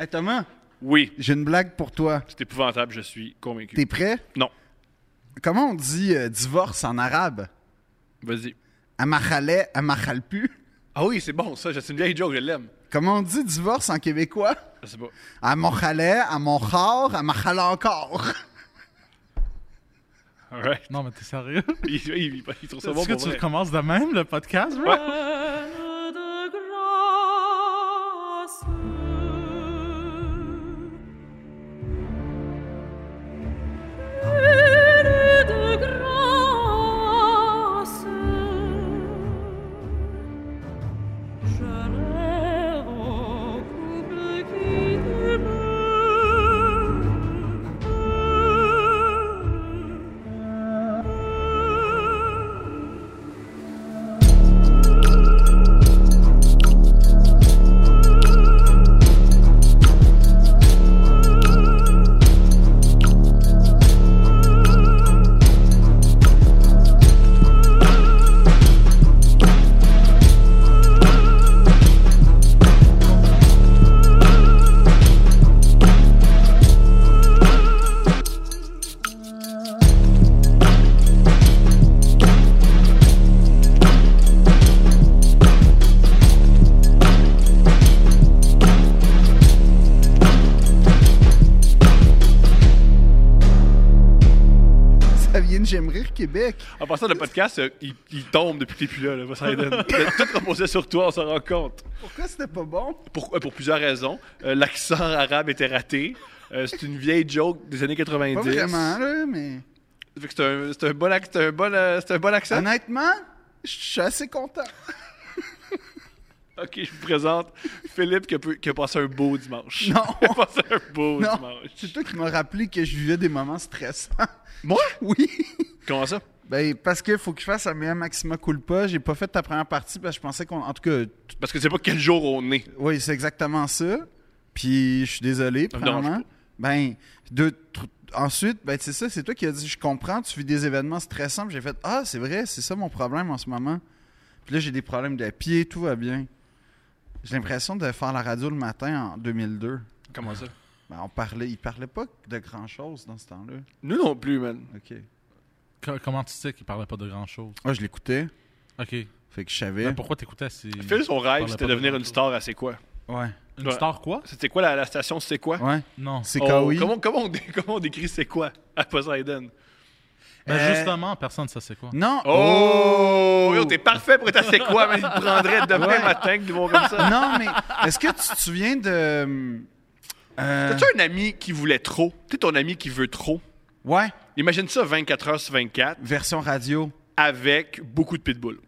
Hey, Thomas, Oui, j'ai une blague pour toi. c'est épouvantable, je suis convaincu. T'es prêt? Non, Comment on dit euh, divorce en arabe? vas-y. Amachalé, amachalpu. Ah oui, c'est bon, ça, c'est une vieille joke, je l'aime. Comment on dit divorce en québécois? Je sais pas. Amochalé, amochar, amachal encore. All right. Non, mais t'es sérieux? Il, il- il- il trouve ça bon Est-ce que pour tu vrai. recommences de même le podcast, bro? de grâce. Pleine de grâce. Je rêve au couple qui demeure. Ça vient de J'aime rire Québec. En passant, le podcast, euh, il, il tombe depuis que t'es plus là. là. Va, ça aide. Tout reposait sur toi, on s'en rend compte. Pourquoi c'était pas bon? Pour, euh, pour plusieurs raisons. Euh, L'accent arabe était raté. Euh, c'est une vieille joke des années 90. Pas vraiment, là, mais. Fait que c'est un, c'est un bon, ac- c'est un bon, euh, c'est un bon Ah, accent. Honnêtement, je suis assez content. Ok, je vous présente Philippe qui a, pu- qui a passé un beau dimanche. Non. Il a passé un beau Non, c'est dimanche. toi qui m'as rappelé que je vivais des moments stressants. Moi? Oui. Comment ça? Ben, parce qu'il faut que je fasse un meilleur maxima culpa. J'ai pas fait ta première partie parce que je pensais qu'on. En tout cas, t- Parce que tu sais pas quel jour on est. oui, c'est exactement ça. Puis je suis désolé, me dérange premièrement. Ben, deux, tr- ensuite, ben, c'est ça, c'est toi qui as dit Je comprends, tu vis des événements stressants. Puis J'ai fait Ah, c'est vrai, c'est ça mon problème en ce moment. Puis là, j'ai des problèmes de pied, tout va bien. J'ai l'impression de faire la radio le matin en 2002. Comment ça? Ben, on parlait, il parlait pas de grand chose dans ce temps-là. Nous non plus, man. Ok. Co- Comment tu sais qu'il parlait pas de grand-chose? Ah, je l'écoutais. OK. Fait que je savais. Ben, Mais pourquoi t'écoutais? si- Phil, son rêve, parlait c'était pas de devenir une grand-chose. star à C'est quoi? Ouais. Une Ouais. star quoi? C'était quoi la, la station C'est quoi? Ouais. Non. C'est Oh, Kawi. comment, comment, on, dé- comment on décrit C'est quoi à Poseidon? Ben Euh, justement, personne ne sait c'est quoi. Non. Oh! Yo, t'es parfait pour être à C'est quoi, mais il te prendrait demain Ouais. matin que du monde comme ça. Non, mais est-ce que tu te souviens de. Euh... T'as-tu un ami qui voulait trop? T'es ton ami qui veut trop? Ouais, Imagine ça 24 heures sur 24 version radio. avec beaucoup de pitbull.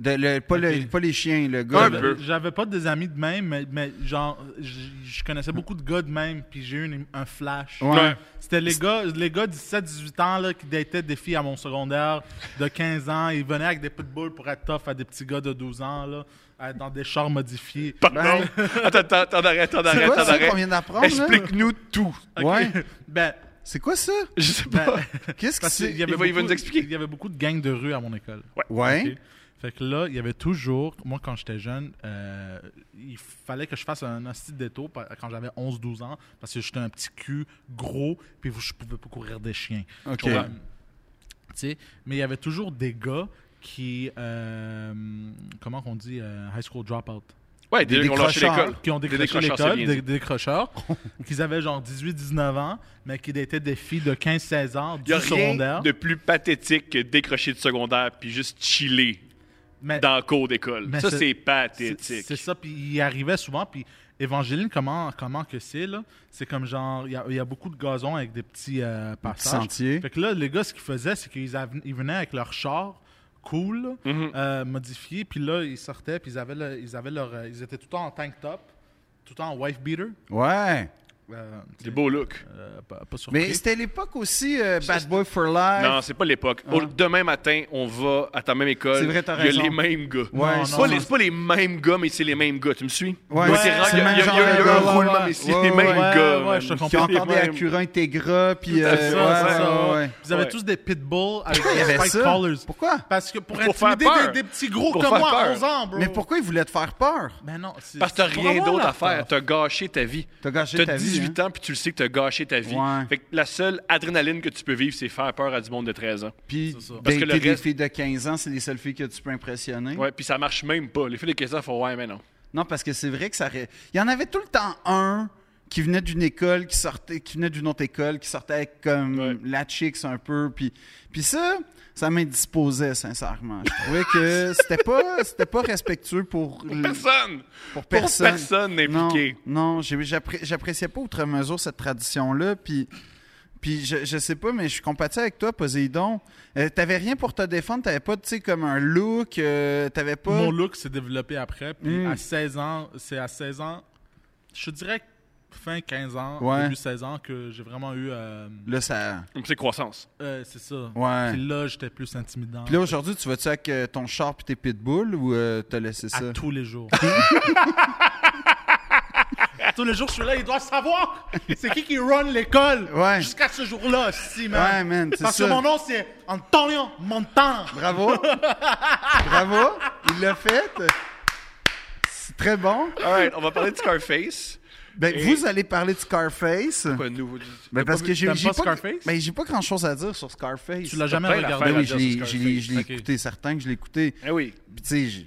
De, le, pas, le- Ok. pas les chiens, le gars. Un là. peu. J'avais pas des amis de même, mais, mais genre, j- je connaissais beaucoup de gars de même, puis j'ai eu une- un flash. Ouais. Ouais. C'était les gars, les gars de 17-18 ans là, qui dataient des filles à mon secondaire de 15 ans. Ils venaient avec des pitbulls pour être tough à des petits gars de 12 ans, là, à- dans des chars modifiés. Pardon. Attends, attends, attends, arrête, Ben. attends, C'est arrête, quoi attends, ça qu'on arrête. vient d'apprendre? là? Explique-nous tout. Ouais. Ben, C'est quoi ça? Je sais ben, pas. Qu'est-ce que parce qu'il y c'est? avait Il va- il va beaucoup- nous expliquer. Il y avait beaucoup de gangs de rue à mon école. Ouais. Ok. Fait que là, il y avait toujours, moi quand j'étais jeune, euh, il fallait que je fasse un hostie de détour par- quand j'avais 11-12 ans parce que j'étais un petit cul gros puis je pouvais pas courir des chiens. Ok. Euh, tu sais, mais il y avait toujours des gars qui, euh, comment qu'on dit, euh, high school dropout, Ouais, Des des gens qui ont lâché décrocheurs. l'école. qui ont Des décroché décrocheurs, c'est l'école, bien des, dit. des décrocheurs, qui avaient genre 18-19 ans, mais qui étaient des filles de 15-16 ans Il y du a rien secondaire. de plus pathétique que décrocher du secondaire puis juste chiller Mais- dans le cours d'école. mais Ça, c'est- c'est C'est pathétique. c'est ça, puis il arrivait souvent, puis Évangeline, comment, comment que c'est, là? C'est comme genre, il y a, il y a beaucoup de gazon avec des petits euh, passages. sentiers. Fait que là, les gars, ce qu'ils faisaient, c'est qu'ils av- ils venaient avec leur char cool, Mm-hmm. euh, modifié, puis là, ils sortaient, puis ils avaient, le- ils avaient leur... euh, Ils étaient tout le temps en tank top, tout le temps en wife beater. Ouais. euh, tu sais, Des beaux looks. euh, pas, pas surpris. Mm-hmm. Mais c'était l'époque aussi euh, Ça, Bad c'est- Boy for Life. Non, c'est pas l'époque. Au- Ah. Demain matin, on va à ta même école. C'est vrai, t'as Il y raison. a les mêmes gars. Ouais, Non, C'est c'est- pas, les- c'est pas les mêmes gars, mais c'est les mêmes gars. Tu me suis? Ouais, Moi, c'est- c'est rare c'est qu'il y le a- il y même a- il y a genre eu de un gars, roulement, ouais. mais c'est Ouais, les mêmes ouais, gars. ouais, man. je te comprends. Qui ont C'est les encore des mêmes. Acura Integra, puis... Tout à euh, fait, ouais, Ça, ouais, ça, ouais, ouais. Vous avez Ouais. tous des pitbulls avec Il y des avait spike ça. collars. Pourquoi? Parce que pour, Pour faire intimider peur. des, des petits gros Pour comme faire moi à peur. 11 ans, bro. Mais pourquoi ils voulaient te faire peur? Ben non, c'est. Parce que t'as c'est pour rien avoir d'autre la à faire. peur. T'as gâché ta vie. T'as gâché T'as ta vie, hein. 18 ans, puis tu le sais que t'as gâché ta vie. Ouais. Fait que la seule adrénaline que tu peux vivre, c'est faire peur à du monde de 13 ans. Puis C'est ça. Parce que dater le des reste- filles de 15 ans, c'est les seules filles que tu peux impressionner. Ouais, puis ça marche même pas. Les filles de 15 ans font ouais, mais non. Non, parce que c'est vrai que ça... aurait- Il y en avait tout le temps un qui venait d'une école, qui sortait, qui venait d'une autre école, qui sortait avec comme Ouais. la chicks un peu, puis... Puis ça, ça m'indisposait, sincèrement. Je trouvais que c'était pas, c'était pas respectueux pour... le- Personne! pour Pour Mm. personne. personne n'est Non, impliqué. Non, j'ai- j'appré- j'appréciais pas outre mesure cette tradition-là. Puis, puis je, je sais pas, mais je suis compatis avec toi, Poséidon. Euh, t'avais rien pour te défendre, t'avais pas, tu sais, comme un look, euh, t'avais pas. Mon look s'est développé après. Puis Mm. à 16 ans, c'est à 16 ans, je dirais que fin 15 ans, Ouais. début 16 ans, que j'ai vraiment eu. euh, Là, ça. Donc, C'est croissance. euh, c'est ça. Ouais. Puis là, j'étais plus intimidant. Puis là, aujourd'hui, tu vas-tu avec euh, ton char et tes pitbulls ou euh, t'as laissé ça? à tous les jours. tous les jours, je suis là, ils doivent savoir c'est qui qui run l'école Ouais. jusqu'à ce jour-là, si, man. Ouais, man, c'est Parce ça. que mon nom, c'est Antonio Montan. Bravo! Bravo! Il l'a fait! C'est très bon. Alright, on va parler de Scarface. Ben, vous allez parler de Scarface. Pas nous. Ben, parce que j'ai t'aimes j'ai pas pas, Scarface? ben, j'ai pas grand chose à dire sur Scarface. Tu l'as jamais plein d'affaires regardé. Ben oui, je à dire l'ai sur je l'ai- je l'ai Ok. Eh écouté, certain que je l'ai écouté. Ah oui. Puis, tu sais, j'ai-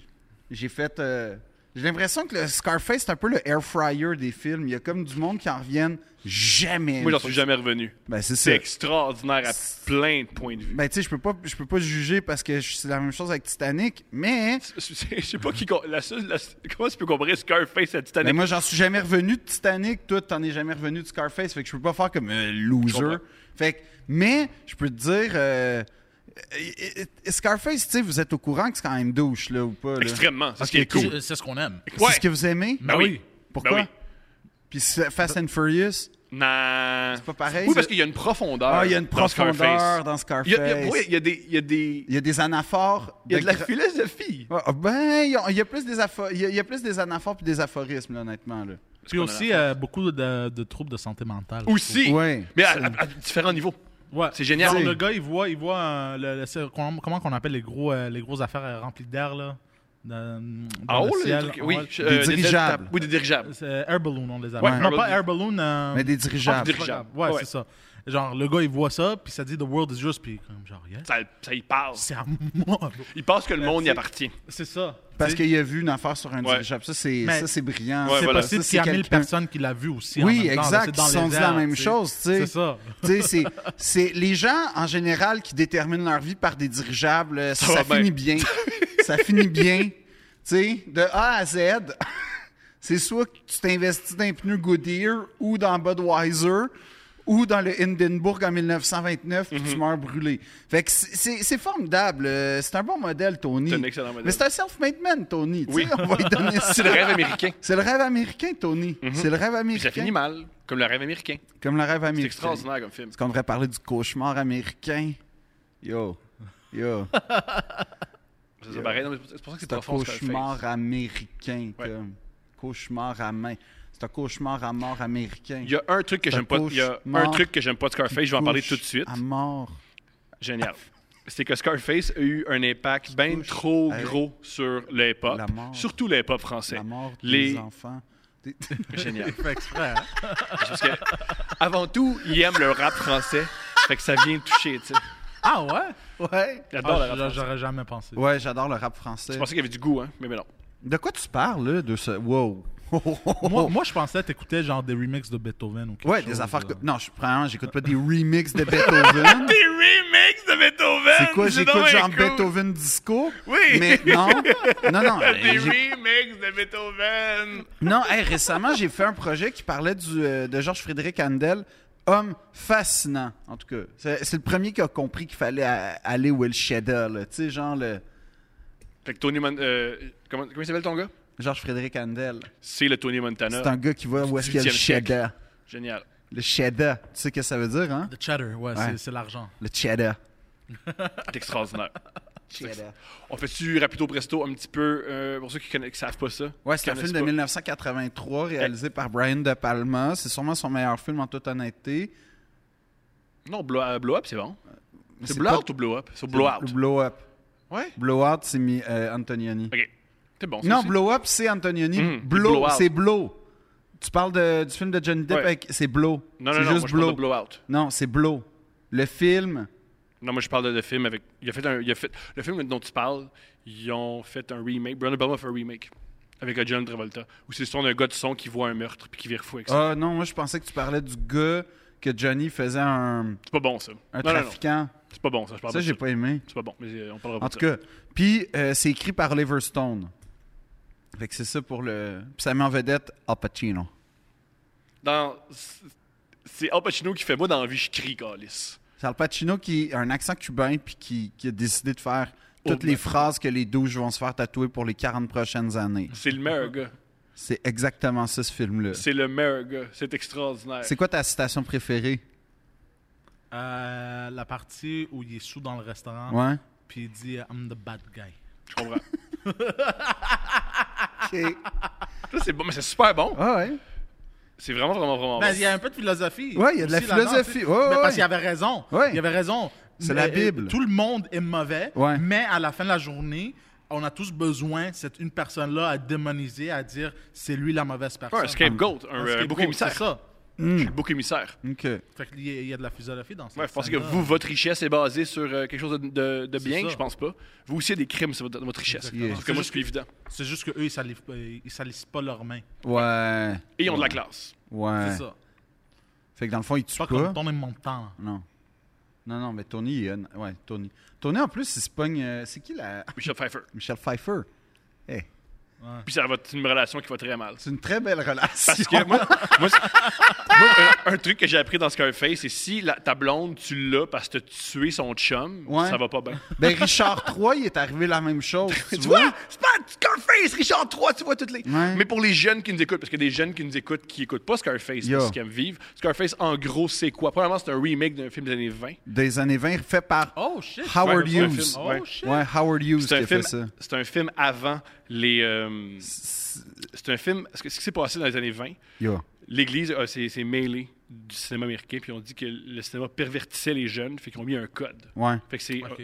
j'ai fait. euh, j'ai l'impression que le Scarface, c'est un peu le air fryer des films. Il y a comme du monde qui en reviennent jamais. Moi, j'en suis jamais revenu. Ben, c'est ça. C'est extraordinaire à plein de points de vue. Ben, tu sais, je peux pas, je peux pas juger parce que je- c'est la même chose avec Titanic, mais. Je sais pas qui. con- La seule, la- comment tu peux comparer Scarface à Mais Titanic? moi, j'en suis jamais revenu de Titanic. Toi, t'en es jamais revenu de Scarface. Fait que je peux pas faire comme euh, Je loser. comprends. Fait que, mais je peux te dire, euh, euh, euh, Scarface, tu sais, vous êtes au courant que c'est quand même douche, là, ou pas? là? Extrêmement. Ok, C'est euh, ce qui est cool. C'est ce qu'on aime. C'est ce que vous aimez? Ben oui. Pourquoi? Ben oui. Puis c'est- Fast and Furious, Non. C'est pas pareil, Oui, ça. parce qu'il y a une profondeur. Ah, il y a une Euh, dans profondeur Scarface. dans Scarface. Il y a, il y a- oui, il y a des. Il y a, des, Il y a des anaphores. il y a de la gra- philosophie. Ah, ah, ben, il y a- il y, a plus des apho- il y a- il y a plus des anaphores puis des aphorismes, là, honnêtement. Là. Puis aussi, euh, beaucoup de, de troubles de santé mentale. Aussi. Ouais. Mais à, à- à différents niveaux. Ouais. C'est génial. Genre, Oui. le gars, il voit, il voit euh, le- le- c'est- comment, comment qu'on appelle les gros, euh, les grosses affaires euh, remplies d'air là, dans, En Ah dans haut, le là, ciel. des Ah trucs- oui. Ouais. je- Des dirigeables. étapes- oui, des dirigeables. C'est euh, air balloon, on les appelle. Ouais, non, air pas balloon. air balloon. euh, Mais des dirigeables. dirigeables. Ouais, Ouais. c'est ça. Genre, le gars, il voit ça, puis ça dit The world is yours, puis comme genre, yes, Ça, ça y passe. c'est à moi, bro. Il pense que le monde y appartient. C'est ça. Parce Tu sais, qu'il y a vu une affaire sur un Ouais. dirigeable. Ça, c'est Mais- ça, c'est brillant. Ouais, c'est voilà. possible Ça, qu'il y a c'est 1000 quelqu'un- personnes qui l'a vu aussi. en Oui, même temps, là, exact. c'est Ils dans se sont les dit airs, la même tu sais. chose. tu sais. C'est ça. Tu sais, c'est, c'est les gens en général qui déterminent leur vie par des dirigeables. euh, Ça, va finit bien. ça finit bien. Tu sais, de A à Z, c'est soit que tu t'investis dans un pneu Goodyear ou dans Budweiser ou dans le Hindenburg en 1929 puis tu meurs brûlé. Fait que c'est, c'est- c'est formidable. euh, C'est un bon modèle, Tony. C'est un excellent modèle. Mais c'est un self-made man, Tony. tu sais, Oui. on va lui donner ça. C'est le rêve américain. C'est le rêve américain, Tony. C'est le rêve Puis américain. ça finit mal, comme le rêve américain. Comme le rêve C'est américain. extraordinaire comme film. Est-ce qu'on devrait parler du cauchemar américain? Yo. Yo. C'est ça, pareil. Non, mais C'est pour ça que c'est C'est un profond, Scarface. cauchemar américain. Ouais. Comme. Cauchemar à main. C'est un cauchemar à mort américain. Il y a un truc que Ça j'aime pas. Il y a un cauchemar. truc que j'aime pas de Scarface. Je vais en parler tout de suite. À mort. Génial. C'est que Scarface a eu un impact bien touche trop avec gros sur le hip-hop, la mort. surtout le hip-hop français. La mort des Les enfants. Des- génial. Fait exprès, hein. Parce que avant tout, il aime le rap français, fait que ça vient toucher. Tu sais. Ah ouais? ouais. Il adore le Ah, rap j'a- français. J'aurais jamais pensé. Ouais, j'adore le rap français. Je pensais qu'il y avait du goût, hein, mais, mais non. De quoi tu parles, là, de ce. Wow. Moi, moi, je pensais que t'écoutais genre des remixes de Beethoven ou quelque Oh. ouais, chose. des affaires. là. que- Non, je, premièrement, j'écoute pas des remixes de Beethoven. Des remixes de Beethoven. C'est quoi, j'écoute donc bien genre cool. Beethoven Disco? Oui. Mais non, non, non. Des j'ai- remixes de Beethoven. Non, hey, récemment, j'ai fait un projet qui parlait du, euh, de Georges-Frédéric Handel. Homme fascinant, en tout cas. C'est c'est le premier qui a compris qu'il fallait euh, aller où est le cheddar, là. Tu sais, genre le Fait que Tony Mon- euh, comment, comment il s'appelle ton gars Georges-Frédéric Handel. C'est le Tony C'est Montana. un gars qui voit où est-ce qu'il y a le 18e siècle. cheddar. Génial. Le cheddar. Tu sais ce que ça veut dire, hein? Le cheddar, ouais, Ouais. c'est- c'est l'argent. Le cheddar. C'est extraordinaire. On fait-tu rapido presto un petit peu euh, pour ceux qui ne savent pas ça? Ouais, c'est un Connaissent film de pas. 1983 réalisé par Brian De Palma. C'est sûrement son meilleur film en toute honnêteté. Non, blow, euh, blow Up, c'est bon. C'est C'est Blow pas- Out ou Blow Up? C'est c'est Blow Out. Blow Up. Ouais. Blow Out, c'est mi- euh, Antonioni. Ok. C'est bon. ça Non, aussi. Blow Up, c'est Antonioni. Mhm. Blow, Blow Out. c'est Blow. Tu parles de- du film de Johnny Depp Ouais. avec. C'est Blow. Non, non, c'est non, juste moi, je Blow. parle de Blow Out. Non, c'est Blow. Le film. Non, moi, je parle de, de film avec. Il a fait un, il a fait, le film dont tu parles, ils ont fait un remake. Bruno Obama fait un remake avec euh, John Travolta. Où c'est l'histoire d'un gars de son qui voit un meurtre puis qui vire fou avec ça. Ah non, moi je pensais que tu parlais du gars que Johnny faisait un, C'est pas bon, ça. un non, non, non. trafiquant. C'est pas bon, ça. Je parle Ça, pas de j'ai pas aimé. C'est pas bon, mais euh, on parlera pas En de tout ça. cas, puis euh, c'est écrit par Oliver Stone. Fait que c'est ça pour le. Puis ça met en vedette Al Pacino. Dans- c'est- C'est Al Pacino qui fait moi dans la vie, je crie, Calis. C'est Al Pacino qui a un accent cubain puis qui, qui a décidé de faire toutes Oh, les ben. phrases que les douches vont se faire tatouer pour les 40 prochaines années. C'est le meilleur gars. C'est exactement ça, ce film-là. C'est le meilleur gars. C'est extraordinaire. C'est quoi ta citation préférée? Euh, la partie où il est sous dans le Ah. restaurant, Ouais? puis il dit euh, I'm the bad guy. Je comprends. Ah, Ok. Ça, c'est bon, mais c'est super bon. Ah ouais? C'est vraiment, vraiment, vraiment bon. Ben, il y a un peu de philosophie. Ouais, il y a de la aussi là-dedans, philosophie. tu sais. Ouais, ouais, mais ouais. parce qu'il avait raison. Ouais. Il avait raison. C'est la Mais, euh, Bible. Tout le monde est mauvais, Ouais. mais à la fin de la journée, on a tous besoin cette une personne-là à démoniser, à dire c'est lui la mauvaise personne. Ouais, un scapegoat, un, euh, scapegoat, bouc C'est émissaire. ça. Un bouc émissaire. Ok. Fait qu'il y a- il y, a de la philosophie dans ça. Ouais, je pense que vous, votre richesse est basée sur euh, quelque chose de, de- de bien, ça. je pense pas. Vous aussi, il y a des crimes sur votre, votre richesse. Exactement. Parce que moi, je suis évident. C'est juste qu'eux, ils salissent, pas- ils salissent pas leurs mains. Ouais. Et ils ont de la classe. Ouais. C'est ça. Fait que dans le fond, il tue Pas pas. comme ton et mon temps. Non. Non, non, mais Tony, il a une- ouais, Tony. Tony, en plus, il se pogne. euh, c'est qui la. Michel Pfeiffer. Michelle Pfeiffer. Eh, Puis ça va être une relation qui va très mal. c'est une très belle relation. Parce que moi, moi, c'est- moi, un, un truc que j'ai appris dans Scarface, c'est si la, ta blonde, tu l'as parce que tu as tué son chum, Ouais. ça va pas bien. Ben, Richard III, il est arrivé la même chose. Tu, Tu vois? vois, c'est pas Scarface, Richard III, tu vois toutes les. Ouais. Mais pour les jeunes qui nous écoutent, parce qu'il y a des jeunes qui nous écoutent qui écoutent pas Scarface, Yo. parce qu'ils aiment vivre, Scarface, en gros, c'est quoi? Premièrement, c'est un remake d'un film des années 20. Des années 20, fait par Oh shit. Howard Ouais, c'est un Hughes. film. Oh Ouais. shit. Ouais, Howard Hughes qui C'est un, a film, fait ça. c'est un film avant les. euh, c'est un film. Ce que- ce qui s'est passé dans les années 20, Yo. l'Église euh, s'est s'est mêlée du cinéma américain, puis on dit que le cinéma pervertissait les jeunes, fait qu'ils ont mis un code. Ouais. Fait que c'est Ok.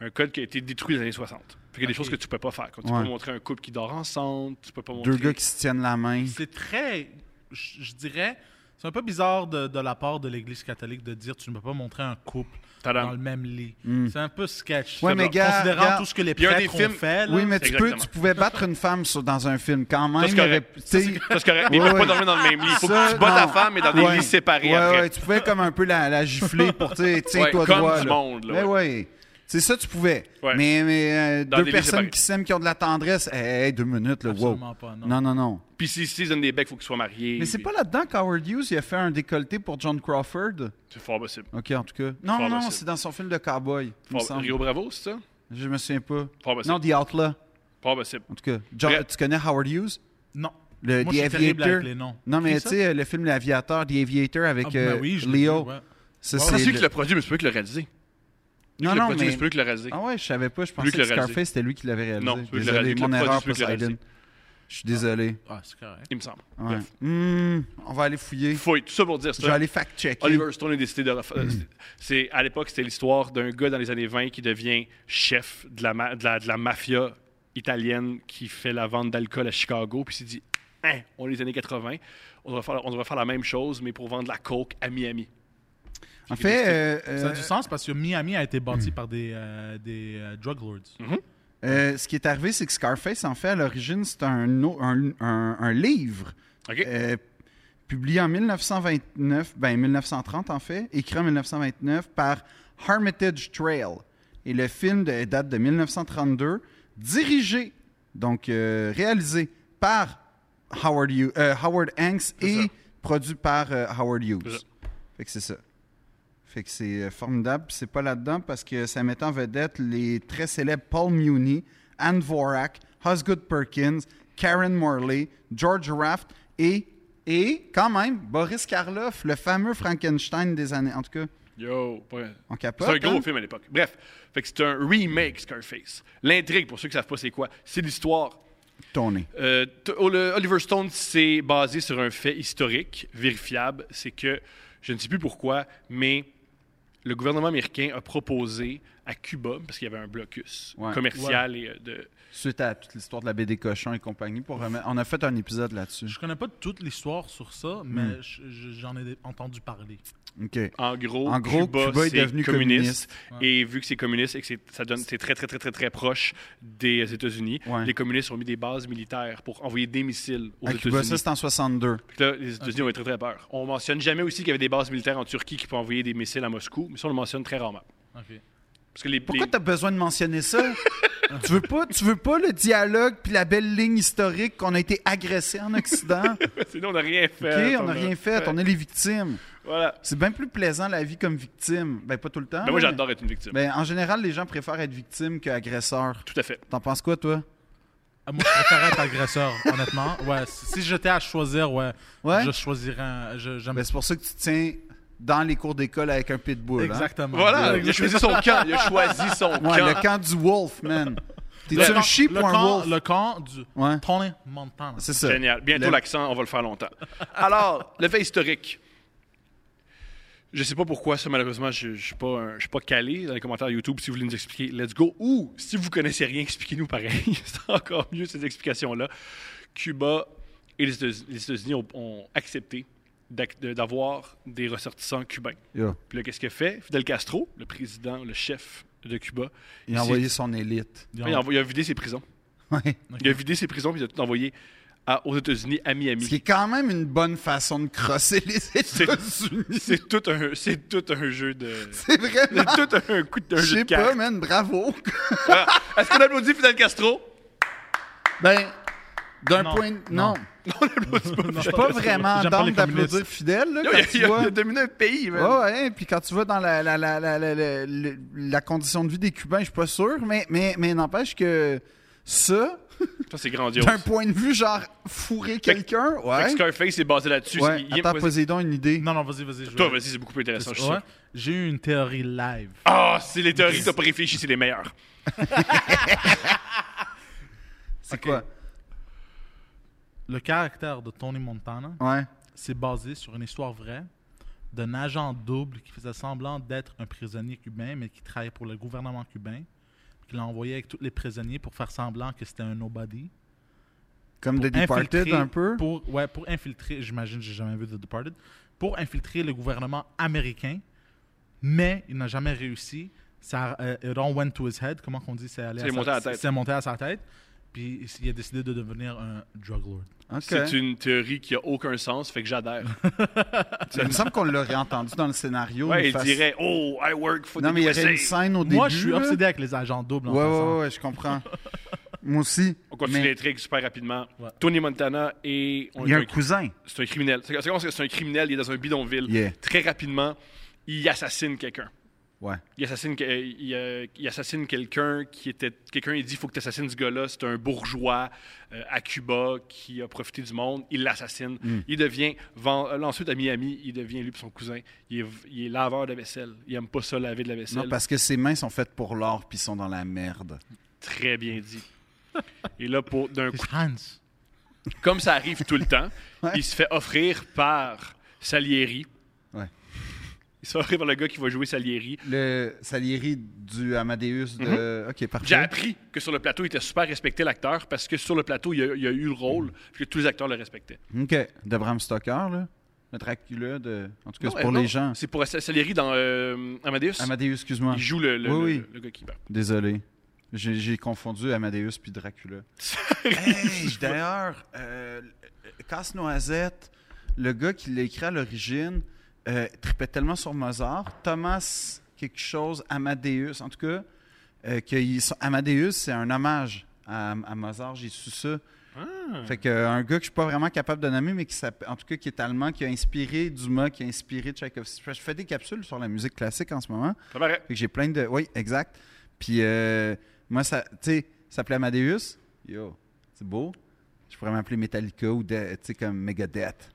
un code qui a été détruit dans les années 60. Fait qu'il y a des Ok. choses que tu peux pas faire. Comme tu Ouais. peux pas montrer un couple qui dort ensemble, tu peux pas montrer. Deux gars qui se tiennent la main. C'est très, je je dirais, c'est un peu bizarre de, de la part de l'Église catholique de dire tu ne peux pas montrer un couple Tadam. dans le même lit. C'est un peu sketch. Hmm. Ouais, C'est mais bon. gars, considérant gars, tout ce que les il y a prêtres des ont films- fait, là, Oui, mais tu, peux, Exactement. tu pouvais battre une femme sur- dans un film quand même. Ça, c'est il y aurait- correct. Ça, tu sais, c'est- ça, c'est correct. Mais Ouais, faut pas ouais. dormir dans le même lit. Faut Ça, que tu bats ta non. femme, mais dans des Ouais. lits séparés ouais, après. ouais, tu pouvais comme un peu la, la gifler pour, tu sais, tiens, Ouais, toi comme droit. du là. monde, là, Mais ouais. ouais. C'est ça, tu pouvais. Ouais. Mais, mais euh, Dans deux des lits personnes séparés. qui s'aiment, qui ont de la tendresse, hey, hey, deux minutes, là, wow. Absolument pas, non. non, non, non. Puis s'ils si, donnent des becs, faut qu'ils soient mariés. Mais c'est puis- pas là-dedans qu'Howard Hughes il a fait un décolleté pour John Crawford. C'est fort possible. Ok, en tout cas. Non, Fort non, possible. c'est dans son film de cowboy. il me Fort- semble. Rio Bravo, c'est ça? Je me souviens pas. Fort possible. Non, The Outlaw. Pas possible. En tout cas, John- Bref. tu connais Howard Hughes? non. Le, Moi, The je suis terrible Aviator. avec les noms. Non, mais Qui tu ça? sais, le film L'Aviateur, The Aviator avec Ah, ben euh, oui, je l'ai Leo. vu, ouais. Ça, Ah, C'est c'est celui le- qui l'a produit, mais c'est pas lui qui l'a réalisé. Non, le Ah non, produit, mais mais... c'est pas lui qui l'a réalisé. Ah ouais, je savais pas. Je pensais lui qui que l'a réalisé. Scarface, c'était lui qui l'avait réalisé. Non, c'est lui qui l'a Désolé, réalisé. mon Le erreur, produit, c'est lui qui l'a Poseidon. réalisé. Je suis désolé. Ah, c'est correct. Il me semble. Ouais. Bref. Hmm, on va aller fouiller. Fouille, tout ça pour dire Je ça. vais aller fact-checker. Oliver Stone a décidé de refaire. Hmm. C'est, à l'époque, c'était l'histoire d'un gars dans les années 20 qui devient chef de la, ma- de la, de la mafia italienne qui fait la vente d'alcool à Chicago. Puis il s'est dit Hein, on est les années 80, on devrait, faire, on devrait faire la même chose, mais pour vendre la coke à Miami. En fait, euh, euh, hmm. Ça a du sens parce que Miami a été bâti par des, euh, des euh, drug lords. Mhm. Euh, ce qui est arrivé, c'est que Scarface, en fait, à l'origine, c'est un, au- un, un- un livre OK? euh, publié en 1929, ben 1930 en fait, écrit en 1929 par Hermitage Trail. Et le film de- date de 1932, dirigé, donc euh, réalisé par Howard, Hugh- euh, Howard Hanks C'est et ça. produit par euh, Howard C'est Hughes. ça. Fait que c'est ça. Fait que c'est euh, formidable. Puis C'est pas là-dedans parce que ça met en vedette les très célèbres Paul Muni, Anne Vorak, Osgood Perkins, Karen Morley, George Raft et Et quand même, Boris Karloff, le fameux Frankenstein des années. En tout cas, Yo, ouais. on C'est capote. un gros hein? film à l'époque. Bref, fait que c'est un remake Scarface. L'intrigue, pour ceux qui savent pas c'est quoi, c'est l'histoire. Tourné. Euh, t- oh, le- Oliver Stone, c'est basé sur un fait historique, vérifiable. C'est que, je ne sais plus pourquoi, mais le gouvernement américain a proposé à Cuba, parce qu'il y avait un blocus Ouais. commercial et euh, de... Suite à toute l'histoire de la BD Cochon et compagnie, pour remettre- on a fait un épisode là-dessus. Je connais pas toute l'histoire sur ça, Hmm. mais je- je- j'en ai entendu parler. OK. En gros, En gros, Cuba, Cuba est c'est devenu communiste. Et vu que c'est communiste et que c'est- ça donne, c'est très, très, très, très, très proche des États-Unis, Ouais. les communistes ont mis des bases militaires pour envoyer des missiles aux À Cuba, États-Unis. ça, c'est en 62. Fait que là, les États-Unis ont eu très, très peur. On mentionne jamais aussi qu'il y avait des bases militaires en Turquie qui peuvent envoyer des missiles à Moscou, mais ça, on le mentionne très rarement. OK. Parce que les, Pourquoi les- t'as besoin de mentionner ça? tu, veux pas, tu veux pas le dialogue puis la belle ligne historique qu'on a été agressé en Occident? Sinon, on n'a rien OK, fait. on n'a rien fait. On est Ah les victimes. Voilà. C'est bien plus plaisant, la vie comme victime. Ben, pas tout le temps. Ben, moi, là, j'adore être une victime. mais- Ben, en général, les gens préfèrent être victime qu'agresseur. Tout à fait. T'en penses quoi, toi? Ah, moi, je préfère être agresseur, honnêtement. Ouais, si si j'étais à choisir, ouais, Ouais? je choisirais un... je- j'aime- Ben, c'est pour ça que tu te tiens dans les cours d'école avec un pitbull. hein? Exactement. Voilà, Ouais. il a choisi son camp. Il a choisi son Ouais, camp. le camp du wolf, man. T'es-tu Le un camp- sheep le ou un camp- wolf? Le camp du Ouais. Tony Montana. C'est ça. Génial. Bientôt Le- l'accent, on va le faire longtemps. Alors, le fait historique. Je sais pas pourquoi ça, malheureusement, je ne suis pas, un- je suis pas calé dans les commentaires YouTube. Si vous voulez nous expliquer, let's go. Ou, si vous connaissez rien, expliquez-nous pareil. C'est encore mieux, ces explications-là. Cuba et les États- les États-Unis ont, ont accepté d'ac- de- d'avoir des ressortissants cubains. Yeah. Puis là, qu'est-ce que fait Fidel Castro, le président, le chef de Cuba? Il a C'est- envoyé son élite. Il a, envo- il a vidé ses prisons. Ouais. Il a vidé ses prisons, puis il a tout envoyé à- aux États-Unis, à Miami. Ce qui est quand même une bonne façon de crosser les États-Unis. C'est tout un, c'est tout un jeu de. C'est vraiment... C'est tout un coup de un Je jeu de sais pas, cartes. man, bravo. Ah, Est-ce qu'on applaudit Fidel Castro Ben, d'un Non. point... Non, Non. On l'applaudit pas. je suis pas vraiment J'aime pas d'âme les d'applaudir communistes. Fidel, là, Yo, quand il, a, tu il a- vois... il a dominé un pays, man. Ouais, ouais, puis quand tu vas dans la, la, la, la, la, la- la- la condition de vie des Cubains, je suis pas sûr, mais, mais, mais n'empêche que ça, Ça, c'est grandiose. d'un point de vue, genre, fourrer quelqu'un, Fait que ouais. Scarface est basé là-dessus. Ouais, Il- il- attends, Poséidon, une idée. Non, non, vas-y, vas-y. je Toi, vais- vas-y, c'est beaucoup plus intéressant, je suis Ouais. sûr. J'ai eu une théorie live. Ah, c'est les théories que t'as pas réfléchi, c'est les meilleures. C'est quoi? Le caractère de Tony Montana, Ouais. c'est basé sur une histoire vraie d'un agent double qui faisait semblant d'être un prisonnier cubain, mais qui travaillait pour le gouvernement cubain, qui l'a envoyé avec tous les prisonniers pour faire semblant que c'était un nobody. Comme The Pour Departed, infiltrer- un peu. Pour, ouais, pour infiltrer, j'imagine, j'ai jamais vu The Departed, pour infiltrer le gouvernement américain, mais il n'a jamais réussi. Ça, euh, it all went to his head, comment qu'on dit, c'est allé C'est sa- monté à la tête. C'est monté à sa tête, puis il a décidé de devenir un drug lord. Ok. C'est une théorie qui a aucun sens, fait que j'adhère. Il me semble qu'on l'aurait entendu dans le scénario. Ouais, une il face- dirait Oh, I work for Non, the mais il y USA. aurait une scène au début. Moi, je suis là. obsédé avec les agents doubles. en Ouais, passant. ouais, ouais, je comprends. Moi aussi. On continue mais l'intrigue super rapidement. Ouais. Tony Montana et. on il y a a un cousin. C'est un criminel. C'est c'est comme si c'est un criminel, il est dans un bidonville. Yeah. Très rapidement, il assassine quelqu'un. Ouais. Il assassine, que- euh, il, euh, il assassine quelqu'un qui était. Quelqu'un, il dit faut que tu assassines ce gars-là. C'est un bourgeois euh, à Cuba qui a profité du monde. Il l'assassine. Hmm. Il devient. ven- euh, là, ensuite, à Miami, il devient lui et son cousin. Il est, il est laveur de vaisselle. Il aime pas ça, laver de la vaisselle. Non, parce que ses mains sont faites pour l'or puis sont dans la merde. Très bien dit. Et là, pour d'un coup, C'est Hans. comme ça arrive tout le temps, Ouais. il se fait offrir par Salieri. Ouais. Il se fait offrir par le gars qui va jouer Salieri. Le Salieri du Amadeus de. Ok, parfait. Mm-hmm. J'ai appris que sur le plateau, il était super respecté, l'acteur, parce que sur le plateau, il a, il a eu le rôle, Mm-hmm. puis que tous les acteurs le respectaient. Ok. De Bram Stoker, là. Le Dracula de. En tout cas, c'est Non, pour non, les gens. C'est pour Sa- Salieri dans euh, Amadeus. Amadeus, excuse-moi. Il joue le, le- Oui, le- oui. le gars qui meurt. Désolé. J'ai j'ai confondu Amadeus puis Dracula. Hey, D'ailleurs, euh, Casse-Noisette, le gars qui l'a écrit à l'origine, euh, tripait tellement sur Mozart. Thomas, quelque chose, Amadeus, en tout cas, euh, que il- son- Amadeus, c'est un hommage à, à Mozart, j'ai su ça. Fait que euh, un gars que je suis pas vraiment capable de nommer, mais qui s'appelle, en tout cas qui est allemand, qui a inspiré Dumas, qui a inspiré Tchaïkovski. Je fais des capsules sur la musique classique en ce moment. Ça paraît. Fait que j'ai plein de. Oui, exact. Puis euh, moi, ça, tu sais, ça s'appelait Amadeus. Yo, c'est beau. Je pourrais m'appeler Metallica ou de- tu sais, comme Megadeth.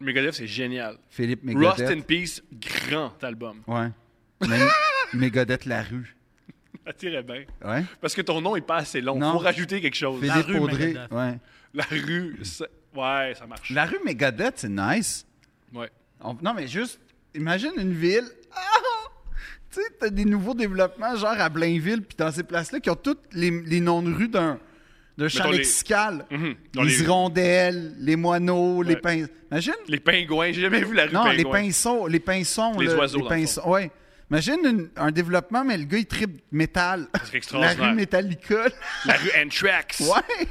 Megadeth, c'est génial. Philippe Rust in Megadeth. Peace, grand album. Ouais. Même Megadeth la rue. Ça tirait bien. Ouais. Parce que ton nom est pas assez long. Non. Faut rajouter quelque chose. Philippe rue Audrey. Megadeth. Ouais. La rue, ça- ouais, ça marche. La rue Megadeth, c'est nice. Ouais. On- Non, mais juste, imagine une ville. Ah! Tu sais, t'as des nouveaux développements, genre à Blainville, puis dans ces places-là, qui ont tous les, les noms de rue d'un de champ les- lexical. Mhm. Dans Les, les, hirondelles, les moineaux, les Ouais. pinceaux. Imagine? les pingouins, j'ai jamais vu la rue Non, les pingouins. pinceaux, les pinceaux. Les là, oiseaux, Les dans le pinceaux, ouais. Imagine une- un développement, mais le gars, il tripe métal. serait La extraordinaire. rue Metallica. là. La rue Anthrax. Ouais.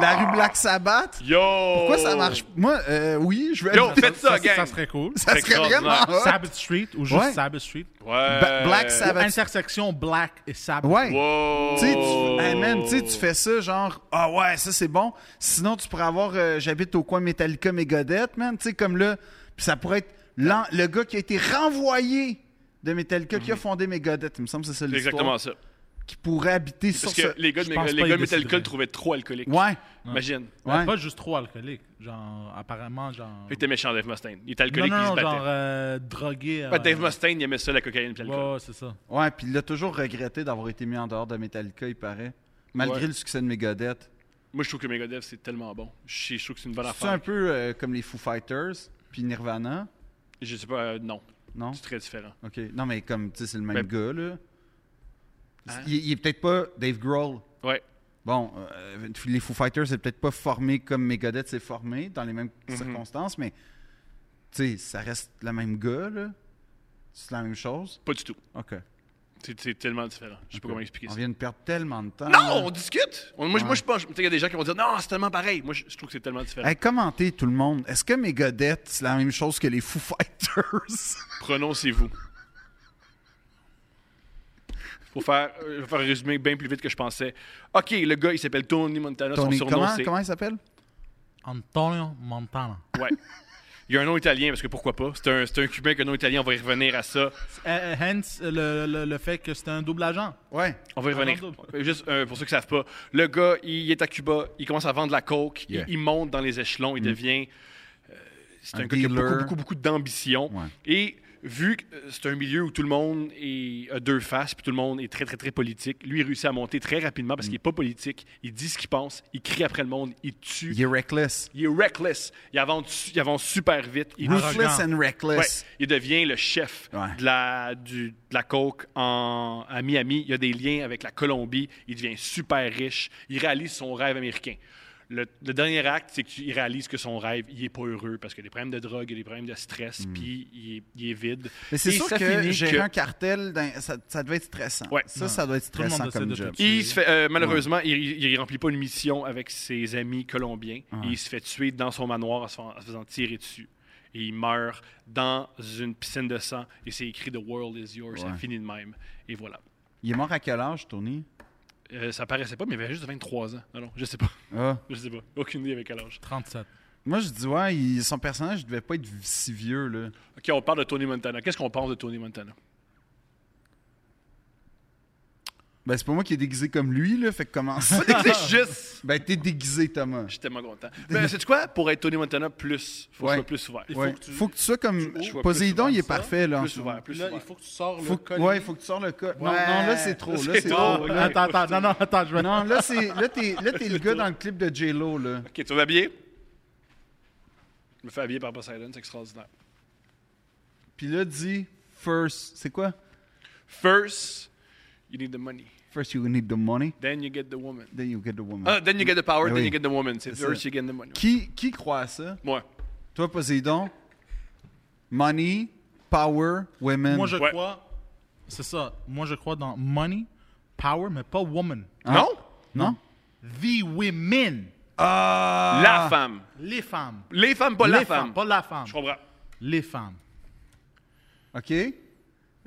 La rue Black Sabbath. Ah. Yo! Pourquoi ça marche? Moi, euh, oui, je veux Yo, être- faites ça, gang! Ça serait cool. Ça c'est serait vraiment extraordinaire. hot. Sabbath Street ou juste Ouais. Sabbath Street. Ouais. Ba- Black Ou Sabbath. intersection Black et Sabbath. Ouais. Wow! Tu sais, Oh. tu- hey, man, tu sais, tu fais ça, genre, ah ouais, ça c'est bon. Sinon, tu pourrais avoir, euh, j'habite au coin Metallica Megadeth, man, tu sais, comme là. Puis ça pourrait être l'en- le gars qui a été renvoyé de Metallica qui a fondé Megadeth. Il me semble que c'est ça C'est l'histoire. Mhm. exactement ça. Qui pourrait habiter sur Parce ce. que les gars de je pense Meg- les pas gars de qu'ils Metallica décideraient. le trouvaient trop alcoolique. Ouais, Imagine. Ben, ouais. Pas juste trop alcoolique. Genre, apparemment, genre. Il était méchant, Dave Mustaine. Il était Non, alcoolique et non, il se non, battait. genre euh, drogué. euh, Ben, Dave Mustaine, il aimait ça, la cocaïne et l'alcool. Ouais, ouais, c'est ça. Ouais, puis il a toujours regretté d'avoir été mis en dehors de Metallica, il paraît. Malgré Ouais. le succès de Megadeth. Moi, je trouve que Megadeth, c'est tellement bon. Je je trouve que c'est une bonne C'est affaire. un peu euh, comme les Foo Fighters, puis Nirvana, Je sais pas, euh, non. non? C'est très différent. OK. Non, mais comme, tu sais, c'est le même Mais- gars, là. Hein? Il, il est peut-être pas Dave Grohl. Ouais. Bon, euh, les Foo Fighters, c'est peut-être pas formé comme Megadeth s'est formé, dans les mêmes Mm-hmm. circonstances, mais, tu sais, ça reste le même gars, là. C'est la même chose. Pas du tout. OK. C'est c'est tellement différent. Je sais pas comment expliquer On ça. vient de perdre tellement de temps. Non, là. on discute. On- moi, je- Ouais. moi, je pense. tu sais, Il y a des gens qui vont dire non, c'est tellement pareil. Moi, je, je trouve que c'est tellement différent. Hey, commentez, tout le monde. Est-ce que Megadeth, c'est la même chose que les Foo Fighters? Prononcez-vous. Faut faire, euh, je vais faire un résumé bien plus vite que je pensais. OK, le gars, il s'appelle Tony Montana. Tony, son surnom, comment, c'est. comment il s'appelle? Antonio Montana. Ouais. Il y a un nom italien, parce que pourquoi pas? C'est un, c'est un cubain avec un nom italien, on va y revenir à ça. Euh, euh, hence, euh, le, le- le fait que c'était un double agent. Ouais. On va y revenir. Avant Juste euh, pour ceux qui ne savent pas, le gars, il est à Cuba, il commence à vendre la coke, il- Yeah. Mm. il, monte dans les échelons, il devient. euh, c'est Un un, gars qui a dealer. beaucoup, beaucoup, beaucoup d'ambition. Ouais. Et vu que euh, c'est un milieu où tout le monde est, a deux faces, puis tout le monde est très, très, très politique, lui, il réussit à monter très rapidement Mm. parce qu'il n'est pas politique. Il dit ce qu'il pense, il crie après le monde, il tue. Il est reckless. Il est reckless. Il avance, il avance super vite. Il Ruthless arrogant. and reckless. Ouais, il devient le chef Ouais. de, la, du- de la coke en, à Miami. Il y a des liens avec la Colombie. Il devient super riche. Il réalise son rêve américain. Le, le dernier acte, c'est qu'il réalise que son rêve, il est pas heureux parce qu'il a des problèmes de drogue, il a des problèmes de stress, puis il est, il est vide. Mm. Mais c'est Et sûr ça que finit gérer que- un cartel, dans- ça, ça devait être stressant. Ouais. Ça, ça doit être Tout le monde stressant essaie comme de job. tout- Il se fait, euh, malheureusement, il, il remplit pas une mission avec ses amis colombiens. Et il se fait tuer dans son manoir en se, fa- en se faisant tirer dessus. Et il meurt dans une piscine de sang. Et c'est écrit The world is yours. Ça Ouais. finit de même. Et voilà. Il est mort à quel âge, Tony? Euh, ça paraissait pas, mais il avait juste 23 ans. Non, non, je sais pas. Ah. Je sais pas. Aucune idée avec quel âge. 37. Moi, je dis, ouais, il- son personnage devait pas être si vieux, là. Ok, on parle de Tony Montana. Qu'est-ce qu'on pense de Tony Montana? Ben, c'est pas moi qui est déguisé comme lui, là, fait que comment ça? c'est juste. ben, t'es déguisé, Thomas. Je suis tellement content. Mais c'est quoi? Pour être Tony Montana, plus. Faut Ouais. que je sois plus ouvert. Ouais. que tu- Faut que tu sois comme. Je vois plus Poséidon, souvent il est ça. parfait, là. en Plus ce moment. ouvert, plus ouvert. faut que tu sors Faut que- ouais, faut que tu sors le cas. Non, non, là, c'est trop. Là, C'est c'est trop. trop. Ouais. Attends, attends, non, non, attends, je vais. Non, là, c'est- là, t'es là, t'es le gars dans le clip de J-Lo, là. Ok, tu vas m'habiller? Je me fais habiller par Poseidon, c'est extraordinaire. Puis là, dis, first, c'est quoi? First, you need the money. First, you need the money, Then you get the woman. then you get the woman. Ah, then you get the power, Ah then oui. you get the woman. C'est C'est first, ça. you get the money. Qui, qui croit à ça? Moi. Toi, Poséidon, money, power, women. Moi, je Ouais. crois. C'est ça. Moi, je crois dans money, power, mais pas woman. Hein? Non? Non? The women. Ah! La femme. Les femmes. Les femmes, pas la Les femme. Pas la femme. Je comprends. Les femmes. OK.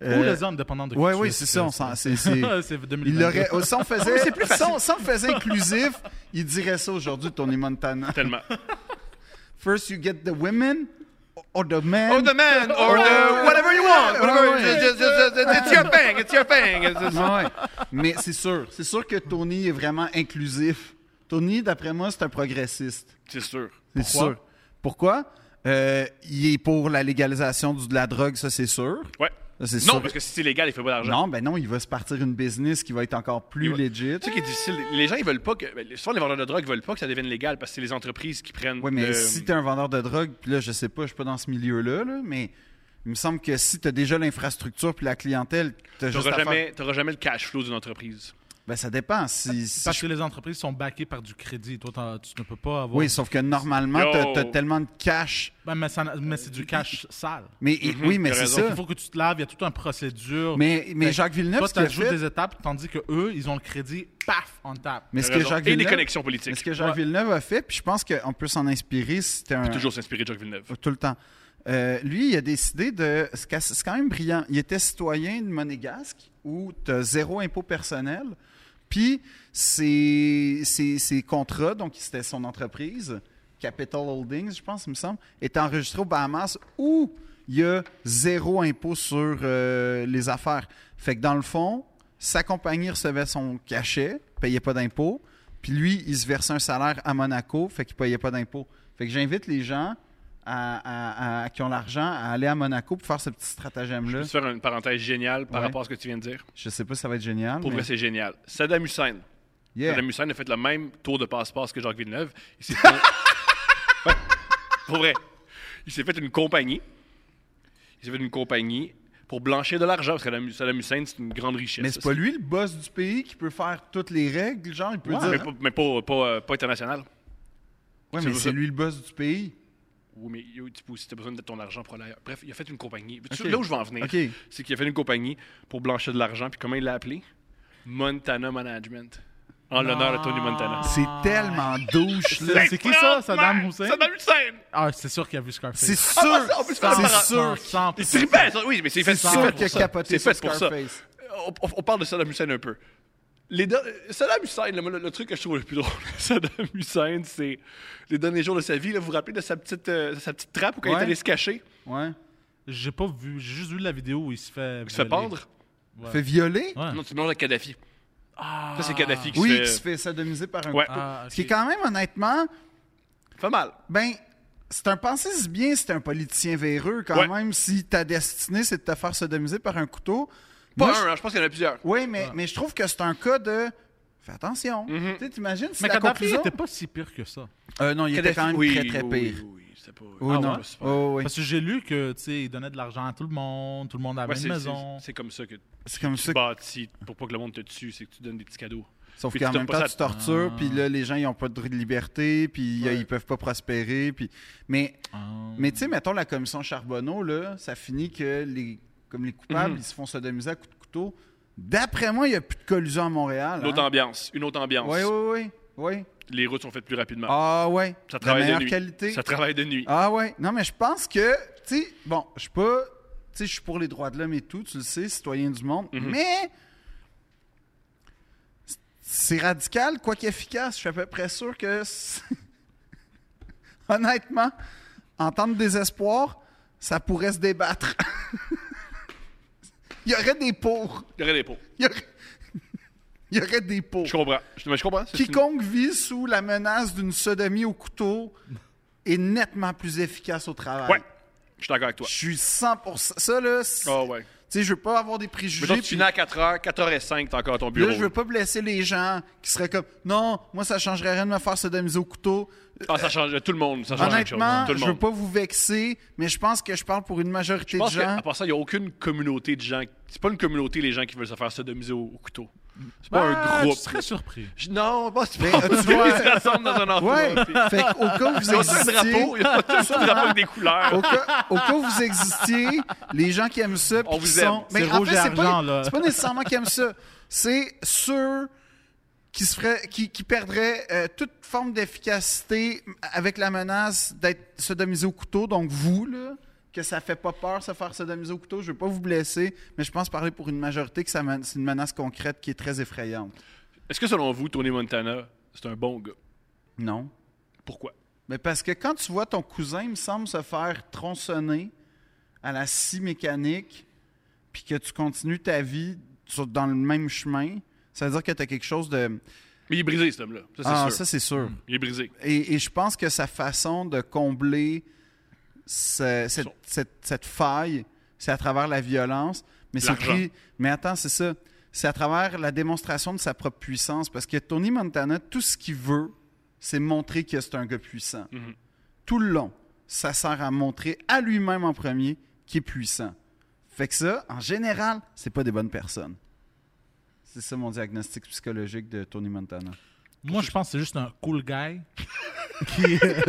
Ou Euh, les hommes, dépendant de qui Ouais, tu es, oui, c'est ça. On s'en, c'est, c'est- c'est 2022. Il l'aurait. oh, Si on faisait, si on- si on faisait inclusif, il dirait ça aujourd'hui, Tony Montana. Tellement. First, you get the women or the men. Oh, the man, or the whatever you want. Whatever. Ouais, ouais. It's, it's- it's- it's your thing, it's your thing. It's- it's- Ah ouais. Mais c'est sûr. C'est sûr que Tony est vraiment inclusif. Tony, d'après moi, c'est un progressiste. C'est sûr. C'est Pourquoi? sûr. Pourquoi? Euh, il est pour la légalisation du- de la drogue, ça, c'est sûr. Ouais. Ça, c'est Non, sûr. parce que si c'est illégal, il fait pas d'argent. Non, ben non, il va se partir une business qui va être encore plus Il va- legit. Tu sais qui est difficile, les gens ils veulent pas que. ben, Souvent les vendeurs de drogue veulent pas que ça devienne légal parce que c'est les entreprises qui prennent. Oui, mais le- si t'es un vendeur de drogue, puis là, je sais pas, je suis pas dans ce milieu-là, là, mais il me semble que si t'as déjà l'infrastructure puis la clientèle, t'as juste T'auras à faire- jamais, Ah, t'auras jamais le cash flow d'une entreprise. Ben, ça dépend. Si, si Parce je- que les entreprises sont backées par du crédit. Toi, t'en- tu ne peux pas avoir. Oui, sauf que normalement, Yo. t'as t'as tellement de cash. Ben, mais ça- mais c'est du cash sale. Mais oui, mais Mhm, t'as c'est raison. ça. Il faut que tu te laves, il y a toute une procédure. Mais, mais Fait- Jacques Villeneuve, Toi, ce qu'il a t'ajoutes fait... des étapes, tandis que eux, ils ont le crédit, paf, on tape. Mais T'as ce que raison. Jacques Et des Villeneuve- connexions mais ce politiques. que Jacques Ouais. Villeneuve a fait, puis je pense qu'on peut s'en inspirer si t'es un... Toujours s'inspirer de Jacques Villeneuve. Tout le temps. Euh, lui, il a décidé de. C'est ca- c'est quand même brillant. Il était citoyen de monégasque où tu as zéro impôt personnel. Puis ses, ses- ses contrats, donc c'était son entreprise, Capital Holdings, je pense, il me semble, est enregistré aux Bahamas où il y a zéro impôt sur euh, les affaires. Fait que dans le fond, sa compagnie recevait son cachet, payait pas d'impôt. Puis lui, il se versait un salaire à Monaco, fait qu'il payait pas d'impôt. Fait que j'invite les gens à- à- à- qui ont l'argent à aller à Monaco pour faire ce petit Je stratagème-là. peux te faire une parenthèse géniale par Ouais. rapport à ce que tu viens de dire. Je sais pas si ça va être génial. Pour mais- vrai, c'est génial. Saddam Hussein. Yeah. Saddam Hussein a fait le même tour de passe-passe que Jacques Villeneuve. Il s'est fait... Ouais. Pour vrai. Il s'est fait une compagnie. Il s'est fait une compagnie pour blanchir de l'argent, parce que Saddam- Saddam Hussein, c'est une grande richesse. Mais c'est pas lui le boss du pays qui peut faire toutes les règles, genre il peut Mais, dire. hein. pas, mais pas, pas, euh, pas international. Ouais, c'est mais pour c'est ça. lui le boss du pays. Oui, mais yo, tu peux- si t'as besoin de ton argent pour aller ailleurs. Bref, il a fait une compagnie. Tu- Ok. Là où je vais en venir, Ok. c'est qu'il a fait une compagnie pour blanchir de l'argent. Puis comment il l'a appelé Montana Management. En l'honneur de Tony Montana. Oh C'est Ah. tellement douche là. C'est- c'est qui ça, Saddam Hussein? Saddam Hussein Ah, c'est sûr qu'il a vu Scarface. C'est Ah, sûr. bah, ça, on peut se faire C'est par- sûr. Cent pour Il cent. tripait, ça. Oui, mais c'est fait, C'est c'est sûr fait qu'il a pour ça. capoté C'est sur fait pour ça. Scarface. On, on- on parle de Saddam Hussein un peu. Les der- Saddam Hussein, le, le- le truc que je trouve le plus drôle de Saddam Hussein, c'est les derniers jours de sa vie. là, vous vous rappelez de sa petite, euh, sa petite trappe où quand il Ouais. est allé se cacher, Ouais. J'ai pas vu, j'ai juste vu la vidéo où il se fait. se violer. pendre? Ouais. Fait violer. Ouais. Non, tu mélanges avec Kadhafi. Ça, c'est Kadhafi qui Oui, se fait... qui se fait sodomiser par un. Ouais. Ah, Ce qui est ok. quand même honnêtement, Fait mal. ben. C'est un pensée si bien, c'est un politicien véreux quand Ouais. même. Si ta destinée, c'est de te faire sodomiser par un couteau. Pas Moi, je- un, hein, je Ah. pense qu'il y en a plusieurs. Oui, mais, mais je trouve que c'est un cas de. Fais attention. Mm-hmm. Tu sais, t'imagines, c'est Mais la Kadhafi il conclusion. était pas si pire que ça. Euh, non, il était Kadhafi, quand même oui, très, très oui, pire. Oui, oui, c'était pas... Oui, Ah non. ouais, c'est pas- Oh, oui. Parce que j'ai lu que, tu sais, il donnait de l'argent à tout le monde, tout le monde avait Ouais, c'est- une maison. c'est- C'est comme ça que C'est comme tu ça. que- bâtis pour pas que le monde te tue, c'est que tu donnes des petits cadeaux. Sauf Puis qu'en tu même donnes temps, pas tu ça- Ah. tortures, puis là, les gens, ils n'ont pas de droit de liberté, puis euh, Ouais. ils peuvent pas prospérer. Puis... Mais, Ah. mais tu sais, mettons la commission Charbonneau, là, ça finit que les, comme les coupables, Mhm. ils se font sodomiser à coups de couteau. D'après moi, il n'y a plus de collusion à Montréal. hein. Une autre ambiance, une autre ambiance. Oui, oui, oui. oui. Les routes sont faites plus rapidement. Ah, ouais. Ça de travaille de meilleure nuit. qualité. Ça travaille de nuit. Ah ouais, non mais je pense que tu sais bon, je suis pas tu sais je suis pour les droits de l'homme et tout, tu le sais, citoyen du monde, mais c- c'est radical quoi qu'efficace, je suis à peu près sûr que c'est- honnêtement, en temps de désespoir, ça pourrait se débattre. Il y aurait des pour, Il y aurait des pots. il y aurait, il y aurait des pour. Je comprends. Je, mais je comprends. c'est une- Quiconque vit sous la menace d'une sodomie au couteau est nettement plus efficace au travail. Ouais. Je suis d'accord avec toi. Je suis 100%. Ça, là, c'est- Ah ouais. tu sais, je veux pas avoir des Mais préjugés. genre, tu puis finis à 4h, 4h05, t'es encore à ton puis bureau. là, je veux pas blesser les gens qui seraient comme Non, moi, ça changerait rien de me faire sodomiser au couteau. Ah, ça change. Tout le monde. Ça change quelque chose. Honnêtement, Tout le je veux monde. pas vous vexer, mais je pense que je parle pour une majorité Je de pense qu'à gens. part ça, il n'y a aucune communauté de gens. C'est pas une communauté, les gens qui veulent se faire sodomiser au, au couteau. C'est pas Ah, un groupe. Je serais surpris. Je- Non, bah, c'est Mais, pas. euh, Ils tu vois- se rassemblent dans un endroit. Ouais, fait qu'au cas où vous C'est aussi un drapeau. existiez, Il y a pas tous des drapeaux avec des couleurs. au cas, au cas où vous existiez, les gens qui aiment ça, puis On qui vous aime. sont- C'est en rouge fait, et c'est pas- argent, là. C'est pas nécessairement qui aiment ça. C'est ceux qui, se feraient, qui, qui perdraient euh, toute forme d'efficacité avec la menace d'être sodomisé au couteau. Donc, vous, là, que ça fait pas peur se faire sodomiser au couteau. Je veux pas vous blesser, mais je pense parler pour une majorité que ça men- c'est une menace concrète qui est très effrayante. Est-ce que selon vous, Tony Montana, c'est un bon gars? Non. Pourquoi? Mais parce que quand tu vois ton cousin, il me semble, se faire tronçonner à la scie mécanique, puis que tu continues ta vie sur- dans le même chemin, ça veut dire que tu as quelque chose de. Mais il est brisé, cet homme-là. Ça, c'est ah, sûr. Mm. ça, c'est sûr. Il est brisé. Et, et je pense que sa façon de combler ce- cette, cette- cette faille, c'est à travers la violence, mais c'est L'argent. pris. Mais attends, c'est ça. C'est à travers la démonstration de sa propre puissance. Parce que Tony Montana, tout ce qu'il veut, c'est montrer que c'est un gars puissant. Mhm. Tout le long, ça sert à montrer à lui-même en premier qu'il est puissant. Fait que ça, en général, c'est pas des bonnes personnes. C'est ça mon diagnostic psychologique de Tony Montana. Moi, je pense que c'est juste un cool guy qui euh,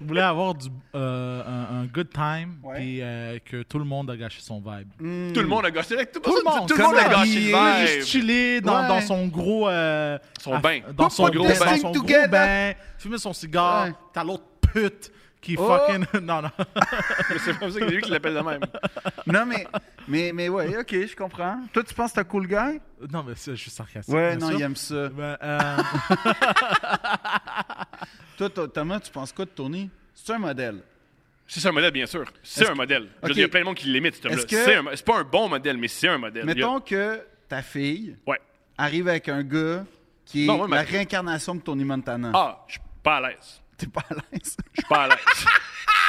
voulait avoir du, euh, un, un good time Ouais. puis euh, que tout le monde a gâché son vibe. Hmm. Tout le monde a gâché. Tout, Tout le monde, tout le monde a comme gâché habillé, le vibe. juste chillé dans, Ouais. dans son gros... euh, Son bain. Dans son Gros gros bain. bain. Dans son gros Together. bain. Fumer son cigare. Ouais. T'as l'autre pute qui Oh. fucking... Non, non. Mais c'est comme ça que c'est lui qui l'appelle de même. Non, mais, mais, mais ouais, ok, je comprends. Toi, tu penses que t'es un cool guy? Non, mais c'est juste sarcastique. Ouais, bien non, sûr. il aime ça. Ben, euh, Toi, to- Thomas, tu penses quoi de Tony? C'est un modèle. C'est un modèle, bien sûr. C'est un modèle. Ok. Je veux dire, Il y a plein de monde qui l'imite, ce homme-là. Est-ce que- C'est un- C'est pas un bon modèle, mais c'est un modèle. Il y a- Mettons que ta fille Ouais. arrive avec un gars qui est Non, ouais, mais- la réincarnation de Tony Montana. Ah, je suis pas à l'aise. T'es pas à l'aise? Je suis pas à l'aise.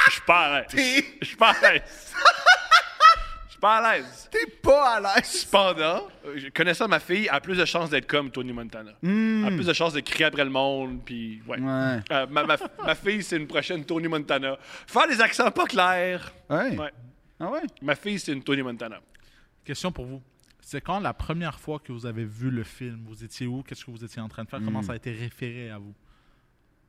Je suis pas à l'aise. T'es- Je suis pas à l'aise. Je suis pas à l'aise. T'es pas à l'aise! Cependant, euh, je- connaissant ma fille, elle a plus de chances d'être comme Tony Montana. Elle a plus de chances de crier après le monde, puis ouais. Ouais. Euh, ma, ma- ma fille, c'est une prochaine Tony Montana. Faire des accents pas clairs. Ouais. Ouais. Ah ouais? Ma fille, c'est une Tony Montana. question pour vous. C'est quand la première fois que vous avez vu le film? Vous étiez où? Qu'est-ce que vous étiez en train de faire? Hmm. Comment ça a été référé à vous?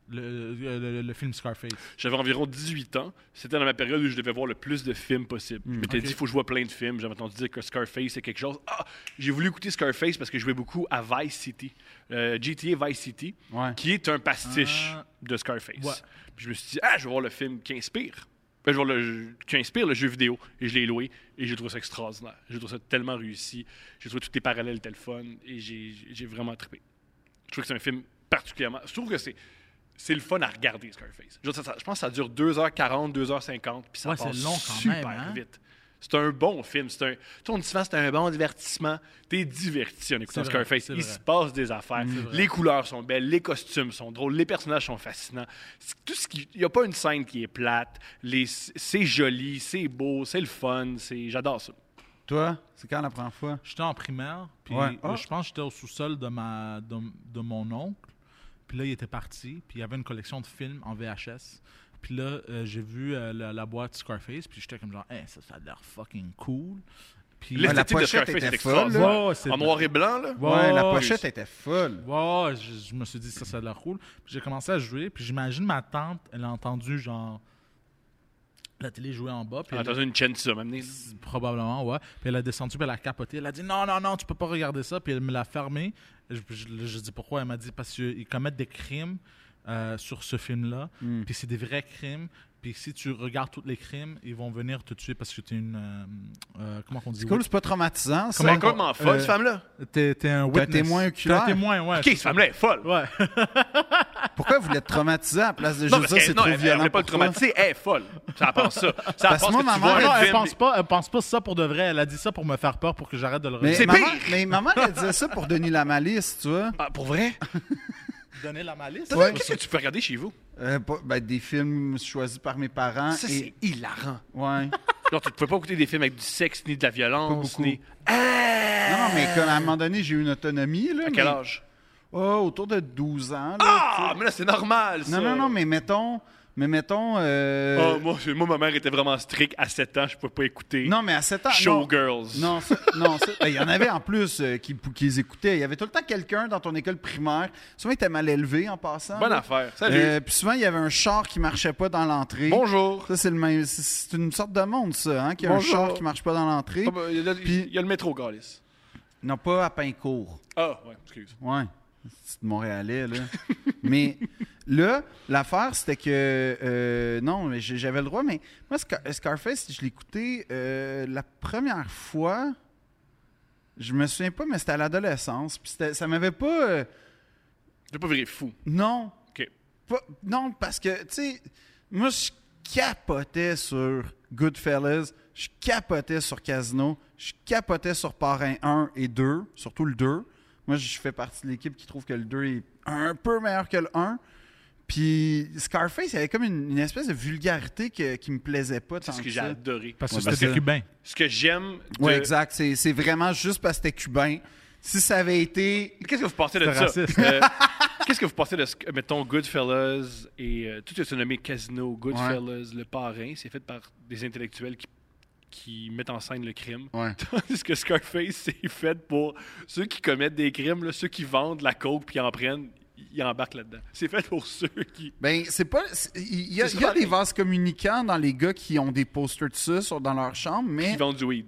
Le, euh, le- le- le film Scarface. J'avais environ 18 ans. C'était dans ma période où je devais voir le plus de films possible. je m'étais Hmm. Ok. dit, il faut que je vois plein de films. J'avais entendu dire que Scarface, c'est quelque chose. Ah, j'ai voulu écouter Scarface parce que je jouais beaucoup à Vice City. Euh, GTA Vice City, Ouais. qui est un pastiche Ah. de Scarface. Ouais. Puis je me suis dit, ah, je vais voir le film qui inspire. Ben, je vais voir le jeu- qui inspire le jeu vidéo. Et je l'ai loué. Et j'ai trouvé ça extraordinaire. J'ai trouvé ça tellement réussi. J'ai trouvé tous les parallèles téléphones. Et j'ai j'ai vraiment trippé. Je trouve que c'est un film particulièrement. Je trouve que c'est. C'est le fun à regarder, Scarface. Je, veux dire, ça- ça- je pense que ça dure 2h40, 2h50, puis ça Ouais, passe c'est long quand super même, hein? vite. C'est un bon film. C'est un... tu sais, On dit souvent, c'est un bon divertissement. T'es diverti en écoutant C'est vrai, Scarface. c'est Il vrai. se passe des affaires. Les couleurs sont belles, les costumes sont drôles, les personnages sont fascinants. C'est Tout ce qui... Il n'y a pas une scène qui est plate. Les... C'est joli, c'est beau, c'est le fun. c'est- J'adore ça. Toi, c'est quand la première fois? J'étais en primaire, puis Ouais. Ah. euh, je pense que j'étais au sous-sol de, ma, de, de mon oncle. Puis là, il était parti, puis il y avait une collection de films en VHS. Puis là, euh, j'ai vu euh, la, la boîte Scarface, puis j'étais comme genre, hey, ça, ça a l'air fucking cool. Puis la L'esthétique de pochette Scarface était est folle, là. Ouais, ouais, extraordinaire. c'est- en noir et blanc, là. Ouais, ouais, la ouais, pochette était folle. Ouais, ouais, je, je me suis dit, ça, ça a l'air cool. Puis j'ai commencé à jouer, puis j'imagine ma tante, elle a entendu genre la télé jouer en bas, puis Ah, elle a- T'as une chaîne, ça, m'amener. Probablement, ouais. Puis elle a descendu, puis elle a capoté. Elle a dit non, non, non, tu peux pas regarder ça. Puis elle me l'a fermé. Je, je, je dis pourquoi. Elle m'a dit parce qu'ils commettent des crimes euh, sur ce film-là. Hmm. Puis c'est des vrais crimes. Puis si tu regardes tous les crimes, ils vont venir te tuer parce que t'es une. euh, euh, comment qu'on dit C'est cool, c'est pas traumatisant. ça. C'est Comment- complètement folle, Euh, cette femme-là. T'es t'es un witness. témoin T'es oculaire. un témoin, ouais. OK, cette femme-là est folle. Ouais. Pourquoi vous l'êtes traumatisé à la place de Non, juste parce dire c'est qu'elle non, trop elle- elle violent? voulait pas le pour toi? traumatiser, elle est folle. Ça pense ça. Ça Parce pense que moi, que ma tu vois mère, un Ah, Non, elle film, pense pas, elle pense pas ça pour de vrai. Elle a dit ça pour me faire peur, pour que j'arrête de le Mais regarder. C'est maman, pire. mais maman, elle disait ça pour Denis la malice, tu vois. Ah, pour vrai? Donner la malice. Ouais. Qu'est-ce que tu peux regarder chez vous? Euh, pas- ben, des films choisis par mes parents. Ça, Ah, et... c'est hilarant. Ouais. Non, tu ne peux pas écouter des films avec du sexe, ni de la violence, Pas beaucoup. ni... Non, non, mais comme à un moment donné, j'ai eu une autonomie. Là, À quel mais- âge? Oh, autour de 12 ans. là, Ah, mais là, c'est normal, tu ça. sais. Non, non, non, mais mettons. Mais mettons. euh, Ah, moi, c'est- moi, ma mère était vraiment stricte. À 7 ans, je ne pouvais pas écouter Non, mais à 7 ans. non. Showgirls. Non, ça- non, ça- ben, il y en avait en plus euh, qui, qui les écoutaient. Il y avait tout le temps quelqu'un dans ton école primaire. Souvent, il était mal élevé en passant. Bonne là. affaire. Salut. Euh, puis souvent, il y avait un char qui marchait pas dans l'entrée. Bonjour. Ça, c'est le même. c'est- C'est une sorte de monde, ça, hein, qui a Bonjour. un char qui marche pas dans l'entrée. Ah, ben, Il y, a- Puis- il y a le métro, Galis. Non, pas à Pincourt. Ah, ouais, excuse. Ouais. C'est de Montréalais, là. mais là, l'affaire, c'était que. euh, non, mais j'ai- j'avais le droit, mais moi, Scar- euh, Scarface, je l'écoutais euh, la première fois. Je me souviens pas, mais c'était à l'adolescence. Puis c'était- ça m'avait pas. euh, Je pas viré fou. non. OK. Pas- non, parce que, tu sais, moi, je capotais sur Goodfellas, je capotais sur Casino, je capotais sur Parrain 1 et 2, surtout le 2. Moi, je fais partie de l'équipe qui trouve que le 2 est un peu meilleur que le 1. Puis Scarface, il y avait comme une, une espèce de vulgarité que- qui me plaisait pas. C'est tant ce que que j'ai ça. adoré. Parce que Ouais, parce c'était que- des Cubains. Ce que j'aime. de- Ouais, exact. C'est c'est vraiment juste parce que c'était cubain. Si ça avait été. Qu'est-ce que vous pensez de C'est ça? raciste. Euh, Qu'est-ce que vous pensez de, ce que- mettons, Goodfellas et euh, tout ce qui est nommé Casino, Goodfellas, Le Parrain, c'est fait par des intellectuels qui, qui mettent en scène le crime. Ouais. Tandis que Scarface, c'est fait pour ceux qui commettent des crimes, là, ceux qui vendent la coke puis en prennent, ils embarquent là-dedans. C'est fait pour ceux qui. Ben, c'est pas. c'est- Il y a, C'est il y a pareil. des vases communicants dans les gars qui ont des posters de ça sur- dans leur chambre, mais. qui vendent du weed.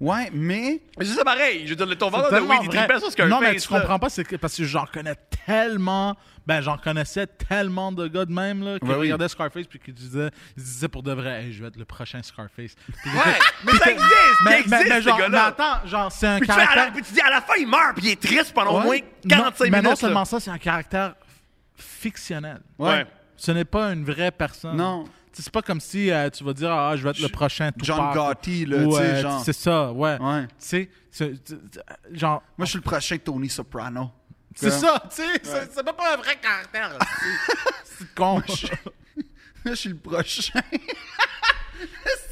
Ouais, mais. Mais c'est ça pareil. Je veux dire, ton C'est vendeur de tellement weed, il vrai. trippait sur Scarface. Non, mais tu là. comprends pas, c'est que- parce que j'en connais tellement. Ben, j'en connaissais tellement de gars de même, là, qui Ouais, oui. regardaient Scarface, puis qui disaient, ils se disaient pour de vrai, Hey, je vais être le prochain Scarface. Puis Ouais, mais ça existe! ça mais, existe, mais- mais ce genre, mais gars-là. attends, genre, c'est un Puis tu, fais, à la- caractère. puis tu dis à la fin, il meurt, puis il est triste pendant au Ouais. moins 45 Non, Mais minutes. non là. seulement ça, c'est un caractère fictionnel. Ouais. Ce n'est pas une vraie personne. Non. Tu sais, C'est pas comme si euh, tu vas dire ah je vais être le prochain Tupac. John Gotti, là, Ou, tu sais, euh, genre. C'est ça, ouais. Ouais. Tu sais, c'est- tu- tu- genre Moi, je suis le prochain Tony Soprano. c'est Comme- ça, tu sais, c'est- c'est même pas un vrai caractère. c'est con. Moi, je suis le prochain.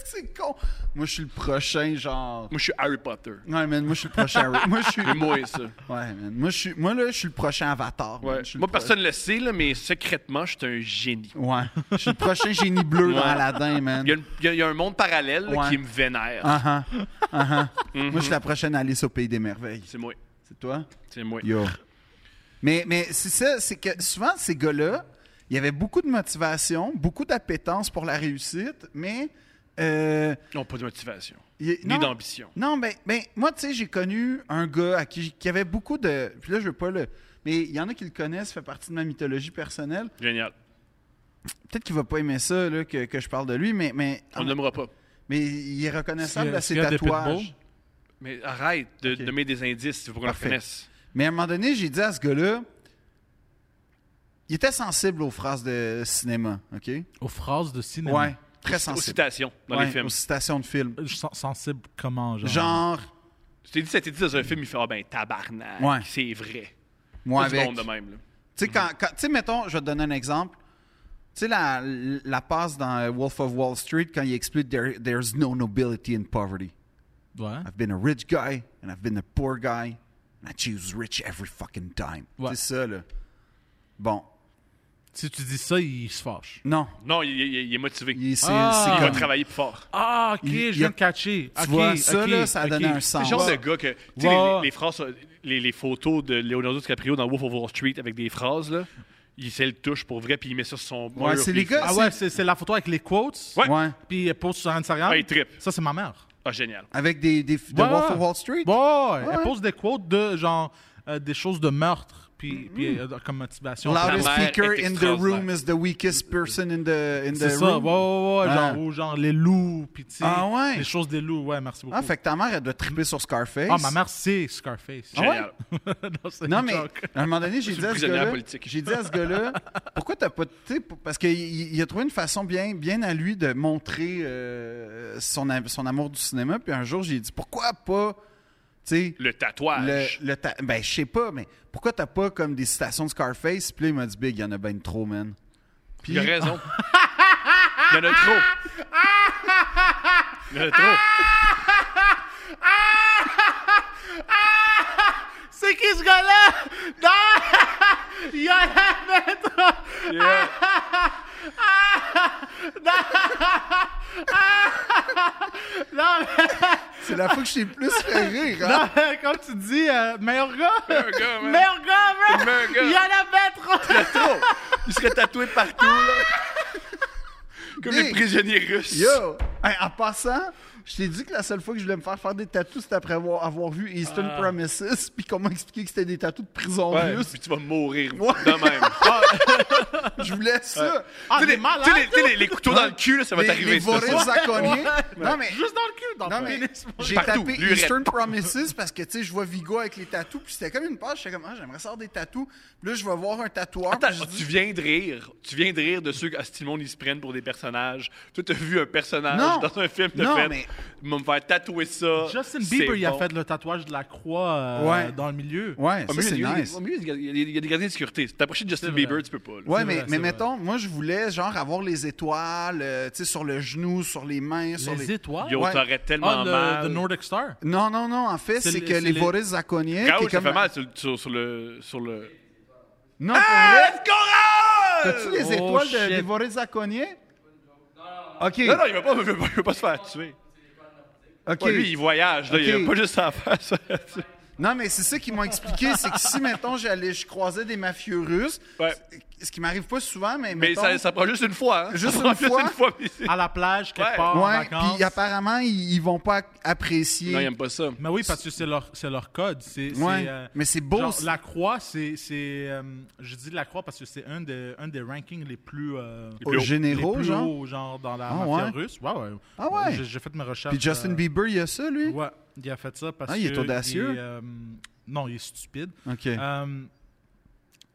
c'est con. Moi, je suis le prochain, genre. Moi, je suis Harry Potter. Ouais, man, moi, je suis le prochain. moi, je suis. C'est moi, ça. Ouais. Ouais, man. Moi, je suis... moi, là, je suis le prochain Avatar. man. Je suis le Moi, pro- personne ne le sait, là, mais secrètement, je suis un génie. Ouais. Je suis le prochain génie bleu dans Ouais. Aladdin, man. Il y a, une- il y a- il y a un monde parallèle là, Ouais. qui me vénère. Ah ah. Ah ah. Mm-hmm. Moi, je suis la prochaine Alice au Pays des Merveilles. C'est moi. C'est toi? C'est moi. Yo. Mais, mais c'est ça, c'est que souvent, ces gars-là, il y avait beaucoup de motivation, beaucoup d'appétence pour la réussite, mais. euh, Ils n'ont pas de motivation. il y a- Ni non. d'ambition. Non, mais ben, moi, tu sais, j'ai connu un gars à qui, qui avait beaucoup de. Puis là, je veux pas le. Mais il y en a qui le connaissent, ça fait partie de ma mythologie personnelle. Génial. Peut-être qu'il va pas aimer ça, là, que, que je parle de lui, mais, mais, On ne nommera pas. mais il est reconnaissable C'est- à ses c'est un des tatouages. Pitbull? Mais arrête de de nommer des indices, il faut qu'on le Parfait. reconnaisse. Mais à un moment donné, j'ai dit à ce gars-là, il était sensible aux phrases de cinéma, OK? Aux phrases de cinéma. Ouais, très Aux sensible. citations dans Ouais, les films. Aux citations de films. Je sens- sensible comment genre. Genre, Tu t'es dit, ça t'est dit dans un film, il fait Ah ben tabarnak. Ouais. C'est vrai. moi C'est du avec. monde de même. là. Tu sais, quand, quand- tu sais, mettons, je vais te donner un exemple. Tu sais, la, la passe dans euh, Wolf of Wall Street, quand il explique There- There's no nobility in poverty. Ouais. I've been a rich guy and I've been a poor guy and I choose rich every fucking time. Ouais. C'est ça, là. Bon. Si tu dis ça, il se fâche. Non. Non, il, il- il est motivé. Il, c'est, Ah. c'est Il va comme- travailler plus fort. Ah, ok, Il- je il y viens a- de catcher. Tu Ok, vois, ça, ok, là, ça ok. a donné un C'est sens. le genre de gars que. Tu sais, Ah, Ouais. les, les phrases, euh, les, les photos de Leonardo DiCaprio dans Wolf of Wall Street avec des phrases, là, il sait le touche pour vrai, puis il met ça sur son. Ouais, mur, c'est puis les il gars- fait- Ah ouais, c'est c'est la photo avec les quotes. Ouais. Ouais. Puis euh, elle pose sur Instagram. Ah, il trip. Ça, c'est ma mère. Ah, génial. Avec des, des de Ouais, Wolf ouais. of Wall Street. Ouais, ouais, Ouais. elle pose des quotes de genre euh, des choses de meurtre, puis, puis Mm-hmm. euh, comme motivation. Loudest Ta mère speaker est in the extraordinaire. room is the weakest person in the, in the C'est ça, ouais, ouais, room. ouais, Ouais. genre, ou genre les loups, puis tu sais, Ah ouais. les choses des loups, ouais, merci beaucoup. Ah, fait que ta mère, elle doit triper sur Scarface. Ah, ma mère, c'est Scarface. Ah, ouais? Génial. non, c'est Non, une mais joke. à un moment donné, j'ai suis dit, à ce prisonnière gars-là- politique. j'ai dit à ce gars-là, pourquoi t'as pas. de- tu sais, pour- Parce qu'il il il a trouvé une façon bien, bien à lui de montrer euh, son, am- son amour du cinéma. Puis un jour, j'ai dit, pourquoi pas. Tu sais, Le le, tatouage. le ta- ben, je sais pas, mais pourquoi t'as pas comme des citations de Scarface? Puis là, il m'a dit, Big, il y en a ben trop, man. Puis, Il a raison. il y en a trop. Il y en a trop. C'est qui ce gars-là? Non! Il y en a mettre! Yeah. Non, c'est la fois que je t'ai plus fait rire. hein? mais comme tu dis, euh, meilleur gars! Un gars, man. Meilleur gars, man! Meilleur gars. Il y en a mettre! Il y en a trop. Il serait tatoué partout, là. Comme Mais- les prisonniers russes. Yo! Hey, en passant, je t'ai dit que la seule fois que je voulais me faire faire des tattoos, c'était après avoir, avoir vu Eastern Promises, puis qu'on m'a expliqué que c'était des tattoos de prison Ah. Ouais, russe. puis tu vas mourir Ouais. de même. Ah, Je voulais ça. tu Ah, sais, t'es les, malade! tu sais, les- tu sais, les- les couteaux dans le cul, là, ça va Les- t'arriver. les cette fois. vorées zakonniers. Non, mais, Juste dans le cul, dans non, le mais pénis. j'ai Partout, tapé lurette. Eastern Promises parce que, tu sais, je vois Vigo avec les tattoos, puis c'était comme une page, j'étais comme, ah, j'aimerais sortir des tattoos. Puis là, je vais voir un tatoueur. Attends, oh, puis je dis- tu viens de rire. Tu viens de rire de ceux que ah, si tout le monde ils se prennent pour des personnages. Toi, t'as vu un personnage. Non. dans un film de Non, fait. mais- Il va me faire tatouer ça. Justin c'est Bieber, il a bon. fait le tatouage de la croix euh, Ouais. dans le milieu. Ouais, ça, Au milieu, c'est il y a- nice. Au milieu, il y a- il y a- il y a des gardiens de sécurité. Si T'approches de Justin C'est vrai. Bieber, tu peux pas. là. Ouais, C'est mais, vrai, mais c'est mettons, moi, je voulais, genre, avoir les étoiles, euh, tu sais, sur le genou, sur les mains, sur Les les... étoiles. Yo, Ouais. t'aurais tellement Ah, le- mal. The Nordic Star. Non, non, non, en fait, C'est c'est le- que c'est les les- Boris Zakonier... qui Raoul, est ça comme... fait mal sur, le- sur- sur le. Sur le... Non, Ah, pour vrai, let's go, Raoul! T'as-tu les Oh, étoiles de, shit. des Boris Zakonier? OK, Non, non, il veut pas, il veut pas, il veut pas se faire tuer. OK. Ouais, lui, il voyage, là, il Ok. a pas juste à faire ça. Non, mais c'est ça qu'ils m'ont expliqué, c'est que si, mettons, j'allais, je croisais des mafieux russes, Ouais. ce qui m'arrive pas souvent, mais, Mais mettons- ça, ça prend juste une fois. Hein? Juste Ça prend une fois? Ah, une fois puis c'est- À la plage, quelque Ouais. part, en Ouais, vacances. puis apparemment, ils, ils vont pas apprécier. Non, il aime pas ça. Mais oui, parce que c'est leur, c'est leur code. C'est, c'est, Ouais, euh, mais c'est beau, genre, c'est- la croix, c'est. c'est, euh, je dis la croix parce que c'est un, des un des rankings les plus. euh, Aux généraux, les plus genre? hauts, genre, dans la Ah, mafia ouais? russe. Ouais, ouais. Ah, ouais? J'ai, j'ai fait mes recherches. Puis Justin euh, Bieber, il y a ça, lui? Ouais, il a fait ça parce Ah, que. il est audacieux? est, euh, non, il est stupide. OK. Euh,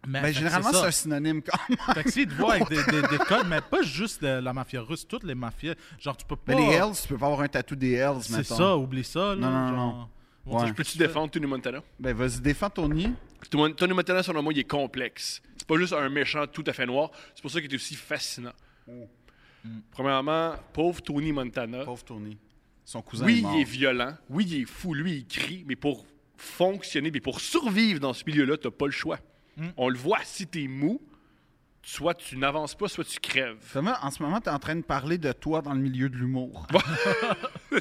mais fait ben, que généralement, c'est c'est ça. un synonyme quand même. Fait que c'est de voir avec des, des- des codes, mais pas juste de la mafia russe, toutes les mafias. Genre, tu peux pas. Mais Ben, les Hells, tu peux pas avoir un tatou des Hells, maintenant. C'est ça, oublie ça. Là, Non, non, non, genre. non. Mon Dieu, Ouais. je peux- Peux-tu défendre Tony Montana? Ben, vas-y, défends ton nid. Tony Tony Montana, selon moi, il est complexe. C'est pas juste un méchant tout à fait noir. C'est pour ça qu'il est aussi fascinant. Premièrement, pauvre Tony Montana. Mm. Pauvre ton nid. Son cousin est Oui, mort. il est violent. Oui, il est fou. Lui, il crie. Mais pour fonctionner, mais pour survivre dans ce milieu-là, t'as pas le choix. Mm. On le voit, si t'es mou, soit tu n'avances pas, soit tu crèves. Thomas, en ce moment, t'es en train de parler de toi dans le milieu de l'humour.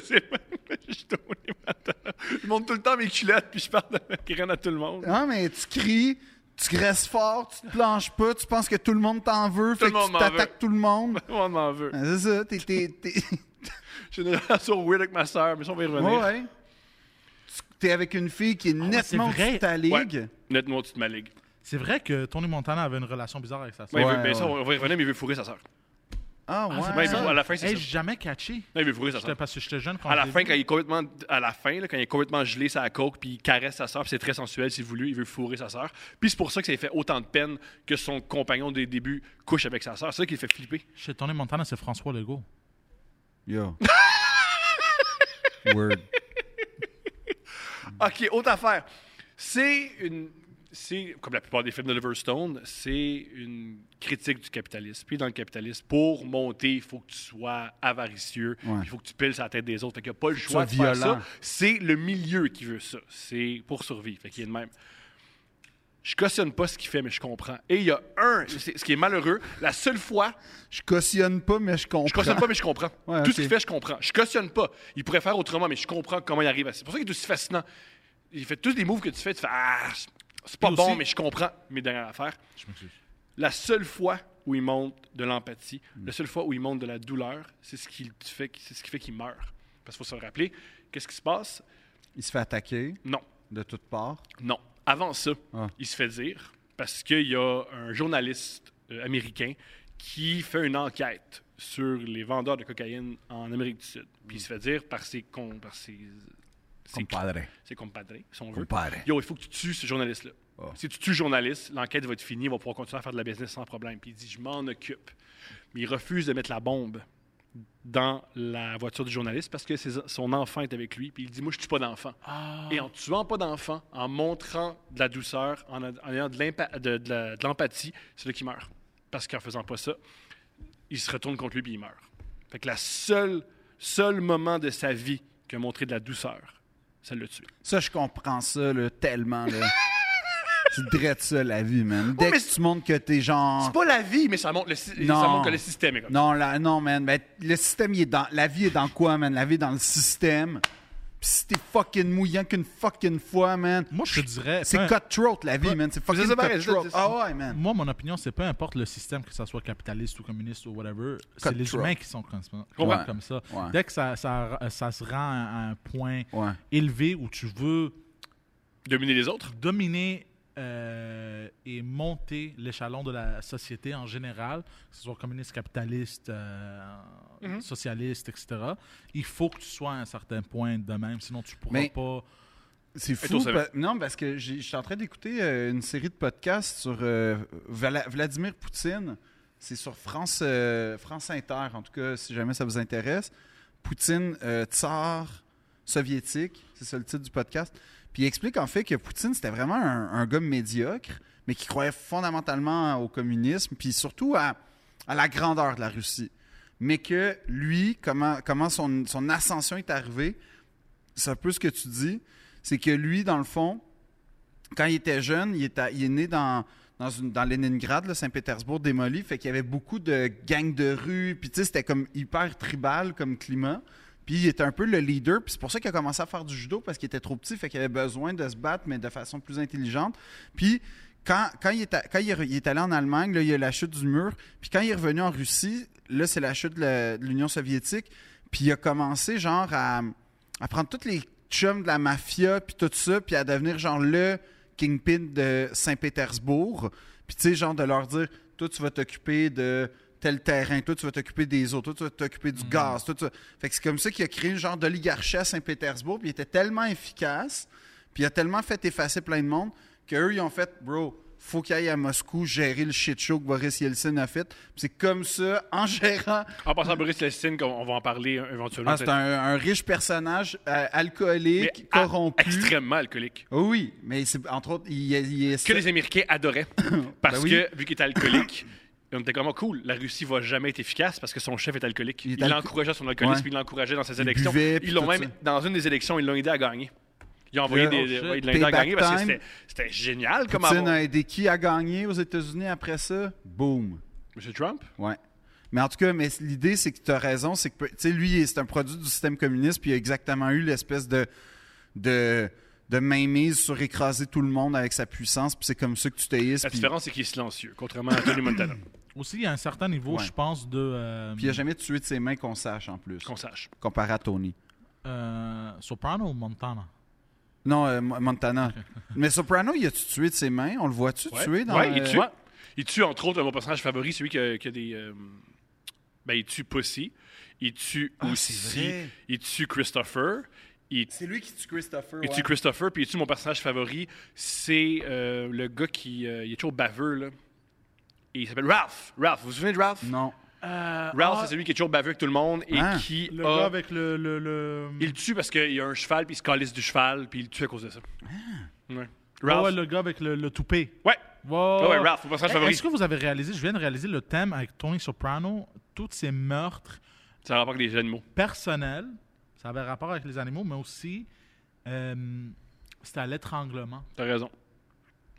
C'est- je suis Tony Montana. Je monte tout le temps mes culottes, puis je parle de rien à tout le monde. Non, mais tu cries, tu graisses fort, tu te planches pas, tu penses que tout le monde t'en veut, fait le monde que tu m'en t'attaques veut. tout le monde. On m'en veut. Ben, c'est ça, t'es... t'es, t'es... J'ai une relation weird avec ma sœur, mais ça, on va y revenir. ouais, ouais. Tu- T'es avec une fille qui est Ah nettement c'est au-dessus vrai. de ta Ouais. ligue. Nettement, tu te maligue. C'est vrai que Tony Montana avait une relation bizarre avec sa sœur. Ouais, il veut- Ouais, ben ça, ouais. on va y revenir, mais il veut fourrer sa sœur. Ah ouais. c'est bien ça. à la fin, c'est Hey, ça. j'ai jamais catché. Non, il veut fourrer sa J'étais- sœur. Parce que j'étais jeune quand À la je l'ai fin, vu. quand il est complètement, à la fin, là, quand il est complètement gelé sa coke, puis il caresse sa sœur, puis c'est très sensuel, si voulu, il veut fourrer sa sœur. Puis c'est pour ça que ça lui fait autant de peine que son compagnon des débuts couche avec sa sœur. C'est ça qui le fait flipper. Chez Tony Montana, c'est François Legault. Yo. Word. Ok, autre affaire. C'est une. C'est, comme la plupart des films de Liverstone, c'est une critique du capitalisme. Puis dans le capitalisme, pour monter, il faut que tu sois avaricieux, Ouais. il faut que tu piles sur la tête des autres. Fait qu'il n'y a pas le tu choix de sois faire violent. ça. C'est le milieu qui veut ça. C'est pour survivre. Fait qu'il est de même. Je cautionne pas ce qu'il fait, mais je comprends. Et il y a un, c'est- ce qui est malheureux, la seule fois Je cautionne pas, mais je comprends. je cautionne pas, mais je comprends. Ouais, Tout ok. ce qu'il fait, je comprends. Je cautionne pas. Il pourrait faire autrement, mais je comprends comment il arrive à ça. C'est pour ça qu'il est aussi fascinant. Il fait tous les moves que tu fais, tu fais Ah, c'est- c'est pas Puis bon, aussi- mais je comprends mes dernières affaires. Je m'excuse. La seule fois où il montre de l'empathie, la seule fois où il montre de la douleur, c'est ce qui fait, c'est ce qui fait qu'il meurt. Parce qu'il faut se le rappeler, qu'est-ce qui se passe Il se fait attaquer Non, de toutes parts. non. Avant ça, Ah. il se fait dire parce qu'il y a un journaliste euh, américain qui fait une enquête sur les vendeurs de cocaïne en Amérique du Sud. Puis il se fait dire par ses con- par ses ses, Compadre. ses compadres, si on veut. Compadre. Yo, il faut que tu tues ce journaliste-là. Ah. Si tu tues le journaliste, l'enquête va être finie, il va pouvoir continuer à faire de la business sans problème. Puis il dit, je m'en occupe. Mais il refuse de mettre la bombe dans la voiture du journaliste parce que ses- son enfant est avec lui. Puis il dit, moi, je tue pas d'enfant. Et en tuant pas d'enfant, en montrant de la douceur, en, en ayant de l'empa- de- de la- de l'empathie, c'est là qui meurt. Parce qu'en faisant pas ça, il se retourne contre lui puis il meurt. Fait que la seule, seul moment de sa vie qui a montré de la douceur, ça l'a tué. Ça, je comprends ça, là, tellement, là. tu drettes ça, la vie, man. Dès mais que tu montres que t'es genre... C'est pas la vie, mais ça montre, le, sy- Ah. Non. ça montre que le système est comme Non, la, non, man. Ben, le système, il est dans... La vie est dans quoi, man? La vie est dans le système. Pis si t'es fucking mouillant qu'une fucking fois, man... Moi, je te dirais. C'est peu- cutthroat, la vie, man. C'est fucking hein. C'est ça, pareil, je te cutthroat. dis ça. Ah ouais, man. Moi, mon opinion, c'est peu importe le système, que ça soit capitaliste ou communiste ou whatever, c'est les Cutthroat. humains qui sont comme ça. comprends. comme ça. Ouais. Dès que ça, ça, ça se rend à un point Ouais. élevé où tu veux dominer les autres. dominer euh, et monter l'échelon de la société en général, que ce soit communiste, capitaliste, euh, socialiste, etc., il faut que tu sois à un certain point de même, sinon tu pourras Mais- pas... C'est au fou. sommet. pa- Non, parce que j'ai- je suis en train d'écouter euh, une série de podcasts sur euh, Vala- Vladimir Poutine. C'est sur France, euh, France Inter, en tout cas, si jamais ça vous intéresse. Poutine euh, tsar soviétique, c'est ça le titre du podcast. Puis il explique en fait que Poutine, c'était vraiment un, un gars médiocre, mais qui croyait fondamentalement au communisme, puis surtout à, à la grandeur de la Russie. Mais que lui, comment, comment son, son ascension est arrivée, c'est un peu ce que tu dis, c'est que lui, dans le fond, quand il était jeune, il, était- il est né dans, dans, une- dans Leningrad, là, Saint-Pétersbourg démoli, fait qu'il y avait beaucoup de gangs de rue, puis tu sais, c'était comme hyper tribal comme climat. Puis il était un peu le leader, puis c'est pour ça qu'il a commencé à faire du judo, parce qu'il était trop petit, fait qu'il avait besoin de se battre, mais de façon plus intelligente. Puis quand, quand, il, est à- quand il est re- il est allé en Allemagne, là, il y a la chute du mur, puis quand il est revenu en Russie, là, c'est la chute de la- de l'Union soviétique, puis il a commencé genre à, à prendre tous les chums de la mafia, puis tout ça, puis à devenir genre le kingpin de Saint-Pétersbourg. Puis tu sais, genre de leur dire, toi tu vas t'occuper de tel terrain, toi tu vas t'occuper des eaux, toi tu vas t'occuper du gaz, toi tu vas- Fait que c'est comme ça qu'il a créé une genre d'oligarchie à Saint-Pétersbourg, puis il était tellement efficace, puis il a tellement fait effacer plein de monde, qu'eux ils ont fait, bro, faut qu'il aille à Moscou gérer le shit show que Boris Yeltsin a fait. Puis c'est comme ça, en gérant En passant à Boris Lessine, qu'on- on va en parler euh, éventuellement. ah, c'est un, un riche personnage euh, Mais ah, alcoolique, a- corrompu. Extrêmement alcoolique. Oh oui, mais c'est entre autres, il, est- il est. Que les Américains adoraient. Parce Ben oui. que, vu qu'il était alcoolique, on était comme Oh, cool. La Russie va jamais être efficace parce que son chef est alcoolique. Il Il, est alco- l'encourageait à son alcoolisme, Ouais. puis il l'encourageait dans ses Il élections. buvait, puis ils l'ont tout même, ça. dans une des élections, ils l'ont aidé à gagner. Ils ont envoyé Oh, des, shit. ouais, ils l'ont aidé à Payback gagner parce que time. c'était- c'était génial comme Poutine avant. a aidé qui à gagner aux États-Unis après ça? Boom. Monsieur Trump? Ouais. Mais en tout cas, mais l'idée, c'est que tu as raison, c'est que, tu sais, lui, c'est un produit du système communiste, puis il a exactement eu l'espèce de, de, de mainmise sur écraser tout le monde avec sa puissance, puis c'est comme ça que tu t'aillisses. La Puis, différence, c'est qu'il est silencieux, contrairement à Tony Montana, Aussi, il y a un certain niveau, Ouais. je pense, de. euh, puis il a jamais tué de ses mains qu'on sache, en plus, qu'on sache. comparé à Tony. euh, Soprano ou Montana Non, euh, Mo- Montana. Mais Soprano, il a-tu tué de ses mains? On le voit-tu Ouais. tuer dans Ouais, il le- tue. Ouais. Il tue, entre autres, mon personnage favori, celui qui a, qui a des. euh, ben, il tue Pussy. Il tue Ah, c'est aussi. vrai. Il tue Christopher. Il C'est lui qui tue Christopher. Il tue Christopher, puis il tue mon personnage favori. C'est euh, le gars qui euh, il est toujours baveux, là. Et il s'appelle Ralph. Ralph, vous vous souvenez de Ralph? Non. Ralph, c'est celui qui est toujours baveux avec tout le monde et Ah. qui Euh, ah, Le a- gars avec le. le, le... Il le tue parce qu'il y a un cheval, puis il se calisse du cheval, puis il le tue à cause de ça. Ouais. Ah Ralph. ouais, le gars avec le, le toupet. Ouais. Wow. Ah ouais, Ralph, mon personnage Est- favori. Eh, Est-ce que vous avez réalisé, je viens de réaliser le thème avec Tony Soprano, tous ces meurtres Ça a rapport avec les animaux. personnels, ça avait rapport avec les animaux, mais aussi euh, c'était à l'étranglement. T'as raison.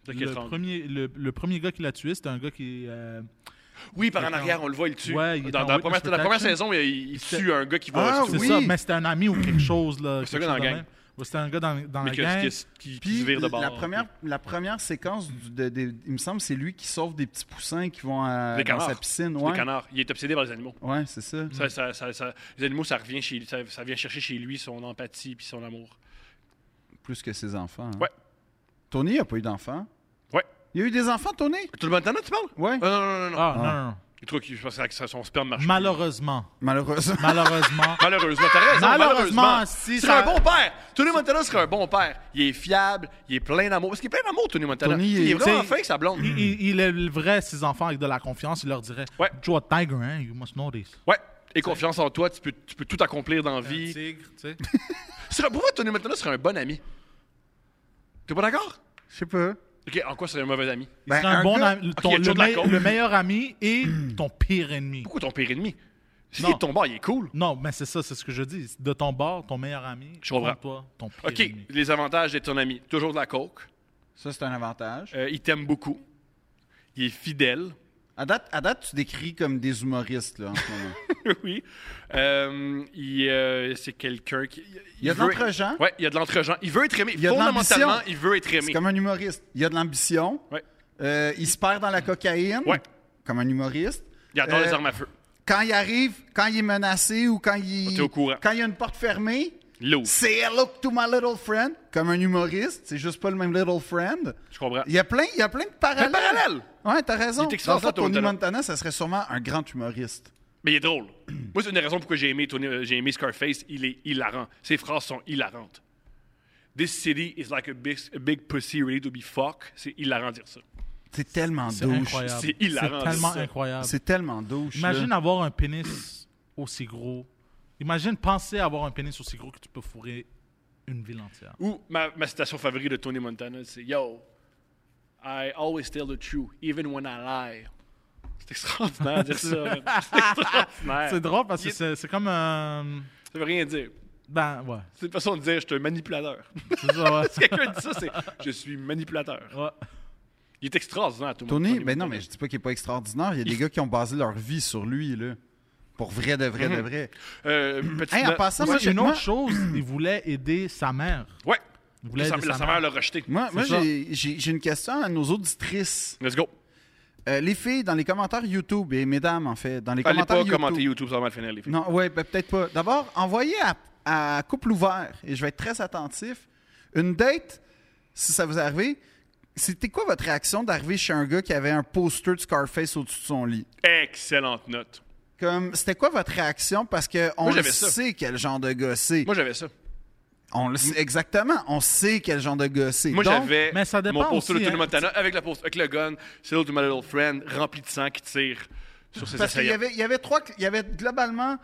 T'as quel Le sens. premier, le, le premier gars qui l'a tué, c'était un gars qui. euh, Oui, par il en est en- arrière, on le voit, il le tue. Ouais, il est dans, en dans la witness première, la première protection. saison, il, il C'est- tue un gars qui Ah, va. se c'est oui! ça, mais c'était un ami ou quelque chose. là, C'est un quelque gars dans chose la de gang. même. Ouais, C'était un gars dans, dans Mais la que- gang. qui, qui- qui Puis, se vire de bord. la première, la première séquence, du- de, de- il me semble, c'est lui qui sauve des petits poussins qui vont à, Des dans canards. sa piscine. Le Ouais, Mm. canard. Il est obsédé par les animaux. ouais c'est ça. Ça, ça- ça- ça- les animaux, ça revient chez, ça, ça vient chercher chez lui son empathie puis son amour. Plus que ses enfants. hein. Ouais. Tony, il n'a pas eu d'enfants. Ouais. Euh. Il a eu des enfants, Tony? Tout le monde tu parles? Ouais. Non, non, non, non. Ah, Ah. non, non, non. Les trucs, je pense que ça- son sperme marche. Malheureusement. Malheureusement. Malheureusement. Malheureusement, t'as raison. Malheureusement, Malheureusement, si serait ça- un bon père. Tony Montana serait un bon père. Il est fiable, il est plein d'amour. Parce qu'il est plein d'amour, Tony Montana. Tony, il il- est vraiment t'sais, fin que sa blonde. il, il- il élèverait ses enfants avec de la confiance. Il leur dirait Ouais. Joe Tiger, hein, you must know this. Ouais. Et confiance en toi, tu peux, tu peux tout accomplir dans la vie. tigre, tu sais. Serait- Pour moi, Tony Montana serait un bon ami. T'es pas d'accord? Je sais pas. Ok, en quoi serait un mauvais ami? Ben, un, bon gars- ami- ton- il y a le, toujours de la me- coke. le meilleur ami et ton pire ennemi. Pourquoi ton pire ennemi? Si Non. il est ton bord, il est cool. Non, mais c'est ça, c'est ce que je dis. De ton bord, ton meilleur ami. Je comprends. contre Toi, ton pire Ok, ennemi. les avantages d'être ton ami. Toujours de la coke. Ça, c'est un avantage. Euh, il t'aime beaucoup. Il est fidèle. À date, à date, tu décris comme des humoristes, là, en ce moment. oui. Euh, il, euh, c'est quelqu'un qui. Il y a de veut- l'entre-gens. Ouais, il y a de l'entre-gens. Il veut être aimé. Il y a de Fondamentalement, l'ambition. il veut être C'est aimé. comme un humoriste. Il a de l'ambition. Ouais. Euh, il se perd dans la cocaïne. Ouais. Comme un humoriste. Il adore Euh, les armes à feu. Quand il arrive, quand il est menacé ou quand On il. est au courant. Quand il y a une porte fermée, Lourd. c'est hello to my little friend. Comme un humoriste, c'est juste pas le même little friend. Je comprends. Il y a plein, il y a plein de parallèles. Un parallèle! Ouais, t'as raison. Il est Dans le fond, extraordinaire, Tony Montana. Montana, ça serait sûrement un grand humoriste. Mais il est drôle. Moi, c'est une des raisons pourquoi j'ai aimé, Tony- euh, j'ai aimé Scarface. Il est hilarant. Ses phrases sont hilarantes. This city is like a big, a big pussy ready to be fuck. C'est hilarant de dire ça. C'est tellement C'est douche. incroyable. C'est hilarant, tellement ça. incroyable. C'est tellement douche. Imagine là. avoir un pénis aussi gros Imagine penser à avoir un pénis aussi gros que tu peux fourrer une ville entière. Ou ma, ma citation favorite de Tony Montana, c'est Yo, I always tell the truth, even when I lie. C'est extraordinaire de dire ça. man. C'est extraordinaire. C'est drôle parce que Il- c'est c'est comme. euh, Ça veut rien dire. ben, ouais. C'est une façon de dire je suis un manipulateur. C'est ça, ouais. si quelqu'un dit ça, c'est je suis manipulateur. Ouais. Il est extraordinaire, tout le monde. Tony, Montana. ben non, mais je dis pas qu'il est pas extraordinaire. Il y a des gars qui ont basé leur vie sur lui, là. Pour vrai, de vrai, de vrai. Euh, petite Hey, en note- passant, moi, Moi, j'ai- une moi- autre chose, il voulait aider sa mère. Ouais. Il voulait La, aider sa- la- sa sa mère. mère l'a rejeté. moi, moi, C'est ça. j'ai j'ai- j'ai une question à nos auditrices. Let's go. Euh, les filles, dans les commentaires YouTube, et mesdames, en fait, dans les Fallait commentaires pas YouTube. commenter YouTube, ça va mal finir les filles. Non, ouais, ben, peut-être pas. D'abord, envoyez à, à couple ouvert, et je vais être très attentif. Une date, si ça vous est arrivé, c'était quoi votre réaction d'arriver chez un gars qui avait un poster de Scarface au-dessus de son lit? Excellente note. Comme, c'était quoi votre réaction? Parce que on le j'avais ça. sait quel genre de gars c'est. Moi, j'avais ça. On le sait- exactement, on sait quel genre de gars c'est. Moi, Donc, j'avais mais ça dépend mon poster aussi, de Tony hein. Montana avec, la post- avec le gun, c'est l'autre de My Little Friend, rempli de sang qui tire sur ses Parce qu'il y assaillants. avait, il y avait trois, il y avait globalement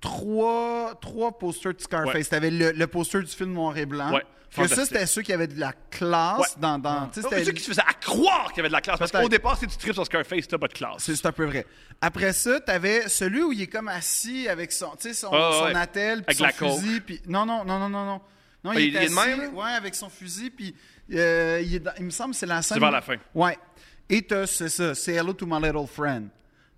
trois, trois posters de Scarface. Ouais. T'avais le, le poster du film noir et blanc. Ouais, Que ça, fantastique. c'était ceux qui avaient de la classe Ouais. dans, dans tu sais, Oh, c'était- ceux qui se faisaient à croire qu'il y avait de la classe. Parce Peut-être. qu'au départ, si tu tripes sur Scarface, t'as pas de classe. c'est c'est un peu vrai. Après ça, t'avais celui où il est comme assis avec son, tu sais, son, Ah, son ouais. attel, puis Avec son la coke. fusil, puis non, non, non, non, non, non. Non, Ah, il est est de assis, même, là? ouais, avec son fusil, puis euh, il, est dans- il me semble que c'est la scène. vers la fin. Ouais. Et t'as- c'est ça, c'est Hello to my little friend.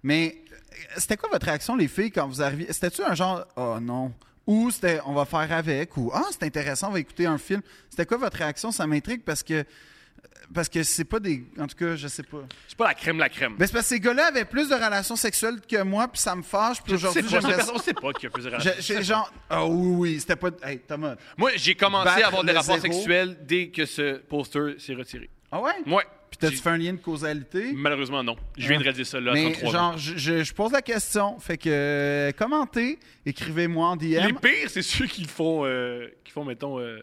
Mais euh, c'était quoi votre réaction, les filles, quand vous arriviez? C'était-tu un genre, oh non, ou c'était on va faire avec, ou ah, c'est intéressant, on va écouter un film. C'était quoi votre réaction? Ça m'intrigue parce que. Parce que c'est pas des. En tout cas, je sais pas. C'est pas la crème, la crème. Ben, c'est parce que ces gars-là avaient plus de relations sexuelles que moi, puis ça me fâche, puis aujourd'hui, C'est pas- j'aimerais ça. on sait pas qu'il y a plusieurs J'ai- J'ai genre. Ah oui, oui, c'était pas. Hey, Thomas. Moi, j'ai commencé Battre à avoir des le rapports zéro. sexuels dès que ce poster s'est retiré. Ah ouais? Ouais. Puis t'as-tu J'ai- fait un lien de causalité? Malheureusement, non. Je viens de réaliser ça là, à Mais 33 ans. genre, je, je- je pose la question. Fait que euh, commentez, écrivez-moi en Les DM. pires, c'est ceux qui le font, euh, qui font, mettons, euh,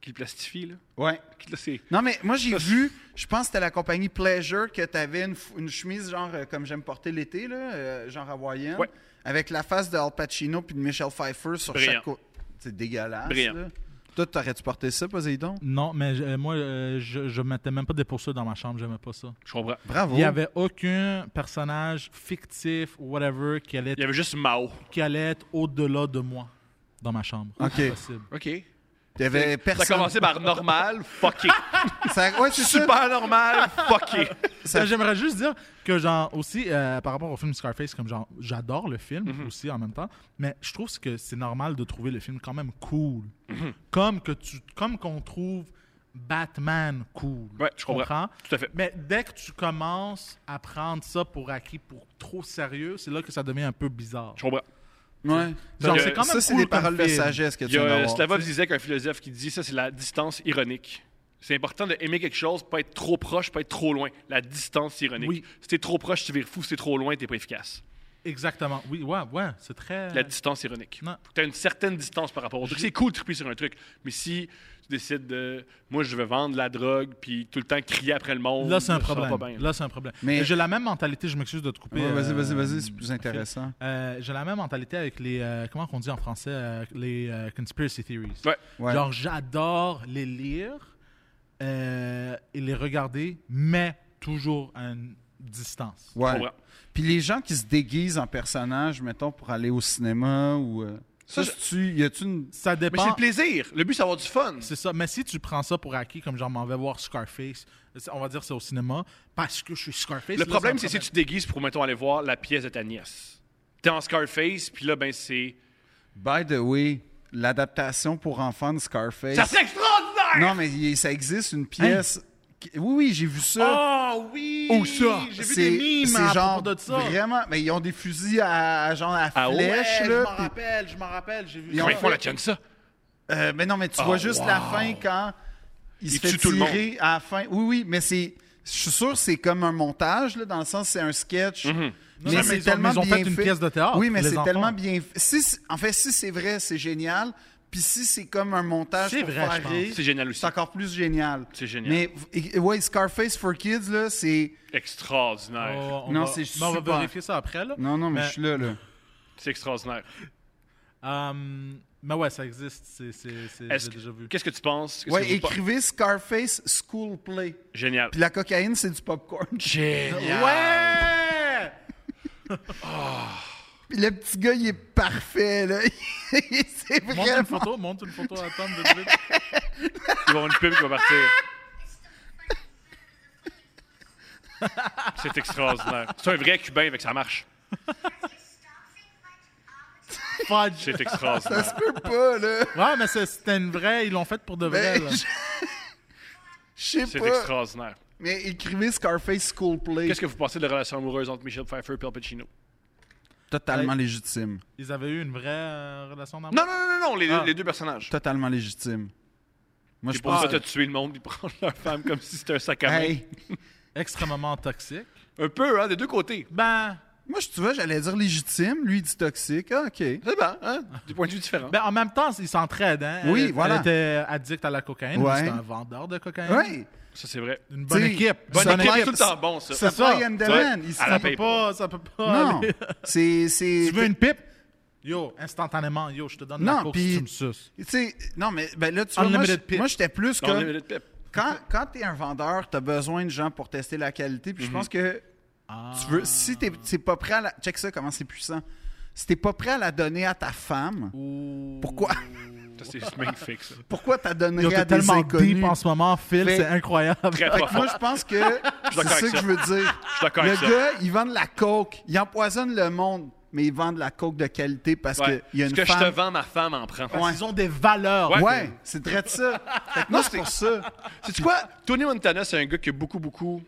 qui le plastifient, là. Ouais. Qui, là, c'est- Non, mais moi, j'ai vu, je pense que c'était la compagnie Pleasure que t'avais une, f- une chemise, genre, euh, comme j'aime porter l'été, là, euh, genre hawaïenne, Ouais. avec la face de Al Pacino puis de Michelle Pfeiffer sur Brillant. chaque côté. C'est dégueulasse. Brillant. là. Toi, t'aurais-tu porté ça, Poséidon? Non, mais euh, moi, euh, je, je mettais même pas des poursuites dans ma chambre, j'aimais pas ça. Je comprends. Bravo. Il n'y avait aucun personnage fictif ou whatever qui allait, Il y avait juste Mao. qui allait être au-delà de moi dans ma chambre. Ok. Impossible. OK. Il y avait Ça a personne. commencé par normal, fucké. Ça- ouais, c'est ça. Super normal, fucké. Ça- J'aimerais juste dire que, genre, aussi, euh, par rapport au film Scarface, comme genre, j'adore le film Mhm. aussi en même temps, mais je trouve que c'est normal de trouver le film quand même cool. Mhm. Comme que tu, comme qu'on trouve Batman cool. Ouais, je Tu comprends. Tout à fait. Mais dès que tu commences à prendre ça pour acquis, pour trop sérieux, c'est là que ça devient un peu bizarre. Je comprends. Ouais. Genre, Il y a- c'est quand même ça, c'est cool des comme paroles de film. sagesse que Il tu y viens a d'avoir. Slavov Zizek, un philosophe, qui dit ça, c'est la distance ironique. C'est important d'aimer quelque chose, pas être trop proche, pas être trop loin. La distance ironique. Oui. Si t'es trop proche, tu vires fou. Si t'es trop loin, t'es pas efficace. Exactement. Oui, ouais, ouais, c'est très. La distance ironique. Non. Faut que t'aies une certaine distance par rapport au truc. C'est cool de triper sur un truc, mais si tu décides de... Moi, je vais vendre la drogue, puis tout le temps crier après le monde... Là, c'est un ça sera problème. pas bien. Là, c'est un problème. Mais- Mais j'ai la même mentalité, je m'excuse de te couper. Ouais, vas-y, euh, vas-y, vas-y, c'est plus intéressant. Euh, j'ai la même mentalité avec les. euh, comment qu'on dit en français euh, Les euh, conspiracy theories. Ouais. Ouais. Genre, j'adore les lire euh, et les regarder, mais toujours à une distance. Ouais. comprends. Puis les gens qui se déguisent en personnages, mettons, pour aller au cinéma ou. euh, Ça, Ça, tu y a-tu une. Ça Mais c'est dépend. le plaisir. Le but, c'est avoir du fun. C'est ça. Mais si tu prends ça pour acquis, comme genre, m'en vais voir Scarface, on va dire c'est au cinéma, parce que je suis Scarface. Le là, problème, ça c'est me si tu te déguises pour, mettons, aller voir la pièce de ta nièce. T'es en Scarface, puis là, ben, c'est... By the way, l'adaptation pour enfants de Scarface. Ça serait Hein? extraordinaire! Non, mais il- ça existe une pièce. qui- Oui, oui, j'ai vu ça. Ah Oh oui! Où ça? J'ai vu C'est- des mimes! c'est à genre propos de ça. vraiment mais ils ont des fusils à, à genre à Ah ouais, flèche Ouais, là, je m'en puis- rappelle, je m'en rappelle, j'ai vu Ils ça. ont Comment ils font fait- la tienne ça? Euh, mais non, mais tu vois juste la fin quand il se Oh, Il fait tue tout le tirer à la fin. Oui, oui, mais c'est. Je suis sûr que c'est comme un montage, là, dans le sens c'est un sketch. Mhm. Non, non, mais ils ont- mais ils ont fait une pièce de théâtre, Oui, mais les c'est enfants. tellement bien fait. Si c'est- en fait, si c'est vrai, c'est génial. Puis si c'est comme un montage C'est pour vrai, faire je pense. rire, C'est génial aussi. c'est encore plus génial. C'est génial. Mais v- et- ouais, Scarface for Kids, là, c'est. Extraordinaire. Oh, on Non, va- c'est mais On va super. vérifier ça après, là. Non, non, mais, Mais- je suis là, là. C'est extraordinaire. Hum, mais ouais, ça existe. C'est, c'est, c'est, Est-ce j'ai que- déjà vu. Qu'est-ce que tu penses? Qu'est-ce Ouais, que vous pen- écrivez Scarface School Play. Génial. Puis la cocaïne, c'est du popcorn. Génial. Ouais! Puis le petit gars, il est parfait, là. c'est Montre une vraiment... photo, montre une photo à Tom de suite. Il va y avoir une pub qui va partir. C'est extraordinaire. C'est un vrai Cubain, avec ça marche. Fudge. C'est extraordinaire. Ça se peut pas, là. Ouais, mais c'est- c'était une vraie, ils l'ont faite pour de vrai. Ben, là. je- Je sais C'est pas. extraordinaire. Mais écrivez Scarface School Play. Qu'est-ce que vous pensez de la relation amoureuse entre Michel Pfeiffer et Al Pacino? Totalement légitime. Ils avaient eu une vraie euh, relation d'amour. Non, non, non, non, non, les, Ah. les deux personnages. Totalement légitime. Moi, C'est je pour pense ça que... que tu tué le monde et prendre leur femme comme si c'était un sac à main. Hey, Extrêmement toxique. Un peu, hein, des deux côtés. Ben, moi, je- tu vois, j'allais dire légitime. Lui, il dit toxique. Ah, OK. C'est bon, hein? Des points de vue différents. ben, en même temps, ils s'entraident. Hein? Oui, elle, voilà. Elle était addict à la cocaïne. Ouais. mais C'était un vendeur de cocaïne. Ouais. ça, c'est vrai. Une bonne T'sais, équipe. bonne Ça C'est équipe. ne- tout le temps bon, ça. Ça C'est ça. paye and Ça- demand. Il à se la Ça peut paye pas, ça peut pas. Non. aller. C'est. c'est- Tu veux une pipe? Yo, instantanément, yo, je te donne Non, la coke puis- si tu me suces. Tu sais, non, mais ben là, tu vois, moi, Unlimited j'- pip. moi, j'étais plus Dans le comme... minute pip. Quand, quand t'es un vendeur, t'as besoin de gens pour tester la qualité, puis je Mhm. pense que Ah. tu veux... Si t'es t'es pas prêt à la... Check ça, comment c'est puissant. Si t'es pas prêt à la donner à ta femme, Ouh. pourquoi Ça, c'est magnifique, ça. pourquoi t'as Yo, donné à t'es des tellement deep inconnus? en ce moment, Phil, Fait- c'est incroyable. Fait Très que profond. moi, je pense que c'est d'accord ça avec que ça. je veux dire. Je suis d'accord Le avec ça. gars, il vend de la coke, il empoisonne le monde, mais il vend de la coke de qualité parce Ouais. qu'il y a Ce une que je te femme... vends, ma femme en prend. Ouais. Ils ont des valeurs. Ouais. Ouais, c'est très de ça. Fait que moi, c'est pour ça. Sais-tu quoi? Ah, Tony Montana, c'est un gars qui a beaucoup, beaucoup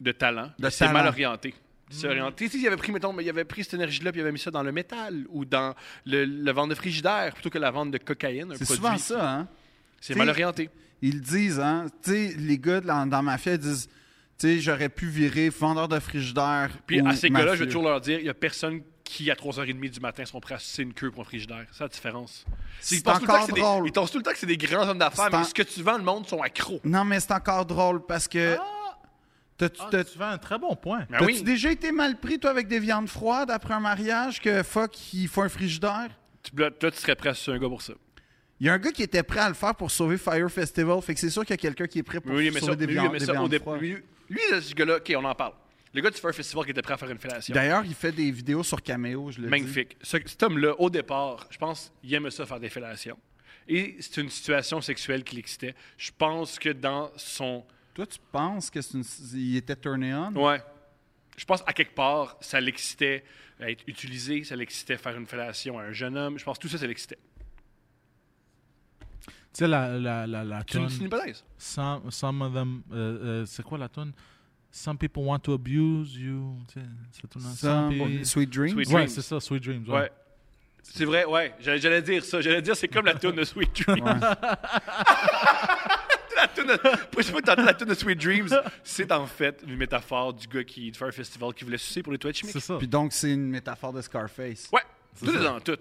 de talent. De mais c'est talent. Hmm. mal orienté. C'est orienté. Tu sais, il avait pris, mettons, mais il avait pris cette énergie-là puis il avait mis ça dans le métal ou dans le, le vente de frigidaire plutôt que la vente de cocaïne. un C'est souvent produit. ça, hein? C'est T'sais, mal orienté. Ils le disent, hein? Tu sais, les gars de la- dans ma fille, ils disent, tu sais, j'aurais pu virer vendeur de frigidaire. Puis ou à ces gars-là, je mafieux. vais toujours leur dire, il n'y a personne qui, à 3h30 du matin, sont prêts à sucer une queue pour un frigidaire. C'est la différence. C'est Ils pensent tout le temps encore que c'est des- drôle. Ils pensent tout le temps que c'est des grands hommes d'affaires, C'est en- mais ce que tu vends, le monde sont accros. Non, mais c'est encore drôle parce que. T'as-tu Ah, t'as- tu fais un très bon point. Ben t'as-tu oui, déjà été mal pris, toi, avec des viandes froides après un mariage que fuck, il faut un frigidaire? tu- là, là, tu serais prêt à sucer un gars pour ça. Il y a un gars qui était prêt à le faire pour sauver Fire Festival, fait que c'est sûr qu'il y a quelqu'un qui est prêt pour Oui, mais sauver ça, des, lui, viandes- mais des ça, au viandes dé- froides. lui, lui, là, ce gars-là, OK, on en parle. Le gars du Fire Festival qui était prêt à faire une fellation. D'ailleurs, il fait des vidéos sur Cameo, je le dis. Magnifique. Ce- cet homme-là, au départ, je pense, il aimait ça faire des fellations. Et c'est une situation sexuelle qui l'excitait. Je pense que dans son... Toi, tu penses qu'il était turné on? Ouais. Je pense, à quelque part, ça l'excitait à être utilisé, ça l'excitait faire une fellation à un jeune homme. Je pense que tout ça, ça l'excitait. Tu sais, la, la, la, la C'est une, toune- c'est une hypothèse. Some, some of them. euh, euh, c'est quoi la tune? Some people want to abuse you. Tu sais, cette tune-là. Some Sweet Dreams? Sweet Ouais, Dreams. c'est ça, Sweet Dreams. Ouais. C'est vrai, ouais. J'allais, j'allais dire ça. J'allais dire, c'est comme la tune de Sweet Dreams. la tune de... Pour une fois que t'entends la tune de Sweet Dreams, c'est en fait une métaphore du gars qui de faire un festival qui voulait sucer pour les toilettes chimiques. C'est ça. Puis donc, c'est une métaphore de Scarface. Ouais. Tout est dans tout.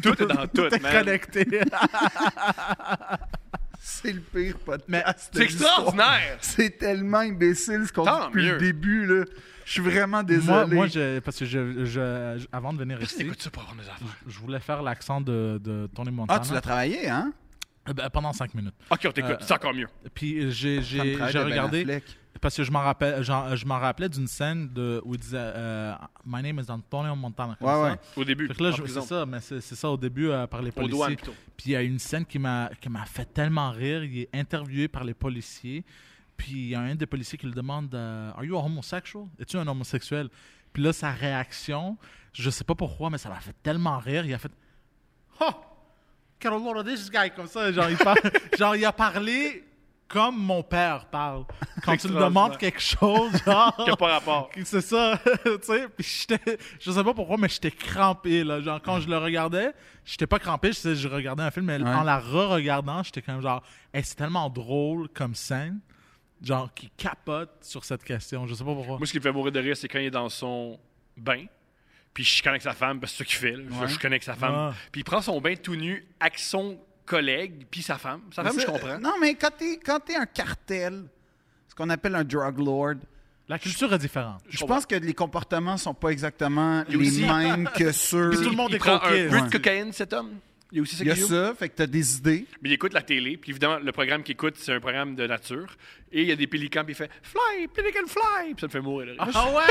tout est dans tout, man. connecté. C'est le pire podcast. Mais de C'est l'histoire. extraordinaire. C'est tellement imbécile ce qu'on dit Tant depuis le mieux. début, là. Je suis vraiment moi, désolé. moi je- parce que je, je- je- avant de venir Personne ici, n'écoute ça pour avoir des affaires. je voulais faire l'accent de, de Tony Ah, Montana tu l'as travaillé, hein? Euh, ben, pendant cinq minutes. Ok, on t'écoute. Euh, c'est encore mieux. Puis j'ai Ça me j'ai- travaille j'ai de Ben regardé. Affleck. Ah, Parce que je m'en rappelle, j'en- je m'en rappelais d'une scène de, où il disait euh, My name is Antonio Montana. comme Ouais, ça. ouais. Au début. Fait que là, en je- prison. c'est ça, mais c'est c'est ça au début euh, par les Aux policiers. douanes, plutôt. Puis il y a une scène qui m'a qui m'a fait tellement rire. Il est interviewé par les policiers. Puis il y a un des policiers qui lui demande euh, Are you a homosexual Es-tu un homosexuel Puis là, sa réaction, je sais pas pourquoi, mais ça m'a fait tellement rire. Il a fait Oh Get a load of this guy comme ça. Genre, il, par- genre, il a parlé comme mon père parle. Quand tu lui demandes quelque chose, genre. Qui a pas rapport. C'est ça, tu sais. Puis j'étais, je sais pas pourquoi, mais j'étais crampé, là. Genre, quand je le regardais, j'étais pas crampé, je, sais, je regardais un film, mais en la re-regardant, j'étais quand même genre, Hey, c'est tellement drôle comme scène, genre, qui capote sur cette question. Je sais pas pourquoi. Moi, ce qui me fait mourir de rire, c'est quand il est dans son bain, puis je connecte sa femme, parce que c'est ce qu'il fait. là. Je- Je, connecte sa femme. Ah. Puis il prend son bain tout nu avec son collègue, puis sa femme. Sa femme, je C'est- comprends. Non, mais quand t'es, quand t'es un cartel, ce qu'on appelle un drug lord, La culture est différente. Je pense que les comportements sont pas exactement Il y a les aussi- mêmes que ceux. Puis tout le monde Il est prend coquille. un peu Ouais. de cocaïne, cet homme. Il y a aussi ça Il y a qui joue. ça, fait que t'as des idées. Mais il écoute la télé, puis évidemment, le programme qu'il écoute, c'est un programme de nature. Et il y a des pélicans, puis il fait Fly, pelican fly! Puis ça le fait mourir. là. Ah ouais!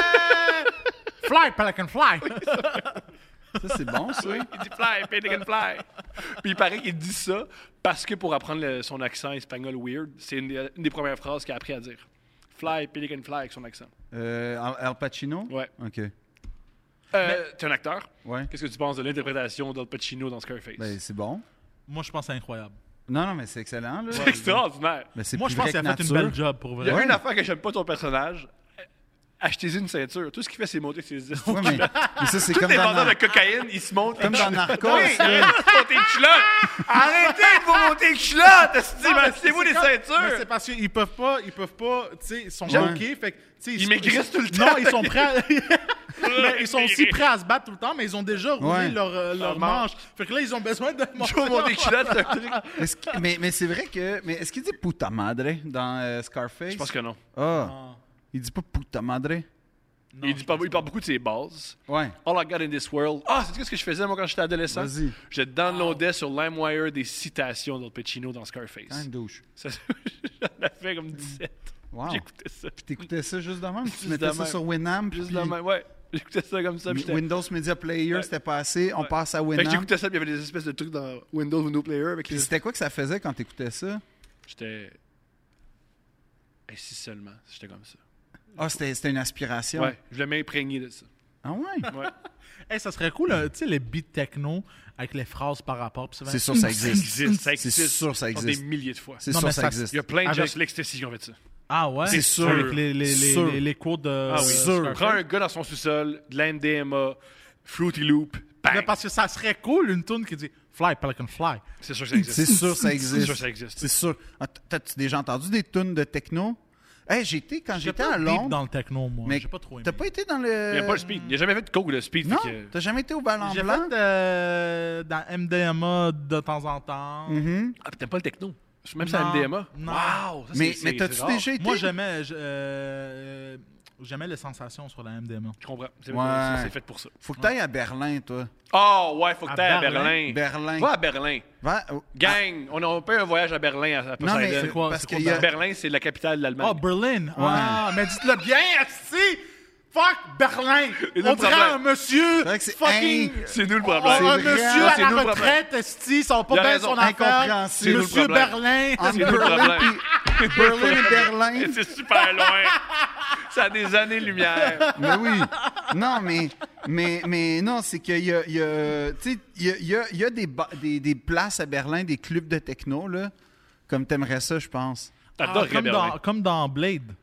fly, Pelican, fly! Ça, c'est bon, ça. Oui, il dit fly, pelican fly. Puis il paraît qu'il dit ça parce que pour apprendre le- son accent espagnol weird, c'est une, des- une des premières phrases qu'il a appris à dire. Fly, pelican fly avec son accent. Euh, Al, Al Pacino? Ouais. OK. Euh, T'es un acteur. Ouais. Qu'est-ce que tu penses de l'interprétation d'Al Pacino dans Scarface? Ben, c'est bon. Moi, je pense que c'est incroyable. Non, non, mais c'est excellent, là. c'est extraordinaire. Mais c'est Moi, plus je pense vrai qu'il a que fait une nature. belle job pour Il y a vrai. Ouais. une affaire que j'aime pas de ton personnage. Achetez-y une ceinture. Tout ce qu'il fait, c'est monter ses estis. Ouais, mais, mais ça, c'est Tous comme les dans, vendeurs de Nar- cocaïne, ils se montent. comme dans Narcos. là. Arrêtez de monter les culottes! Arrêtez de vous monter les culottes! esti, mais Achetez-vous Eh ben, des Mais c'est ceintures! parce qu'ils peuvent pas, ils peuvent pas, tu sais, ils sont J'aime- bloqués, fait que, tu sais, Ils maigrissent tout le temps. Non, ils sont prêts à... Mais ils sont aussi prêts à se battre tout le temps, mais ils ont déjà roulé Ouais. leur, euh, Leur leur manche. manche. Fait que là, ils ont besoin de Je vais monter les culottes, c'est un truc. Est-ce que- mais mais c'est vrai que. Mais est-ce qu'il dit puta madre dans euh, Scarface? Je pense que non. Ah! Il dit pas puta madre? il, dit pas- il parle beaucoup de ses bases. Ouais. All I got in this world. Ah, c'est ce que je faisais, moi, quand j'étais adolescent? Vas-y. Je downloadais sur LimeWire des citations d'Al Pacino dans Quand Scarface. même douche. Ça, j'en avais comme 17. Wow. J'écoutais ça. T'écoutais ça juste de même? Tu de mettais ça même. sur Winamp? Juste puis la main, ouais. J'écoutais ça comme ça. puis j'étais- Windows Media Player, Ouais. c'était passé. On Ouais. passe à Fait que Winamp. j'écoutais ça, puis il y avait des espèces de trucs dans Windows Windows Player avec Puis les. c'était quoi que ça faisait quand t'écoutais ça? J'étais. Et si seulement, si j'étais comme ça. Ah, c'était c'était une aspiration. Ouais, je voulais m'imprégner de ça. Ah ouais? Ouais. Hey, ça serait cool, euh, tu sais, les beats techno avec les phrases par rapport. puis C'est sûr ça existe. ça C'est sûr ça Genre existe. Des milliers de fois. C'est Non, sûr mais ça ça- existe. Il y a plein de gens Avec- sur l'ecstasy qui ont fait ça. Ah ouais? C'est sûr. Avec les, les, les, Sûr. les- les cours de. Ah oui. euh, Sûr. Scarface. Prends un gars dans son sous-sol, de l'MDMA, Fruity Loop, Mais bang. parce que ça serait cool une tune qui dit Fly, Pelican, Fly. C'est sûr que ça existe. C'est sûr ça existe. C'est sûr ça existe. C'est sûr. Ah, t- T'as-tu déjà entendu des tunes de techno? Hey, j'étais quand J'étais j'étais pas à deep Londres. dans le techno, moi. Mais J'ai pas trop aimé. T'as pas été dans le. Il n'y a pas le speed. Il n'a jamais fait de coke ou de speed. Non, fait que- t'as jamais été au ballon euh, J'ai blanc. fait euh, dans MDMA de temps en temps. Mhm. Ah, puis t'aimes pas le techno. Même ça Non, MDMA. non. Wow. ça, c'est- Mais, c'est- mais c'est t'as-tu rare. déjà été? Moi, j'aimais je- euh, euh, j'aimais les sensations sur la MDMA. Je comprends. C'est Ouais. ça, c'est fait pour ça. Faut que t'ailles à Berlin, toi. Oh, ouais, faut À que t'ailles à Berlin. Berlin. Berlin. Va à Berlin. Va- oh, Gang, on a on paye un voyage à Berlin à, à Non, mais Poseidon. C'est quoi- parce c'est que quoi y a- Berlin, c'est la capitale de l'Allemagne. Oh, Berlin! Ah, mais dites-le bien, si Fuck Berlin! Et On notre dirait problème. un monsieur vrai que c'est fucking... inc- c'est nous le Oh, problème. un C'est vrai. monsieur C'est à nous la le retraite, esti, ça va Il pas a bien raison. son affaire. Incompréhensible. C'est Monsieur nous le Ah, Berlin! Entre C'est nous le Berlin, problème. puis- Berlin et Berlin. C'est super loin. Ça a des années-lumière. Mais oui. Non, mais, mais, mais non, c'est qu'il y a, il y a- tu sais, il y a, il y a- il y a des, ba- des, des places à Berlin, des clubs de techno, là, comme t'aimerais ça, je pense. Ah, T'adorerais comme, Berlin. dans, comme dans Blade.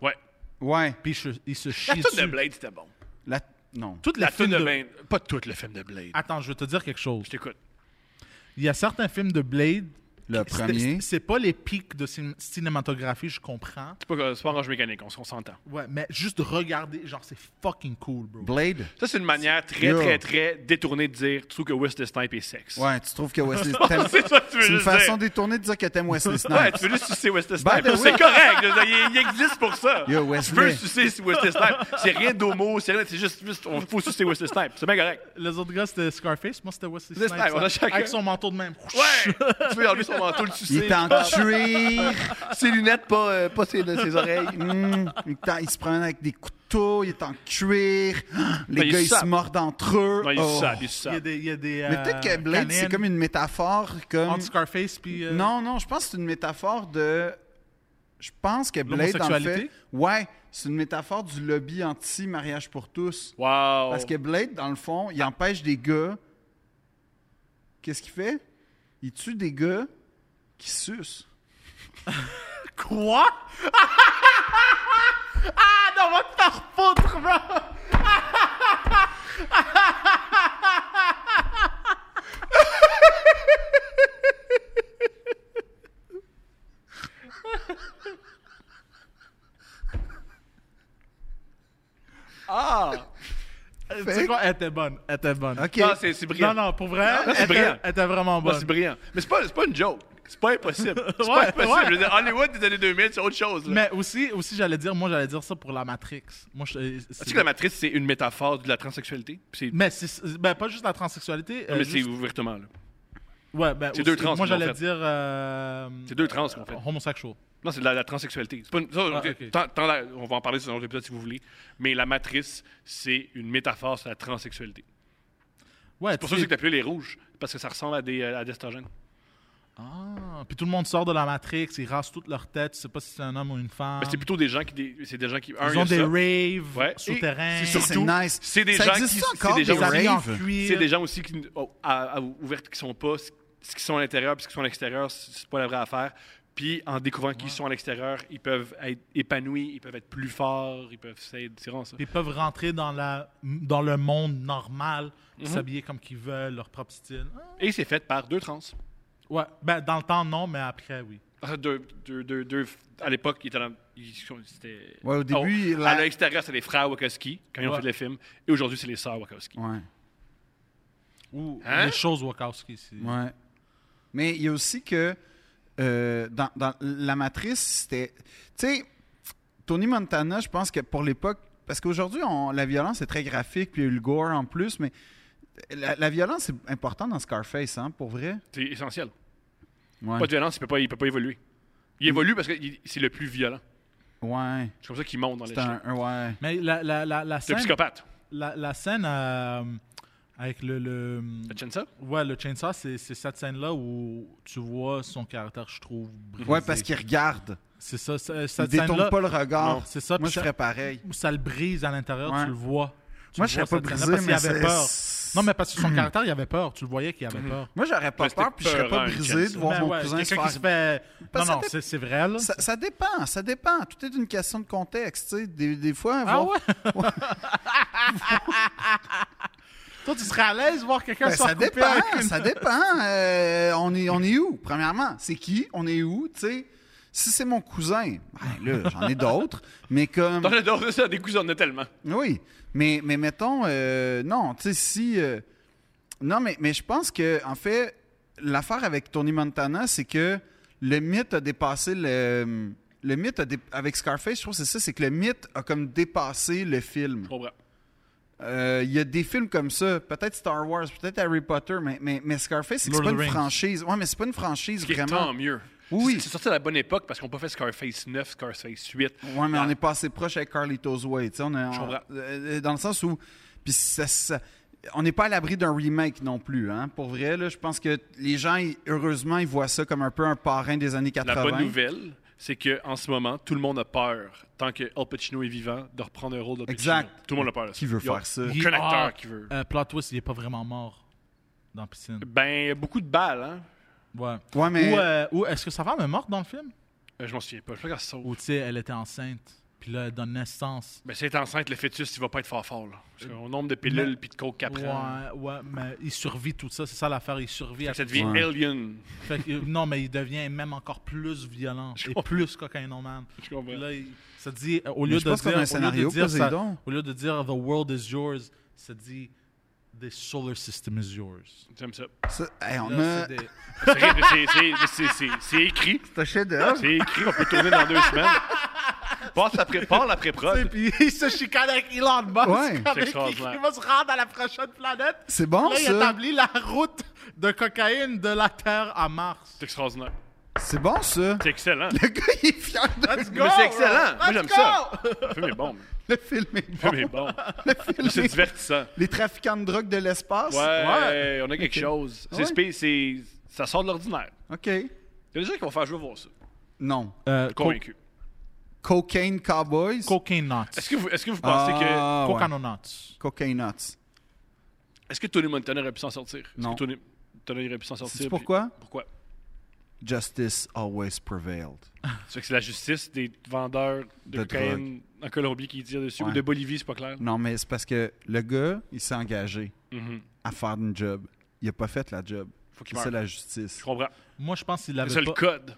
Ouais. Ouais. Puis je- il se chie La toune de dessus. Blade, c'était bon. La- non. Toute la, La toune film de de- Blade. Pas tout le film de Blade. Attends, je vais te dire quelque chose. Je t'écoute. Il y a certains films de Blade. Le c'est- premier. c'est- C'est pas les pics de cin- cinématographie, je comprends. C'est pas, c'est pas Orange Mécanique, on, s- on s'entend. Ouais, mais juste de regarder, genre, c'est fucking cool, bro. Blade? Ça, c'est une manière très, Yo. très, très détournée de dire tout que West the Snipe est sexe. Ouais, tu trouves que Wesley t'aimes- C'est ça que tu veux C'est une juste façon dire. détournée de dire que t'aimes Wesley Snipes. Ouais, tu veux juste sucer West the By Snipe. the way- C'est correct. je veux dire, Il, il existe pour ça. Yo, tu Wesley. peux sucer West the Snipe. C'est rien d'homo. C'est rien. C'est juste, juste, on faut sucer West the Snipe. C'est bien correct. Les autres gars, c'était Scarface. Moi, c'était Wesley Wesley Snipes. Snipes, on a ça. chacun- Avec son manteau de même. Ouais! tu veux enlever son manteau, le sucer. Il est en cuir, Ses lunettes, pas, euh, pas ses, ses oreilles. Hmm, il, est en- il se promène avec des couteaux, il est en cuir, les Ben, il gars ils sape. se mordent entre eux. Non, il Oh. est sale, il est Il y a sale. des. il y a des, Mais euh, peut-être que Blade c'est canines comme une métaphore comme Entre Scarface puis. euh, Non, non, je pense que c'est une métaphore de. Je pense que Blade, en fait. L'homosexualité? Ouais, c'est une métaphore du lobby anti-mariage pour tous. Wow! Parce que Blade, dans le fond, il empêche des gars. Qu'est-ce qu'il fait Il tue des gars qui sucent. Quoi? ah non, on va te faire foutre, bro! Ah! Tu sais quoi? Elle était bonne. Elle était bonne. Ok. Non, c'est c'est brillant. Non, non, pour vrai. Non, c'est elle, était, brillant. elle était vraiment Non, bonne. c'est brillant. Mais c'est pas, c'est pas une joke. C'est pas impossible. C'est Ouais, pas impossible. ouais. Je veux dire, Hollywood des années 2000, c'est autre chose. là. Mais aussi, aussi j'allais dire, moi, j'allais dire ça pour la Matrix. Moi, je, Sais-tu que la matrice, c'est une métaphore de la transsexualité? Puis C'est mais c'est ben, pas juste la transsexualité. euh, mais c'est juste- ouvertement. là. ouais, ben, c'est deux aussi, trans Moi, qui l'ont j'allais fait. dire. euh, C'est deux trans qu'on fait. Homosexual. Non, c'est de la, la transsexualité. C'est pas une- ça, ok, Ah, ok. tant- tant la- on va en parler sur un autre épisode si vous voulez. Mais la matrice, c'est une métaphore sur la transsexualité. Ouais, Pour tu ça, c'est sais- que t'appelles les rouges, parce que ça ressemble à des, euh, à des estrogènes. Ah, puis tout le monde sort de la Matrix, ils rasent toute leur tête, tu sais pas si c'est un homme ou une femme. Mais c'est plutôt des gens qui. des- C'est des gens qui. un, Ah. Ils il y ont a des ça. raves Ouais. souterrains. Et Ça, surtout, c'est nice. c'est des ça gens existe qui- ça c'est encore, des gens des qui- habillés en raves? cuir. C'est des gens aussi qui, oh, à, à- ouvertes qui sont pas. Ce qui sont à l'intérieur, puis ce qui sont à l'extérieur, c'est c'est pas la vraie affaire. Puis en découvrant qu'ils sont à l'extérieur, ils peuvent être épanouis, ils peuvent être plus forts, ils peuvent. C'est c'est vraiment ça. Puis ils peuvent rentrer dans, la, dans le monde normal, Mhm. puis s'habiller comme qu'ils veulent, leur propre style. Ah, Et c'est fait par deux trans. Ouais, ben dans le temps, non, mais après, oui. Ah, Deux, deux, deux, deux, à l'époque, ils étaient dans. Ils, c'était- Ouais, au début, Oh, la- À l'extérieur, c'était les frères Wachowski, quand ils ont Ouais. fait le film. Et aujourd'hui, c'est les sœurs Wachowski. Ouais. Ou Hein? les choses Wachowski. c'est- Ouais. Mais il y a aussi que euh, dans, dans la matrice, c'était. Tu sais, Tony Montana, je pense que pour l'époque. Parce qu'aujourd'hui, on- la violence est très graphique, puis il y a eu le gore en plus, mais la, la violence est importante dans Scarface, hein, pour vrai. C'est essentiel. Ouais. Mm. Pas de violence, il peut pas, il peut pas évoluer. Il évolue parce que il- c'est le plus violent. Ouais. C'est comme ça qu'il monte dans C'est l'échelle. un. un- Ouais. Mais la, la, la, la C'est un scène, psychopathe. la, la scène euh, avec le, le, T'as ça? Mm. ouais, le chainsaw, c'est c'est cette scène-là où tu vois son caractère, je trouve, brisé. Ouais, parce qu'il regarde. C'est ça, c'est- Il cette détourne scène-là, pas le regard. Non, c'est ça, Moi, puis je ça- ferais pareil. ça le brise à l'intérieur, Ouais. tu le vois. Tu Moi, le je serais vois, pas cette brisé, scène-là, mais parce qu'il avait peur. c'est- Non, mais parce que son caractère, il avait peur. Tu le voyais qu'il avait peur. Moi, j'aurais pas Ouais, c'était peur, puis je serais peurant, pas une brisé de chaîne, voir Ben mon ouais, cousin se quelqu'un faire qui se fait... Parce non, que non, ça c'est c'est vrai, là. Ça, ça dépend, ça dépend. Tout est une question de contexte. tu sais. Des, des fois, Ah voir- ouais? Toi, tu serais à l'aise de voir quelqu'un Ben, se faire ça, couper dépend, avec une- ça dépend. Euh, on, est, on est où, premièrement? C'est qui? On est où? tu sais? Si c'est mon cousin, ben là, j'en ai d'autres. Mais comme. Dans le dos de ça, des coups, on en a tellement. Oui, mais, mais mettons, euh, non, tu sais, si. euh, non, mais, mais je pense que, en fait, l'affaire avec Tony Montana, c'est que le mythe a dépassé le. Le mythe a dé- avec Scarface, je trouve que c'est ça, c'est que le mythe a comme dépassé le film. Je comprends. Euh, Il y a des films comme ça, peut-être Star Wars, peut-être Harry Potter, mais, mais, mais Scarface, c'est que c'est Lord pas of the une Rings. franchise. Ouais, mais c'est pas une franchise Ce qui est tant vraiment. mieux. Oui. C'est- C'est sorti à la bonne époque parce qu'on n'a pas fait Scarface 9, Scarface 8. Ouais, mais Ah, on est pas assez proche avec Carlitos Way. tu sais, On est, on- comprends. euh, dans le sens où. Puis ça- ça- on n'est pas à l'abri d'un remake non plus. Hein. Pour vrai, là, je pense que les gens, ils- heureusement, ils voient ça comme un peu un parrain des années 80. La bonne nouvelle, c'est qu'en ce moment, tout le monde a peur, tant que Al Pacino est vivant, de reprendre un rôle d'Al Pacino. Exact. Tout le monde a peur de ça. Qui veut Il y a faire ça? Aucun Il- acteur Ah, qui veut. euh, plot twist, il est pas vraiment mort dans la piscine. Ben, beaucoup de balles, hein? Ouais. Ouais, mais- Ou, euh, ou est-ce que sa femme est morte dans le film? Euh, je m'en souviens pas. Je sais pas qu'elle se sauve. Ou tu sais, elle était enceinte, puis là, elle donne naissance. Ben, c'est enceinte, le fœtus, il va pas être fort fort, là. Parce qu'au nombre de pilules puis de coke qu'elle prend. Ouais, ouais, mais il survit tout ça, c'est ça l'affaire, il survit. Fait À... que Ça devient Ouais. alien. Fait que, euh, non, mais il devient même encore plus violent Je et comprends. plus cocaïnomane. Je comprends. Puis là, il- ça dit, euh, au Mais lieu, je de pense qu'on a un dire, au lieu scénario, de dire, ça- Poséidon. au lieu de dire The world is yours, ça dit The solar system is yours. J'aime ça. Ça, hey, on Là, a. c'est des- C'est- c'est- c'est- c'est- c'est- C'est écrit. C'est un chef-d'œuvre. C'est écrit, on peut tourner dans deux semaines. Passe la pré- Parle après Et prod. puis il se chicane avec Elon Musk, Ouais. C'est avec qui, qui extraordinaire. va se rendre à la prochaine planète. C'est bon, là, il ça. établit la route de cocaïne de la Terre à Mars. C'est extraordinaire. C'est bon, ça. C'est excellent. Le gars, il est fier de Mais c'est excellent. bro. Moi, Let's j'aime go. ça. Le film est bon. man. le film. est Le bon. film est bon. Le film C'est est- divertissant. Les trafiquants de drogue de l'espace. Ouais, on a quelque chose. C'est Ouais. spé- c'est- ça sort de l'ordinaire. OK. Il y a des gens qui vont faire jouer voir ça. Non. Euh, co- Convaincu. Cocaine Cowboys. Cocaine Nuts. Est-ce que vous, est-ce que vous pensez que Ah, ouais. Cocaine Nuts. Cocaine Nuts. Est-ce que Tony Montana aurait pu s'en sortir? Est-ce Non. que Tony Montana aurait pu s'en sortir? Sais-tu puis- pourquoi? Pourquoi? Justice always prevailed. C'est que c'est la justice des vendeurs de, De cocaïne en Colombie qui tirent dessus, ou Ouais. Mm. de Bolivie, c'est pas clair. Non, mais c'est parce que le gars, il s'est engagé Mm-hmm. Mhm. à faire une job. Il a pas fait la job. Faut qu'il C'est meure. la justice. Je comprends. Moi, je pense qu'il C'est ça avait le pas... code.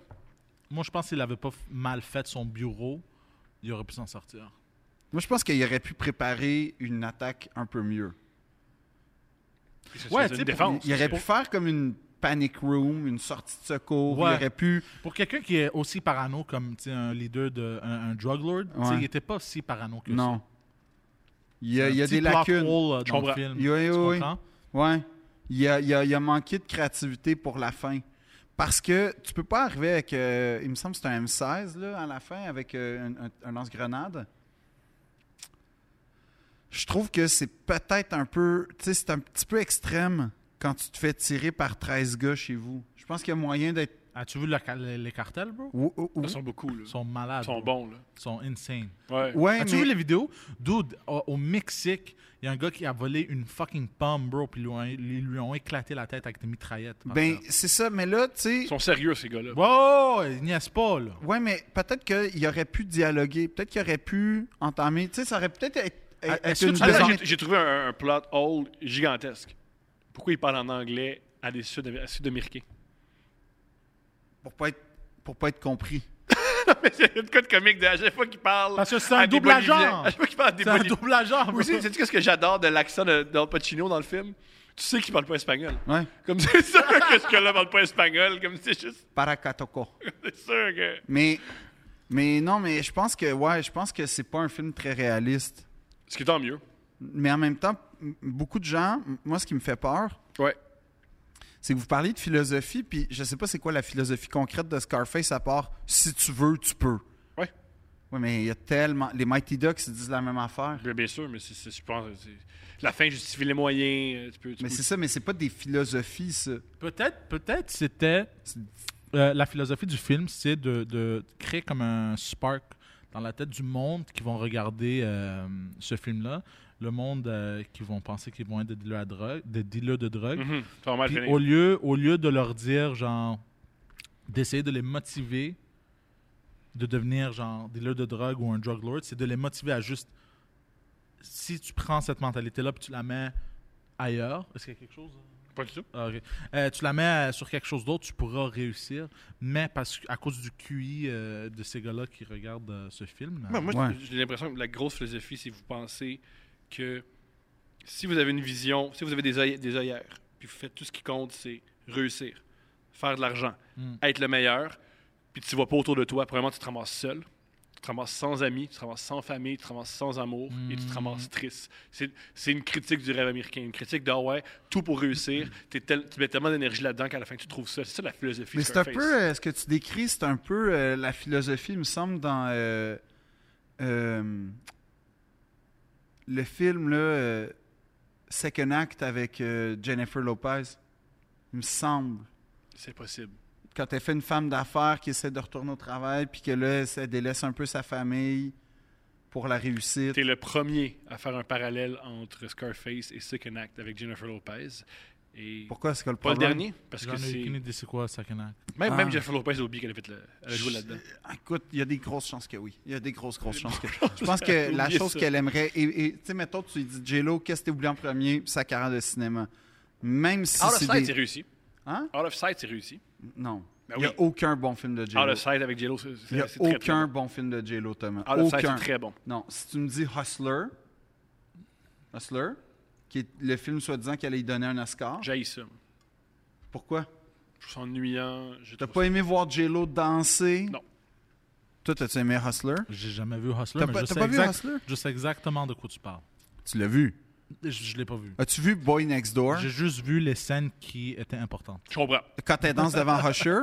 Moi, je pense qu'il avait pas f- mal fait son bureau. Il aurait pu s'en sortir. Moi, je pense qu'il aurait pu préparer une attaque un peu mieux. C'est- Ouais, c'est tu sais, une pour- défense. Il aurait pu faire comme une panic room, une sortie de secours. Ouais. Il aurait pu. Pour quelqu'un qui est aussi parano comme tu sais, un leader, de, un, un drug lord, tu sais, Ouais. il n'était pas si parano que ça. Non. Il y a, Un il y a des petit plot lacunes. hole, euh, dans le comprends. film. Oui, oui, tu oui. comprends? Ouais. Il y a, il y a- il y a manqué de créativité pour la fin. Parce que tu peux pas arriver avec. euh, il me semble que c'est un M16 là, à la fin avec euh, un, un- un lance-grenade. Je trouve que c'est peut-être un peu. Tu sais, c'est un petit peu extrême quand tu te fais tirer par 13 gars chez vous. Je pense qu'il y a moyen d'être. As-tu vu le ca- les, les cartels, bro? Ou- ou- ou- Ils sont beaucoup, là. Ils sont malades. Ils sont bro. bons, là. Ils sont insane. Ouais. Ouais, As-tu mais- vu les vidéos? Dude, au, au Mexique, il y a un gars qui a volé une fucking pomme, bro, puis ils lui ont- ils lui ont éclaté la tête avec des mitraillettes. par Ben, terre. c'est ça, mais là, tu sais. Ils sont sérieux, ces gars-là. Wow, ils niaisent pas, là. Ouais, mais peut-être qu'il aurait pu dialoguer. Peut-être qu'il aurait pu entamer. Tu sais, ça aurait peut-être été. Est-ce être que une tu Ah, là, bonne- j'ai- J'ai trouvé un, un plot hole gigantesque. Pourquoi ils parlent en anglais à des Sud- à Sud-Américains? pour pas être pour pas être compris. C'est une code comique de à chaque fois qu'ils parlent. Parce que c'est à un des double agent. Boliviens. À chaque fois qu'ils parlent à des C'est un Boliviens. double agent, bro. Aussi, sais-tu ce que j'adore de l'accent de- d'Al Pacino dans le film? Tu sais qu'il parle pas espagnol. Ouais. Comme c'est sûr que ce gars-là parle pas espagnol. Comme c'est juste. Paracatoco. C'est sûr que. Mais mais non, mais je pense que ouais, je pense que c'est pas un film très réaliste. Ce qui est tant mieux. Mais en même temps, m- beaucoup de gens, m- moi ce qui me fait peur, Ouais. c'est que vous parlez de philosophie puis je sais pas c'est quoi la philosophie concrète de Scarface à part si tu veux, tu peux. Ouais. Oui, mais il y a tellement les Mighty Ducks ils disent la même affaire. Bien, bien sûr, mais c'est, c'est- je pense. que c'est- La fin justifie les moyens. euh, Tu peux, tu Mais peux- c'est ça, mais c'est pas des philosophies ça. Peut-être, peut-être c'était C'est- euh, la philosophie du film, c'est de, de créer comme un spark dans la tête du monde qui vont regarder euh, ce film-là, le monde euh, qui vont penser qu'ils vont être des dealers, à drogue, des dealers de drogue. Mhm. Ça va mal Puis finir. au lieu, au lieu de leur dire genre d'essayer de les motiver de devenir genre dealer de drogue ou un drug lord, c'est de les motiver à juste si tu prends cette mentalité là puis tu la mets ailleurs, est-ce qu'il y a quelque chose euh? Pas du tout. Ah, ok. Euh, tu la mets euh, sur quelque chose d'autre, tu pourras réussir. Mais parce que- à cause du QI euh, de ces gars-là qui regardent euh, ce film. Ben, moi, Ouais. j'ai- j'ai l'impression que la grosse philosophie, c'est vous pensez que si vous avez une vision, si vous avez des, œil- des œillères, puis vous faites tout ce qui compte, c'est réussir, faire de l'argent, Hmm. Mm. être le meilleur, puis tu ne vas pas autour de toi, probablement tu te ramasses seul, tu te ramasses sans amis, tu te ramasses sans famille, tu te ramasses sans amour et Hmm. tu te ramasses triste. C'est c'est une critique du rêve américain, une critique de Ah ouais, tout pour réussir, t'es tel- tu mets tellement d'énergie là-dedans qu'à la fin tu trouves ça. C'est ça la philosophie. Mais c'est un Scarface. peu euh, ce que tu décris, c'est un peu euh, la philosophie, il me semble, dans euh, euh, le film là, euh, Second Act avec euh, Jennifer Lopez. Il me semble. C'est possible. Quand elle fait une femme d'affaires qui essaie de retourner au travail, puis que là, elle délaisse un peu sa famille pour la réussite. T'es le premier à faire un parallèle entre Scarface et Second Act avec Jennifer Lopez. Et Pourquoi c'est que le pas le problème? dernier, parce J'en que ai c'est. aucune idée c'est quoi Second Act. Même, même Ah. Jennifer Lopez a oublié qu'elle avait fait le... elle a joué là-dedans. Écoute, il y a des grosses chances que oui. Il y a des grosses, grosses chances que. Je pense que la Oubliez chose ça. qu'elle aimerait. Et, et, tu sais, mettons, tu lui dis, J-Lo, qu'est-ce que t'as oublié en premier Sa carrière de cinéma. Même si Out of c'est Sight, c'est des. réussi. Hein Out of Sight, c'est réussi. Non. Ben Il n'y a oui. aucun bon film de J-Lo. Out of Sight avec Jello, c'est Il n'y a c'est très, très aucun bon. bon film de J-Lo, Thomas. Out of Sight, aucun. c'est très bon. Non. Si tu me dis Hustler, Hustler, qui est le film soi-disant qu'elle allait lui donner un Oscar, J'haïs ça. pourquoi Je trouve ça ennuyant. Je T'as trouve pas aimé voir J-Lo danser Non. Toi, t'as-tu aimé Hustler J'ai jamais vu Hustler. T'as mais pas- je t'as sais pas vu exact- Hustler? Je sais exactement de quoi tu parles. Tu l'as vu. Je, je l'ai pas vu. As-tu vu Boy Next Door J'ai juste vu les scènes qui étaient importantes. ça- Je comprends. Quand elle danse devant Usher,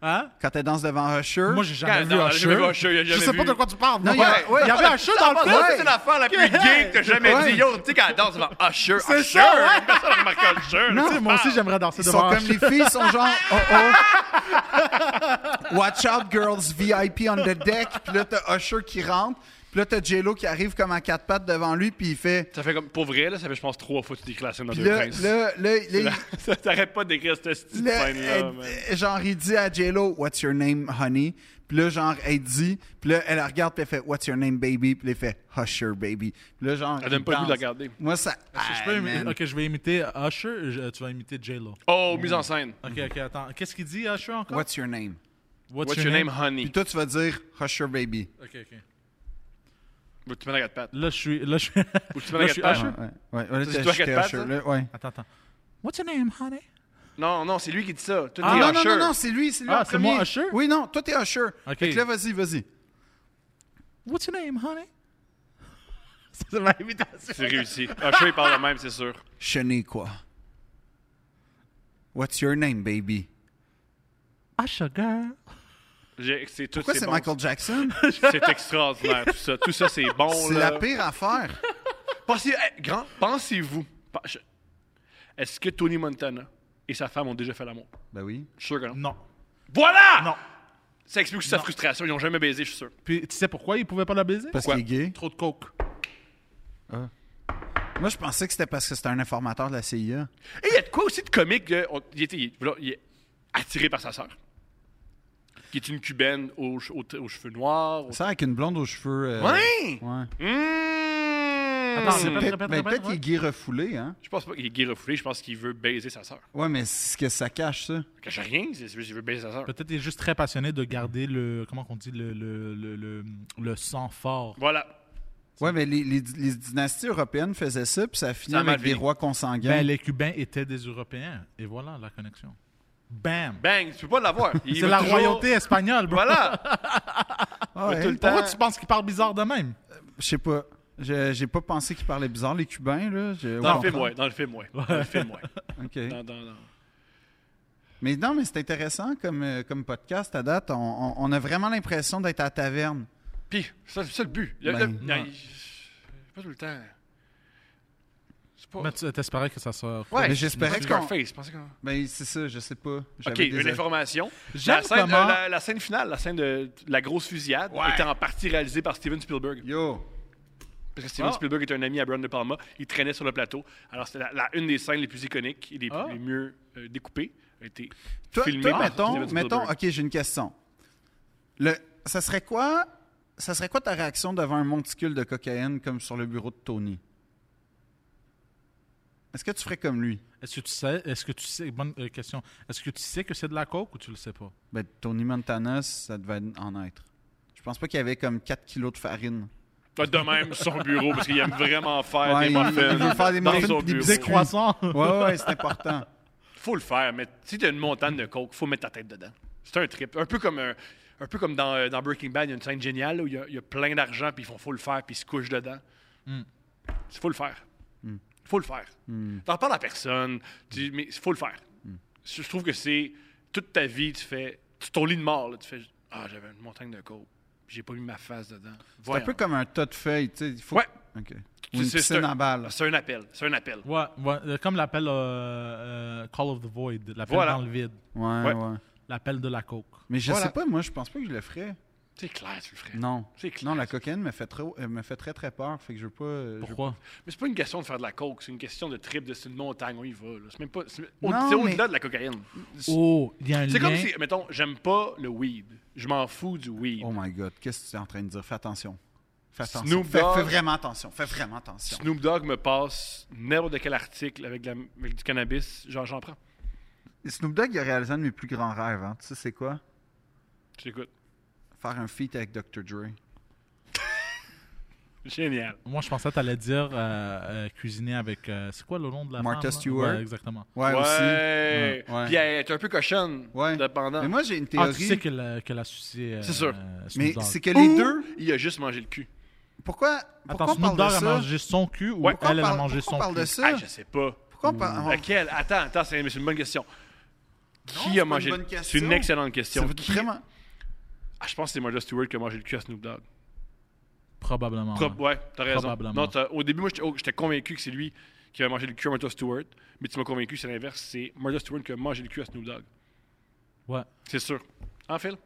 Hein? quand elle danse devant Usher, Moi, j'ai jamais Quand- vu non, Usher. j'ai jamais vu Usher, il y a Je jamais sais vu. pas de quoi tu parles. Non, moi. il y a- ouais. il y avait Usher dans le film. Ça, c'est l'affaire la plus gay que t'as jamais Ouais. dit. Yo, tu sais, quand elle danse ah, devant Usher, C'est Usher, ça, personne n'a remarqué ah, Usher. Non. là. Tu sais, Moi aussi, j'aimerais danser ils sont devant comme Usher. les filles, sont genre oh oh. Watch out girls VIP on the deck. Puis là t'as Usher qui rentre. Puis là t'as Jello qui arrive comme à quatre pattes devant lui puis il fait. Ça fait comme, pour vrai, là, ça fait, je pense, trois fois que tu décris la scène dans Puis Deux là, Princes. là, là, là, Ça- T'arrêtes pas de décrire cette petite Là, scène-là, elle- man. genre, il dit à J-Lo, What's your name, honey? Puis là, genre, elle dit, puis là, elle la regarde, puis elle fait What's your name, baby? Puis elle fait Hush your baby. Puis là, genre. Elle donne il pas le goût danse. de la regarder. Moi, ça. Je Ah, peux imiter- man. Ok, je vais imiter Usher. je- Tu vas imiter J-Lo. Euh, Oh, mise en scène. Ok, ok, attends. Qu'est-ce qu'il dit Usher encore? What's your name? What's, What's your name, honey? Puis toi, tu vas dire Hush your baby. Ok, ok. Ou tu mets la quatre pattes. Là, je suis. Là, je suis. Ou tu mets là, la je suis quatre pattes. Usher. Ouais, ouais. ouais là, Ça, t'as- c'est toi j'étais qui as Usher, le patte, là, ouais. Attends, attends. What's your name, honey? Non, non, c'est lui qui dit ça. Tout Ah, est non, non, Usher. non, non, c'est lui, c'est lui Ah, en c'est premier. moi, Usher? Oui, non, toi, t'es Usher. Ok. Fait que là, vas-y, vas-y. What's your name, honey? c'est ma imitation. C'est réussi. Usher, il parle de même, c'est sûr. Shaniqua. What's your name, baby? Usher girl. J'ai- C'est tout Pourquoi c'est bon. Michael Jackson? C'est extraordinaire, tout ça. Tout ça, c'est bon. c'est là. la pire affaire. Pensez, hey, grand, pensez-vous. pa- je- Est-ce que Tony Montana et sa femme ont déjà fait l'amour? Ben oui. Je suis sûr que non. Non. Voilà! Non. Ça explique sa Non. frustration. Ils n'ont jamais baisé, je suis sûr. Puis tu sais pourquoi il pouvait pas la baiser? Parce Pourquoi? qu'il est gay. Trop de coke. Moi, je pensais que c'était parce que c'était un informateur de la CIA. Et il y a de quoi aussi de comique. euh, on- Il, était, il- voilà, il est attiré par sa sœur, qui est une cubaine aux, che- aux te- aux cheveux noirs. aux- Ça, avec une blonde aux cheveux. euh, Ouais! Ouais. Mmh! Attends, C'est Répète, peut-être répète, ben, répète, peut-être qu'il ouais. est gay refoulé, hein? Je pense pas qu'il est gay refoulé, je pense qu'il veut baiser sa sœur. Ouais, mais c'est ce que ça cache, ça. Que j'ai rien, c'est juste qu'il veut baiser sa sœur. Peut-être il est juste très passionné de garder le. Comment qu'on dit? Le, le, le, le, le sang fort. Voilà. Ouais, mais les, les- les dynasties européennes faisaient ça, puis ça finit Ça a mal avec des fini. rois consanguins. Ben, les Cubains étaient des Européens. Et voilà la connexion. Bam! Bang, tu peux pas l'avoir. Ben, Il c'est veut la toujours- royauté espagnole, bro. Voilà! Ah ouais. tout le temps. Pourquoi tu penses qu'ils parlent bizarre de même? Je sais pas. Je- J'ai pas pensé qu'ils parlaient bizarre, les Cubains, là. Je- Dans au le film, contraire. ouais. Dans le film, ouais. Dans le film, ouais. OK. Dans- dans- dans- Mais non, mais c'est intéressant comme, euh, comme podcast à date. On, on- on a vraiment l'impression d'être à la taverne. Puis, ça, c'est ça le but. Le- Ben, le- non, ouais. il- c'est pas tout le temps. C'est pas. Mais tu t'espérais que ça sort. mais C'est j'espérais qu'on. Scarface, pensez qu'on- Ben, c'est ça, je sais pas. Ok, J'avais des- une information. J'aime La scène, comment- euh, la, la scène finale, la scène de de la grosse fusillade, était en partie réalisée par Steven Spielberg. Yo! Parce que Steven Ah. Spielberg est un ami à Brian De Palma. Il traînait sur le plateau. Alors, c'était la, la- une des scènes les plus iconiques et les, Ah. les mieux euh, découpées. A été Toi, filmée toi, par Steven mettons, Spielberg. mettons, ok, j'ai une question. Le, ça serait quoi, ça serait quoi ta réaction devant un monticule de cocaïne comme sur le bureau de Tony Est-ce que tu ferais comme lui Est-ce que tu sais, est-ce que tu sais, bonne euh, question, est-ce que tu sais que c'est de la coke ou tu le sais pas? Ben, Tony Montana, ça devait en être. Je pense pas qu'il y avait comme 4 kilos de farine. De même, son bureau, parce qu'il aime vraiment faire Ouais, des il- il muffins. veut faire des dans muffins son pis des bureau. biscuits. Croissant! Ouais, ouais, c'est important. Faut le faire, mais si t'as une montagne de coke, faut mettre ta tête dedans. C'est un trip. Un peu comme, un, un peu comme dans, euh, dans Breaking Bad, il y a une scène géniale où il y a, il y a plein d'argent, puis ils font faut le faire, puis ils se couchent dedans. Hmm. Il Faut le faire. Faut le faire. T'en parles à personne, tu- mais faut le faire. Hmm. Je je trouve que c'est toute ta vie, tu fais tu- ton lit de mort, là, tu fais Ah, j'avais une montagne de coke, puis j'ai pas mis ma face dedans. C'est un peu comme un tas de feuilles, tu sais. il faut- Ouais. Ok. C'est- Ou une c'est- c'est piscine un- à balles. C'est un appel. C'est un appel. Ouais, ouais, euh, comme l'appel euh, euh, Call of the Void, l'appel Voilà. dans le vide, Ouais, Ouais. ouais, l'appel de la coke. Mais je Voilà. sais pas, moi, je pense pas que je le ferais. C'est clair, tu le ferais. Non. C'est clair. Non, la cocaïne me fait, trop, euh, me fait très, très peur. Fait que je veux pas. euh, je veux- Pourquoi? Mais c'est pas une question de faire de la coke, c'est une question de trip de c'est une montagne, on y va. là. C'est même pas. C'est au- Non, c'est au-delà mais- de la cocaïne. Oh, il y a un C'est lien. comme si, mettons, j'aime pas le weed. Je m'en fous du weed. Oh my god, qu'est-ce que tu es en train de dire? Fais attention. Fais attention. Snoop fais, Dogg. fais vraiment attention. Fais vraiment attention. Snoop Dogg me passe n'importe quel article avec, de la- avec du cannabis, genre j'en prends. Snoop Dogg, il a réalisé un de mes plus grands rêves. hein. Tu sais, c'est quoi? Je t'écoute. Faire un feat avec Dr. Dre. Génial. Moi, je pensais que t'allais dire euh, euh, cuisiner avec. euh, c'est quoi le nom de la Martha femme, là? Stewart. Ouais, exactement. Ah, Ouais, aussi. Ouais. Ouais. Puis elle est un peu cochonne. Ouais. Dépendant. Mais moi, j'ai une Ah, théorie. tu sais qu'elle a, qu'elle a sucé. euh, C'est sûr. euh, Snoop mais Dogg. c'est que les Ou deux. Il a juste mangé le cul. Pourquoi, pourquoi Attends, on parle Snoop Dogg de a ça? mangé son cul ou Ouais, Pourquoi elle, on elle a parle, mangé pourquoi son on parle de cul? ça? Ah, je sais pas. Hmm. Pourquoi on parle. Laquelle Attends, attends, c'est mais c'est une bonne question. c'est pas Qui a une mangé bonne le cul? C'est question. une excellente question. C'est Qui- vraiment. Ah, je pense que c'est Martha Stewart qui a mangé le cul à Snoop Dogg. Probablement. Pro- ouais. ouais, t'as raison. Ah, Probablement. Non, t'as- au début, moi, j'étais oh, j'étais convaincu que c'est lui qui avait mangé le cul à Martha Stewart, mais tu m'as convaincu que c'est l'inverse. C'est Martha Stewart qui a mangé le cul à Snoop Dogg. Ouais. C'est sûr. En Phil?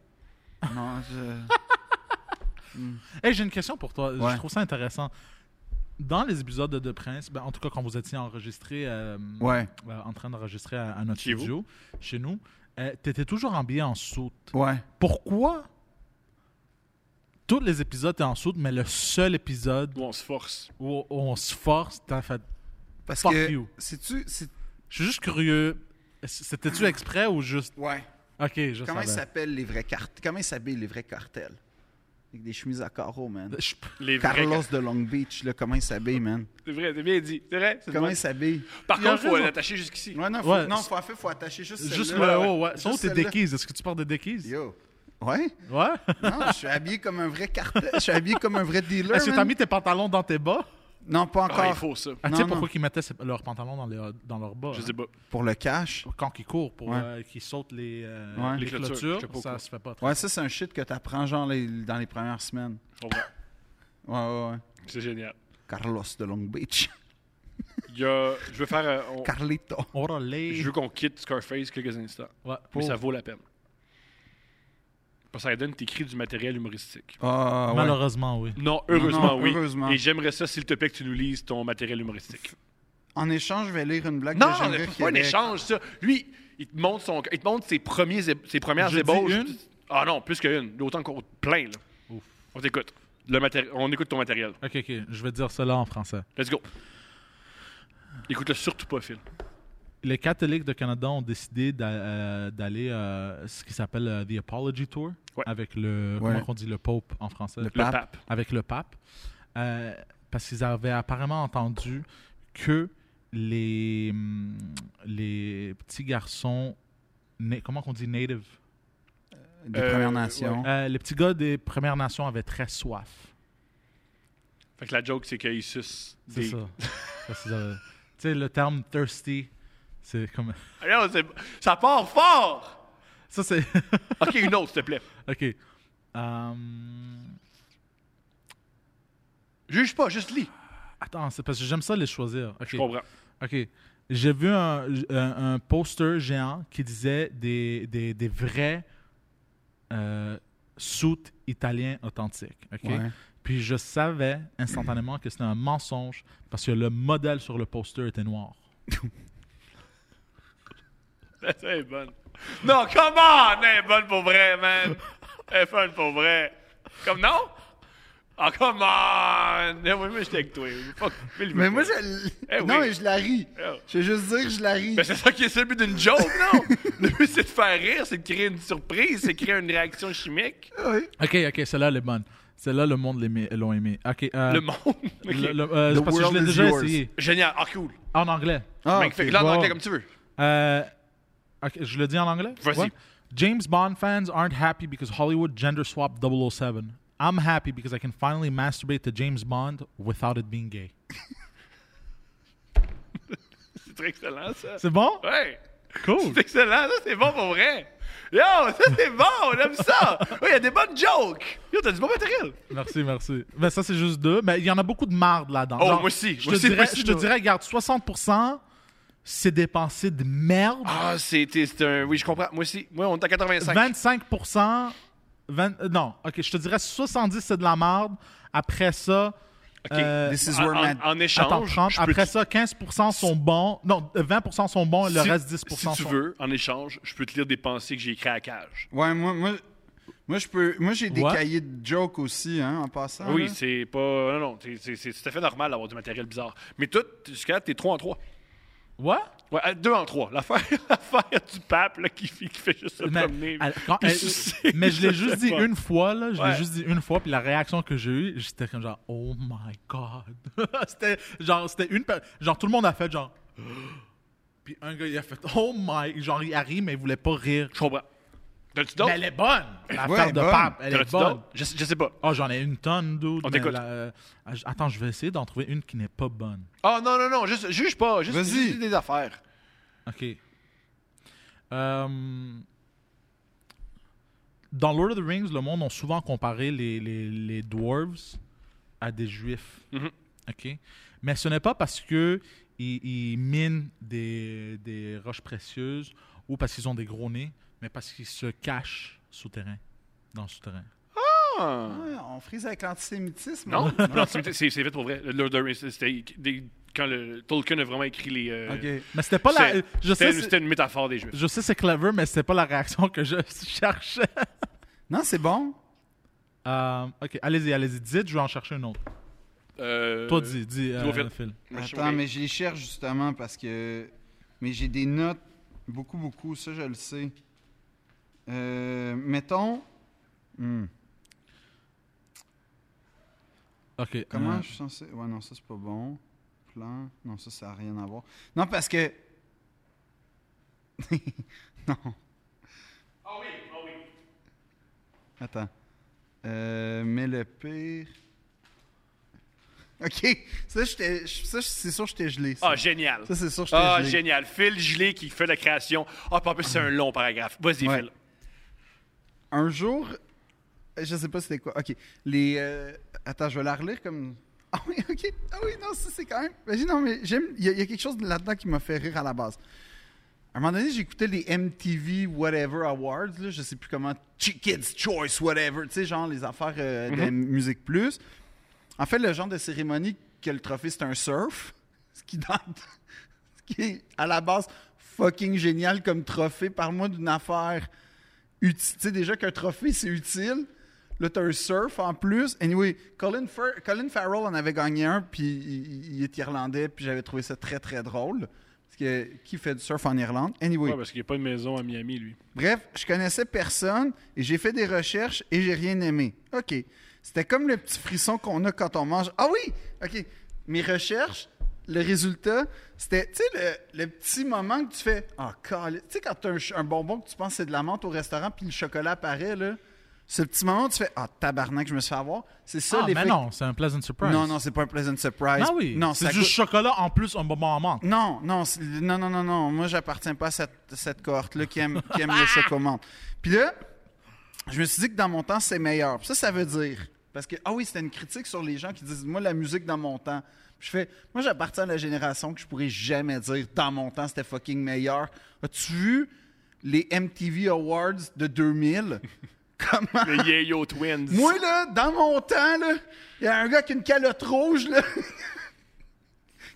Non, je- Hey, j'ai une question pour toi. Ouais. Je trouve ça intéressant. Dans les épisodes de The Prince, ben, en tout cas quand vous étiez enregistré, euh, Ouais. euh, en train d'enregistrer à, à notre Chez vous. studio, chez nous, euh, t'étais toujours habillé en soute. Ouais. Pourquoi tous les épisodes t'es en soute, mais le seul épisode Où on se force. où, où on se force, t'as fait. Parce Fuck que. you. Sais-tu. c'est- Je suis juste curieux. C'était-tu exprès ou juste. Ouais. Ok, je Comment ils savais. s'appellent les vrais cartes Comment ils s'habillent les vrais cartels Avec des chemises à carreaux, man. Je- Les vrais Carlos gars- de Long Beach, là, comment il s'habille, man. C'est vrai, c'est bien dit. C'est vrai. c'est Comment une il s'habille. bonne- Par Il a contre, faut raison. l'attacher jusqu'ici. Ouais, non, faut, Ouais. non, faut, en fait, faut attacher juste Juste celle-là. le haut, ouais. Juste Sauf tes celle-là. déquises. Est-ce que tu portes des déquises? Yo. Ouais? Ouais. Non, je suis habillé comme un vrai cartel. Je suis habillé comme un vrai dealer. Est-ce que man. t'as mis tes pantalons dans tes bas? Non, pas Ah, il encore. faut ça. Ah, tu Non, sais non. pourquoi ils mettaient ses- leurs pantalons dans, les- dans leurs bas? Je hein? sais pas. Pour le cash. Quand ils courent, pour Ouais. euh, qu'ils sautent les, euh, Ouais. les Les clôtures, clôtures, je sais pas ça pourquoi. se fait pas. très- Ouais, ça, c'est un shit que t'apprends, genre, les- dans les premières semaines. Je comprends. Ouais, ouais, ouais. C'est génial. Carlos de Long Beach. Il y a- Je veux faire. euh, on- Carlito. Orale. Je veux qu'on quitte Scarface quelques instants. Ouais. Oh. Mais Oh. Pour- ça vaut la peine. Parce que ça donne, t'écris du matériel humoristique. Ah, ouais. Malheureusement, oui. Non, heureusement, Non, non, oui. heureusement. Et j'aimerais ça, s'il te plaît, que tu nous lises ton matériel humoristique. En échange, je vais lire une blague Non, que j'aimerais c'est pas un qu'il y ait. échange, ça. Lui, il te montre, son, il te montre ses, premiers, é- ses premières Je dis ébauches. une? Ah non, plus qu'une. Autant qu'on plein, là. Ouf. On t'écoute. Le matéri- On écoute ton matériel. Ok, ok. Je vais dire cela en français. Let's go. Écoute-le surtout pas, Phil. Les catholiques de Canada ont décidé d'a- euh, d'aller euh, ce qui s'appelle euh, The Apology Tour Ouais. avec le. Ouais. Comment on dit le Pope en français Le Le Pape. pape. avec le pape euh, parce qu'ils avaient apparemment entendu que les, hum, les petits garçons, na- comment on dit native, Des Euh, Premières Nations. Euh, les petits gars des Premières Nations avaient très soif. Fait que la joke, c'est qu'il suce C'est des- ça. Parce qu'ils avaient- Tu sais, le terme thirsty, c'est comme. Alors, Ah c'est- ça part fort! Ça, c'est. OK, une autre, s'il te plaît. ok. Hum, Juge pas, juste lis. attends, c'est parce que j'aime ça les choisir. Ok. Je comprends. OK. J'ai vu un, un- un poster géant qui disait des, des, des vrais euh, soutes italiens authentiques. OK? Ouais. Puis je savais instantanément que c'était un mensonge parce que le modèle sur le poster était noir. Elle est bonne. Non, come on! Elle est bonne pour vrai, man. Elle est fun pour vrai. Comme non? Ah, come on! Eh Oui, mais j'étais avec toi. Fuck, Phil, Mais fuck. moi, je. Eh non, oui. mais je la ris. Eh. Je vais juste dire, je la ris. Mais c'est ça qui est celui d'une joke, non? le but, c'est de faire rire, c'est de créer une surprise, c'est de créer une réaction chimique. Oui. OK, OK, celle-là, elle est bonne. Celle-là, le monde l'aimait- l'ont aimé. OK. euh, Le monde. Ok. le- le- euh, The c'est parce que je world l'ai is déjà yours. essayé. Génial. Ah, cool. En anglais. Ah, Magnifique. ok. Là, en Wow. anglais, comme tu veux. Euh, ok, je le dis en anglais? Vas-y. Ouais. James Bond fans aren't happy because Hollywood gender swapped 007. I'm happy because I can finally masturbate to James Bond without it being gay. C'est très excellent, ça. C'est bon? Ouais. Cool. C'est excellent, ça c'est bon pour vrai. Yo, ça c'est bon, on aime ça. Oui, il y a des bonnes jokes. Yo, t'as du bon matériel. Merci, merci. Ben, ça, c'est juste deux. Mais il y en a beaucoup de marde là-dedans. Oh, Genre, moi aussi, Je moi te aussi, moi dirais, aussi, je te je- dirais, regarde, 60%, c'est des pensées de merde. Ah, c'est c'est un. Oui, je comprends. Moi aussi. Moi, on est à 85. 25%, 20 euh, non, ok, je te dirais 70, c'est de la merde. Après ça, Ok. euh, This is en, where my- en- en échange, Attends, 30. je peux Après te- ça, 15% sont bons. Non, 20% sont bons et le si- reste 10% Si tu sont... veux, en échange, je peux te lire des pensées que j'ai écrites à la cage. Ouais, moi, moi, moi, je peux. Moi, j'ai des Ouais. cahiers de jokes aussi, hein, en Uh-huh. passant. oui, là. c'est pas. Non, non, c'est- c'est c'est tout à fait normal d'avoir du matériel bizarre. Mais tout, jusqu'à là, t'es 3 en 3. Ouais? Ouais, à- deux en 3. L'affaire l'affaire du pape là, qui, fait- qui fait juste se Mais, promener. elle- quand- puis elle- sucer. mais je l'ai juste dit Ouais. une fois, là. Je Ouais. l'ai juste dit une fois, puis la réaction que j'ai eue, j'étais comme genre, oh my god. c'était genre, c'était une. per- Genre, tout le monde a fait genre. puis un gars, il a fait, oh my. Genre, il arrive, mais il voulait pas rire. Je comprends. T'as-tu d'autres? Mais elle est bonne, l'affaire Ouais, de bonne. pape. Elle est T'as-tu bonne. d'autres? Je, je sais pas. Oh, j'en ai une tonne, dude. On mais t'écoute. la- euh, Attends, je vais essayer d'en trouver une qui n'est pas bonne. Ah non, non, non, juste, juge pas, juste, Vas-y. juste des affaires. OK. Euh, dans Lord of the Rings, le monde a souvent comparé les, les, les dwarves à des juifs. Mhm. OK? Mais ce n'est pas parce que ils, ils minent des, des roches précieuses ou parce qu'ils ont des gros nez, mais parce qu'ils se cachent souterrain, dans le souterrain. Ah. Ah, on frise avec l'antisémitisme. Non, hein? non, c'est c'est- c'est fait pour vrai. Le Lord of the Rings, c'était des- quand le, Tolkien a vraiment écrit les. euh, hein. Ok. Mais c'était pas la... c'est- c'était Je sais, une- c'est- c'était une métaphore des Juifs. je sais c'est clever, mais c'était pas la réaction que je cherchais. Non, c'est bon. Euh, OK, allez-y, allez-y. Dites, je vais en chercher une autre. Euh, Toi, dis, dis, vas euh, faire- Phil. moi, je- Attends, mais je les cherche justement parce que. Mais j'ai des notes, beaucoup, beaucoup, ça je le sais. Euh, mettons. Hmm. Ok. Comment euh, je suis censé. Ouais, non, ça c'est pas bon. Plan. Non, ça, ça n'a rien à voir. Non, parce que. non. Ah oui, ah oui. Attends. Euh, mais le pire. Ok. Ça, j'étais- ça, c'est sûr que j'étais gelé. Ça, Ah, génial. Ça, c'est sûr que j'étais Ah, gelé. génial. Phil Gelé qui fait la création. Ah, puis en plus, c'est un long paragraphe. Vas-y, Ouais. Phil. Un jour. Je sais pas c'était quoi. Ok. Les. euh, Attends, je vais la relire comme. Ah oui, ok. Ah oui, non, ça c'est quand même. Vas-y, non, mais j'aime. Il y, a- il y a quelque chose là-dedans qui m'a fait rire à la base. À un moment donné, j'écoutais les MTV Whatever Awards, là, je sais plus comment, Ch- Kids Choice Whatever, tu sais, genre les affaires euh, de Musique Plus. En fait, le genre de cérémonie que le trophée, c'est un surf, ce qui, dans- ce qui est à la base fucking génial comme trophée. Parle-moi d'une affaire utile. Tu sais, déjà qu'un trophée, c'est utile. Là, t'as un surf en plus. Anyway, Colin, Far- Colin Farrell en avait gagné un, puis il, il est irlandais, puis j'avais trouvé ça très, très drôle. Parce que qui fait du surf en Irlande? Anyway. Ouais, parce qu'il n'y a pas de maison à Miami, lui. Bref, je connaissais personne et j'ai fait des recherches et j'ai rien aimé. OK. C'était comme le petit frisson qu'on a quand on mange. Ah oui! OK. Mes recherches, le résultat, c'était, tu sais, le, le petit moment que tu fais. Ah, câlisse. Tu sais, quand tu as un, ch- un bonbon que tu penses que c'est de la menthe au restaurant puis le chocolat apparaît, là. Ce petit moment où tu fais Ah, tabarnak, je me suis fait avoir. C'est ça ah, les mais non, c'est un pleasant surprise. Non, non, c'est pas un pleasant surprise. Ah oui. Non, c'est ça du goûte- chocolat en plus, un bonbon en menthe. non, non, c'est- non, non, non, non. Moi, j'appartiens pas à cette, cette cohorte-là qui aime, qui aime le chocomante. Puis là, je me suis dit que dans mon temps, c'est meilleur. Puis ça, ça veut dire. Parce que, ah oui, c'était une critique sur les gens qui disent, moi, la musique dans mon temps. Puis je fais, moi, j'appartiens à la génération que je pourrais jamais dire, dans mon temps, c'était fucking meilleur. As-tu vu les MTV Awards de 2000? Comment? Les Yayo Twins. Moi, là, dans mon temps, là, il y a un gars qui a une calotte rouge, là,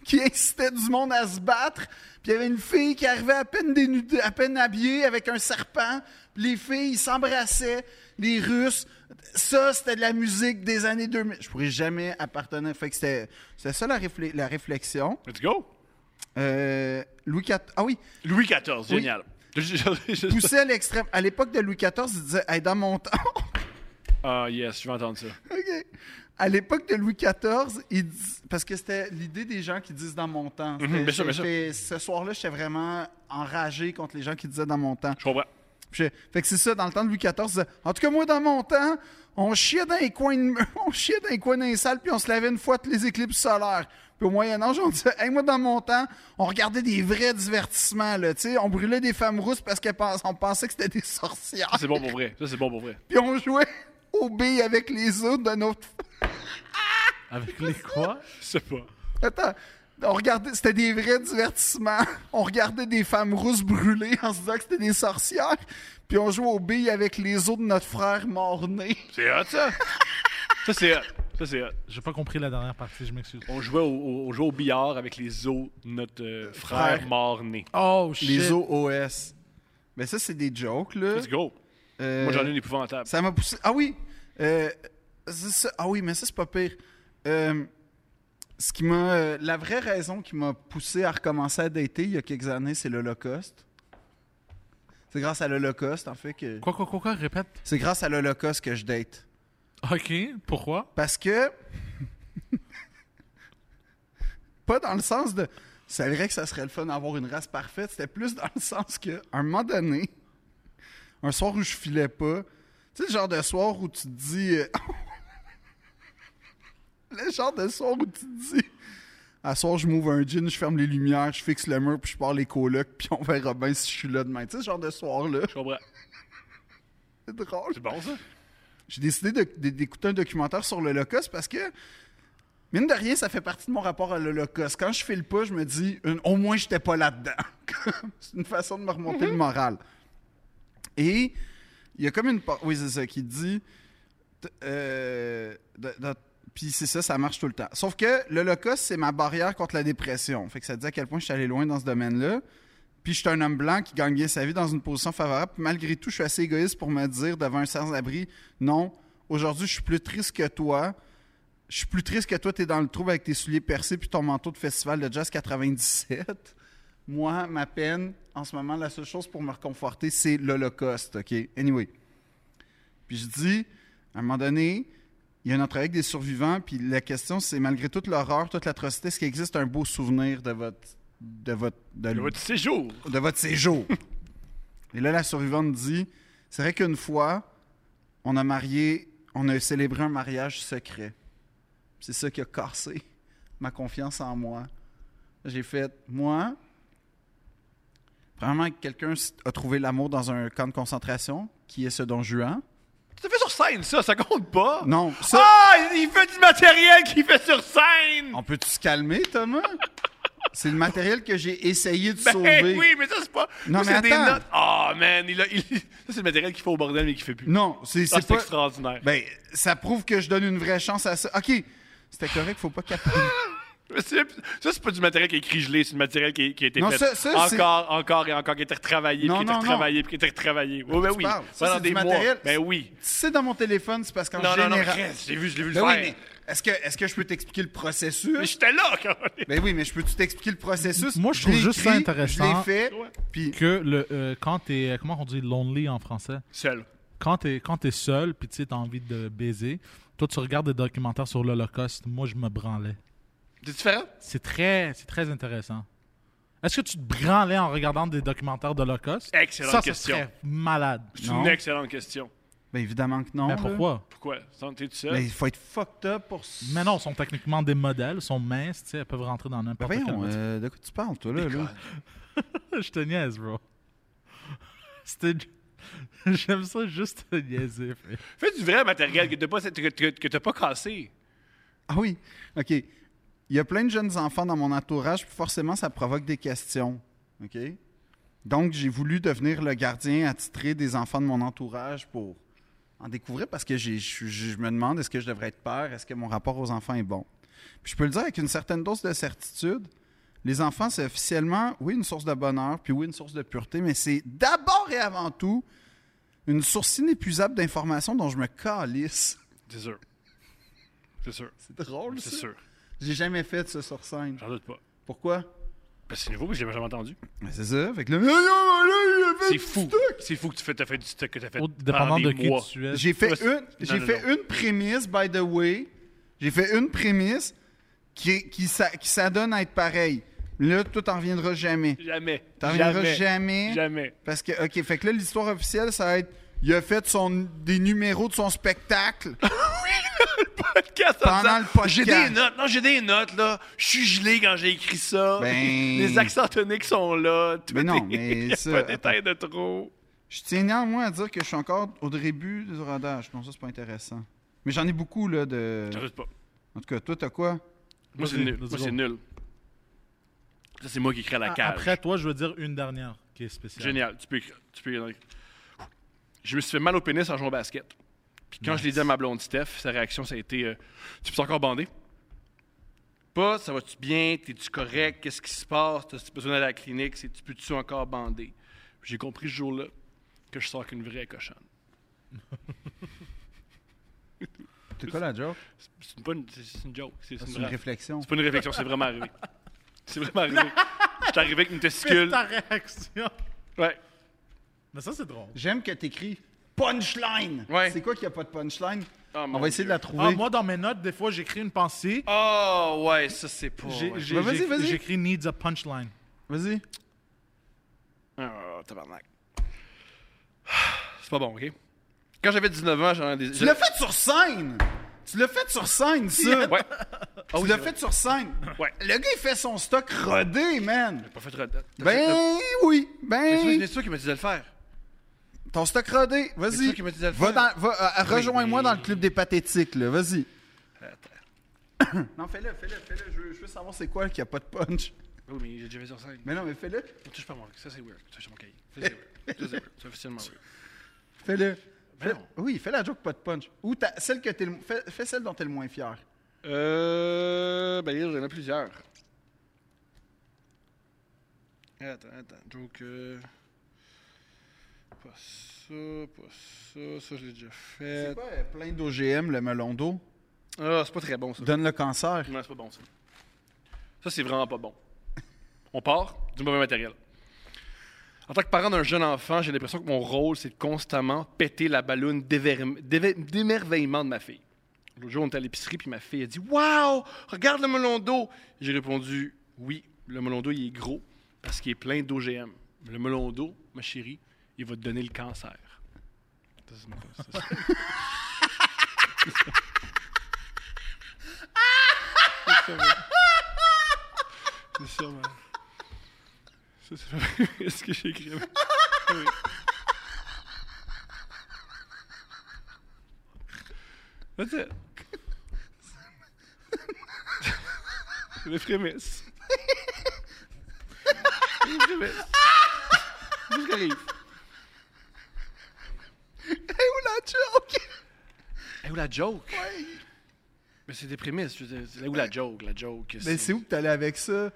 qui incitait du monde à se battre. Puis il y avait une fille qui arrivait à peine dénudée, à peine habillée avec un serpent. Puis les filles, ils s'embrassaient. Les Russes. Ça, c'était de la musique des années 2000. Je pourrais jamais appartenir. Fait que c'était, c'était ça la, réflé- la réflexion. Let's go. Euh, Louis XIV. Ah oui, Louis XIV, génial. poussait à l'extrême. À l'époque de Louis XIV, il disait Hey, dans mon temps, Ah, yes, je vais entendre ça. OK. À l'époque de Louis XIV, il dis- parce que c'était l'idée des gens qui disent dans mon temps. C'était- Mhm, bien sûr, bien sûr. j'étais- Ce soir-là, j'étais vraiment enragé contre les gens qui disaient dans mon temps. Je comprends. Puis je- Fait que c'est ça, dans le temps de Louis XIV, il disait, en tout cas, moi, dans mon temps, on chiait dans les coins, de mur- on chiait dans les coins d'un salle, puis on se lavait une fois toutes les éclipses solaires. Puis au Moyen-Âge, on disait, Hey, moi, dans mon temps, on regardait des vrais divertissements, là, tu sais. On brûlait des femmes rousses parce qu'on pensait que c'était des sorcières. Ça, c'est bon pour vrai. Ça, c'est bon pour vrai. Puis on jouait au billes avec les autres de notre Avec les quoi? Je sais pas. Attends. On regardait, c'était des vrais divertissements. On regardait des femmes rousses brûlées en se disant que c'était des sorcières. Puis on jouait aux billes avec les os de notre frère mort-né. C'est hot, ça. ça, c'est hot. Ça, c'est hot. J'ai pas compris la dernière partie, je m'excuse. On jouait au, au- on jouait au billard avec les os de notre euh, frère, Frère. Ah. mort-né. Oh shit. OS. Mais ça, c'est des jokes, là. Let's go. Euh, Moi, j'en ai une épouvantable. Ça m'a poussé. Ah oui! Euh, c'est ça- Ah oui, mais ça, c'est pas pire. Euh, ce qui m'a. euh, La vraie raison qui m'a poussé à recommencer à dater il y a quelques années, c'est l'Holocauste. C'est grâce à l'Holocauste, en fait, que. Quoi, quoi, quoi, quoi, répète. C'est grâce à l'Holocauste que je date. Ok, pourquoi? Parce que. pas dans le sens de. C'est vrai que ça serait le fun d'avoir une race parfaite. C'était plus dans le sens que, à un moment donné, un soir où je filais pas, tu sais, le genre de soir où tu te dis. euh, le genre de soir où tu te dis. À soir, je m'ouvre un jean, je ferme les lumières, je fixe le mur, puis je pars les colocs, puis on verra bien si je suis là demain. Tu sais, ce genre de soir-là. Je comprends. C'est drôle C'est bon, ça? j'ai décidé de- de- d'écouter un documentaire sur l'Holocauste parce que, mine de rien, ça fait partie de mon rapport à l'Holocauste. Quand je file pas, je me dis, une- au moins, j'étais pas là-dedans. c'est une façon de me remonter le moral. Et il y a comme une. par- Oui, c'est ça, qui dit. t- euh, de- de- puis c'est ça, ça marche tout le temps. Sauf que l'Holocauste, c'est ma barrière contre la dépression. Fait que ça dit à quel point je suis allé loin dans ce domaine-là. Puis je suis un homme blanc qui gagne bien sa vie dans une position favorable. Puis malgré tout, je suis assez égoïste pour me dire devant un sans-abri non, aujourd'hui, je suis plus triste que toi. Je suis plus triste que toi, t'es dans le trouble avec tes souliers percés puis ton manteau de festival de jazz 97. Moi, ma peine, en ce moment, la seule chose pour me reconforter, c'est l'Holocauste, OK? Anyway. Puis je dis, à un moment donné, Il y a un entrevue avec des survivants, puis la question, c'est malgré toute l'horreur, toute l'atrocité, est-ce qu'il existe un beau souvenir de votre. de votre. de, Le petit séjour. de votre séjour? Et là, la survivante dit C'est vrai qu'une fois, on a marié. on a célébré un mariage secret. C'est ça qui a cassé ma confiance en moi. J'ai fait Moi, premièrement, quelqu'un s- a trouvé l'amour dans un camp de concentration, qui est ce dont Juan. Tu t'es fait sur scène, ça, ça compte pas. Non, ça. Ah, il fait du matériel qu'il fait sur scène. On peut-tu se calmer, Thomas? C'est le matériel que j'ai essayé de Ben sauver. oui, mais ça, c'est pas. Non, ça, mais c'est des attends. notes. Ah, man, il a. il- Ça, c'est le matériel qu'il faut au bordel, mais qu'il fait plus. Non, c'est Ah, c'est c'est pas... extraordinaire. Ben, ça prouve que je donne une vraie chance à ça. OK, c'était correct, faut pas capoter. Mais c'est- Ça, c'est pas du matériel qui est écrit gelé, c'est du matériel qui, qui a été Non, fait ça- ça, c'est- encore, encore et encore, qui a été retravaillé, Non, puis qui a non, été non. retravaillé, puis qui a été retravaillé. Oui, ben tu oui. parles? Ça, Pendant c'est des du mois. matériel- Ben oui. Si c'est dans mon téléphone, c'est parce qu'en Non, non, général... non, reste, j'ai vu, je l'ai vu le Ben oui, faire. mais mais est-ce que, est que je peux t'expliquer le processus? j'étais là, quand même. Ben oui, mais je peux-tu t'expliquer le processus? Moi, je trouve l'ai juste ça écrit, intéressant. Je l'ai fait, Ouais. puis... Que le, euh, quand t'es, euh, comment on dit lonely en français? Seul. Quand t'es, quand t'es seul, puis tu sais, t'as envie de baiser, toi, tu regardes des documentaires sur l'Holocauste. Moi, je me branlais. C'est différent? C'est très, c'est très intéressant. Est-ce que tu te branlais en regardant des documentaires d'Holocauste? Excellente ça, question. Ça, serait malade. C'est Non. une excellente question. Ben évidemment que non. Mais là. pourquoi? Pourquoi? T'es tout seul? Ben, il faut être fucked up pour... ça. Mais non, ils sont techniquement des modèles, ils sont minces, tu sais, elles peuvent rentrer dans Ben n'importe quel. voyons, motif. euh, de quoi tu parles, toi, là? là? je te niaise, bro. C'était. J'aime ça juste te niaiser, frère. Fais du vrai matériel que t'as pas, que, que- que t'as pas cassé. Ah oui, OK. Il y a plein de jeunes enfants dans mon entourage, puis forcément, ça provoque des questions. OK? Donc, j'ai voulu devenir le gardien attitré des enfants de mon entourage pour en découvrir parce que j'ai- je je me demande est-ce que je devrais être père, est-ce que mon rapport aux enfants est bon. Puis je peux le dire avec une certaine dose de certitude, les enfants, c'est officiellement, oui, une source de bonheur, puis oui, une source de pureté, mais c'est d'abord et avant tout une source inépuisable d'informations dont je me calisse. C'est sûr. C'est sûr. C'est drôle, C'est ça. sûr. J'ai jamais fait ça sur scène. J'en doute pas. Pourquoi? Parce que c'est nouveau, puis je l'ai jamais entendu. Ben, c'est ça. Fait que là, là, là, là, j'ai fait C'est du fou. stock. C'est fou que tu fais, t'as fait du stock que t'as fait. Au- pendant Dépendant de des qui mois. tu es. J'ai fait, Toi, Euh, c'est- une, j'ai non, fait une prémisse, by the way. J'ai fait une prémisse qui, est- qui, s'a- qui s'adonne à être pareil. Là, toi, t'en reviendras jamais. Jamais. T'en reviendras Jamais. jamais. Jamais. Parce que, OK, fait que là, l'histoire officielle, ça va être il a fait son, des numéros de son spectacle. podcast en Pendant disant, le podcast. J'ai des notes. Non, j'ai des notes, là. Je suis gelé quand j'ai écrit ça. Ben. Les accents toniques sont là. Tout Mais non, est- mais y a ça, Pas d'éteint de trop. Je tiens néanmoins à dire que je suis encore au début du rodage. Non, ça, c'est pas intéressant. Mais j'en ai beaucoup, là, de. J'en doute pas. En tout cas, toi, t'as quoi? Moi, c'est Vas-y, nul. let's Moi, go. c'est nul. Ça, c'est moi qui crée la Ah, cage. Après toi, je veux dire une dernière qui est spéciale. Génial. Tu peux, écrire- tu peux. écrire. Je me suis fait mal au pénis en jouant au basket. Puis quand je l'ai dit à ma blonde Steph, sa réaction, ça a été euh, Tu peux encore bander Pas, ça va-tu bien T'es-tu correct Qu'est-ce qui se passe T'as-tu besoin d'aller à la clinique C'est Tu peux-tu encore bander J'ai compris ce jour-là que je sors qu'une vraie cochonne. T'as quoi la joke? C'est- C'est pas une, c'est- c'est une joke. C'est c'est C'est une une vraie- réflexion. c'est pas une réflexion, c'est vraiment arrivé. C'est vraiment arrivé. Je suis arrivé avec une C'est testicule. ta réaction. Ouais. Mais ça, c'est drôle. J'aime que t'écris punchline. Ouais. C'est quoi qu'il n'y a pas de punchline? Ah, On mon va essayer Dieu. de la Ah, trouver. moi, dans mes notes, des fois, j'écris une pensée. Oh, ouais, ça, c'est pas. J'ai- ouais. j'ai- Ben, vas-y, j'ai- vas-y. J'écris needs a punchline. Vas-y. Ah, tabarnak. C'est pas bon, OK? Quand j'avais 19 ans, j'en ai des... Tu l'as fait sur scène! Tu l'as fait sur scène, ça! Ouais. Ah Tu l'as fait sur scène! Ouais. Le gars, il fait son stock rodé, man! Pas fait de redette. Ben oui! C'est toi- Ben! c'est toi qui m'a dit de le faire. Ton stock rodé, C'est vas-y! toi qui m'as dit de le Va faire. dans- va, euh, Rejoins-moi dans le club des pathétiques, là, vas-y! Non, fais-le, fais-le, fais-le, je veux, je veux savoir c'est quoi qu'il n'y a pas de punch. Oui, mais j'ai déjà fait sur scène. Mais non, mais fais-le, Ne touche pas moi. Ça, c'est weird. Touche mon cahier. Ça, c'est weird. Ça, c'est weird. C'est officiellement weird. fais-le. Ben non. Oui, fais la joke pas de punch. Ou ta- celle que t'es le- fais, fais celle dont t'es le moins fier. Euh... Ben, il y en a plusieurs. Attends, attends. Donc, euh... Pas ça, pas ça. Ça, je l'ai déjà C'est fait. quoi euh, plein d'OGM, le melon d'eau? Ah, c'est pas très bon, ça. Donne le cancer. Non, c'est pas bon ça. Ça, c'est vraiment pas bon. On part du mauvais matériel. En tant que parent d'un jeune enfant, j'ai l'impression que mon rôle, c'est de constamment péter la balloune d'éver- d'éve- d'émerveillement de ma fille. L'autre jour, on était à l'épicerie, puis ma fille a dit Waouh, regarde le melon d'eau. J'ai répondu Oui, le melon d'eau, il est gros parce qu'il est plein d'OGM. Le melon d'eau, ma chérie, il va te donner le cancer. Ça, c'est ma- ça, c'est- C'est ça, ma- Ça, c'est ce que j'ai écrit. Oui. That's it. Les prémices. Les prémices. C'est ce qui arrive. Hey, où la joke? Et où la joke? Mais c'est des prémices. je veux dire, c'est où la joke? La joke. Mais c'est où que t'allais avec ça?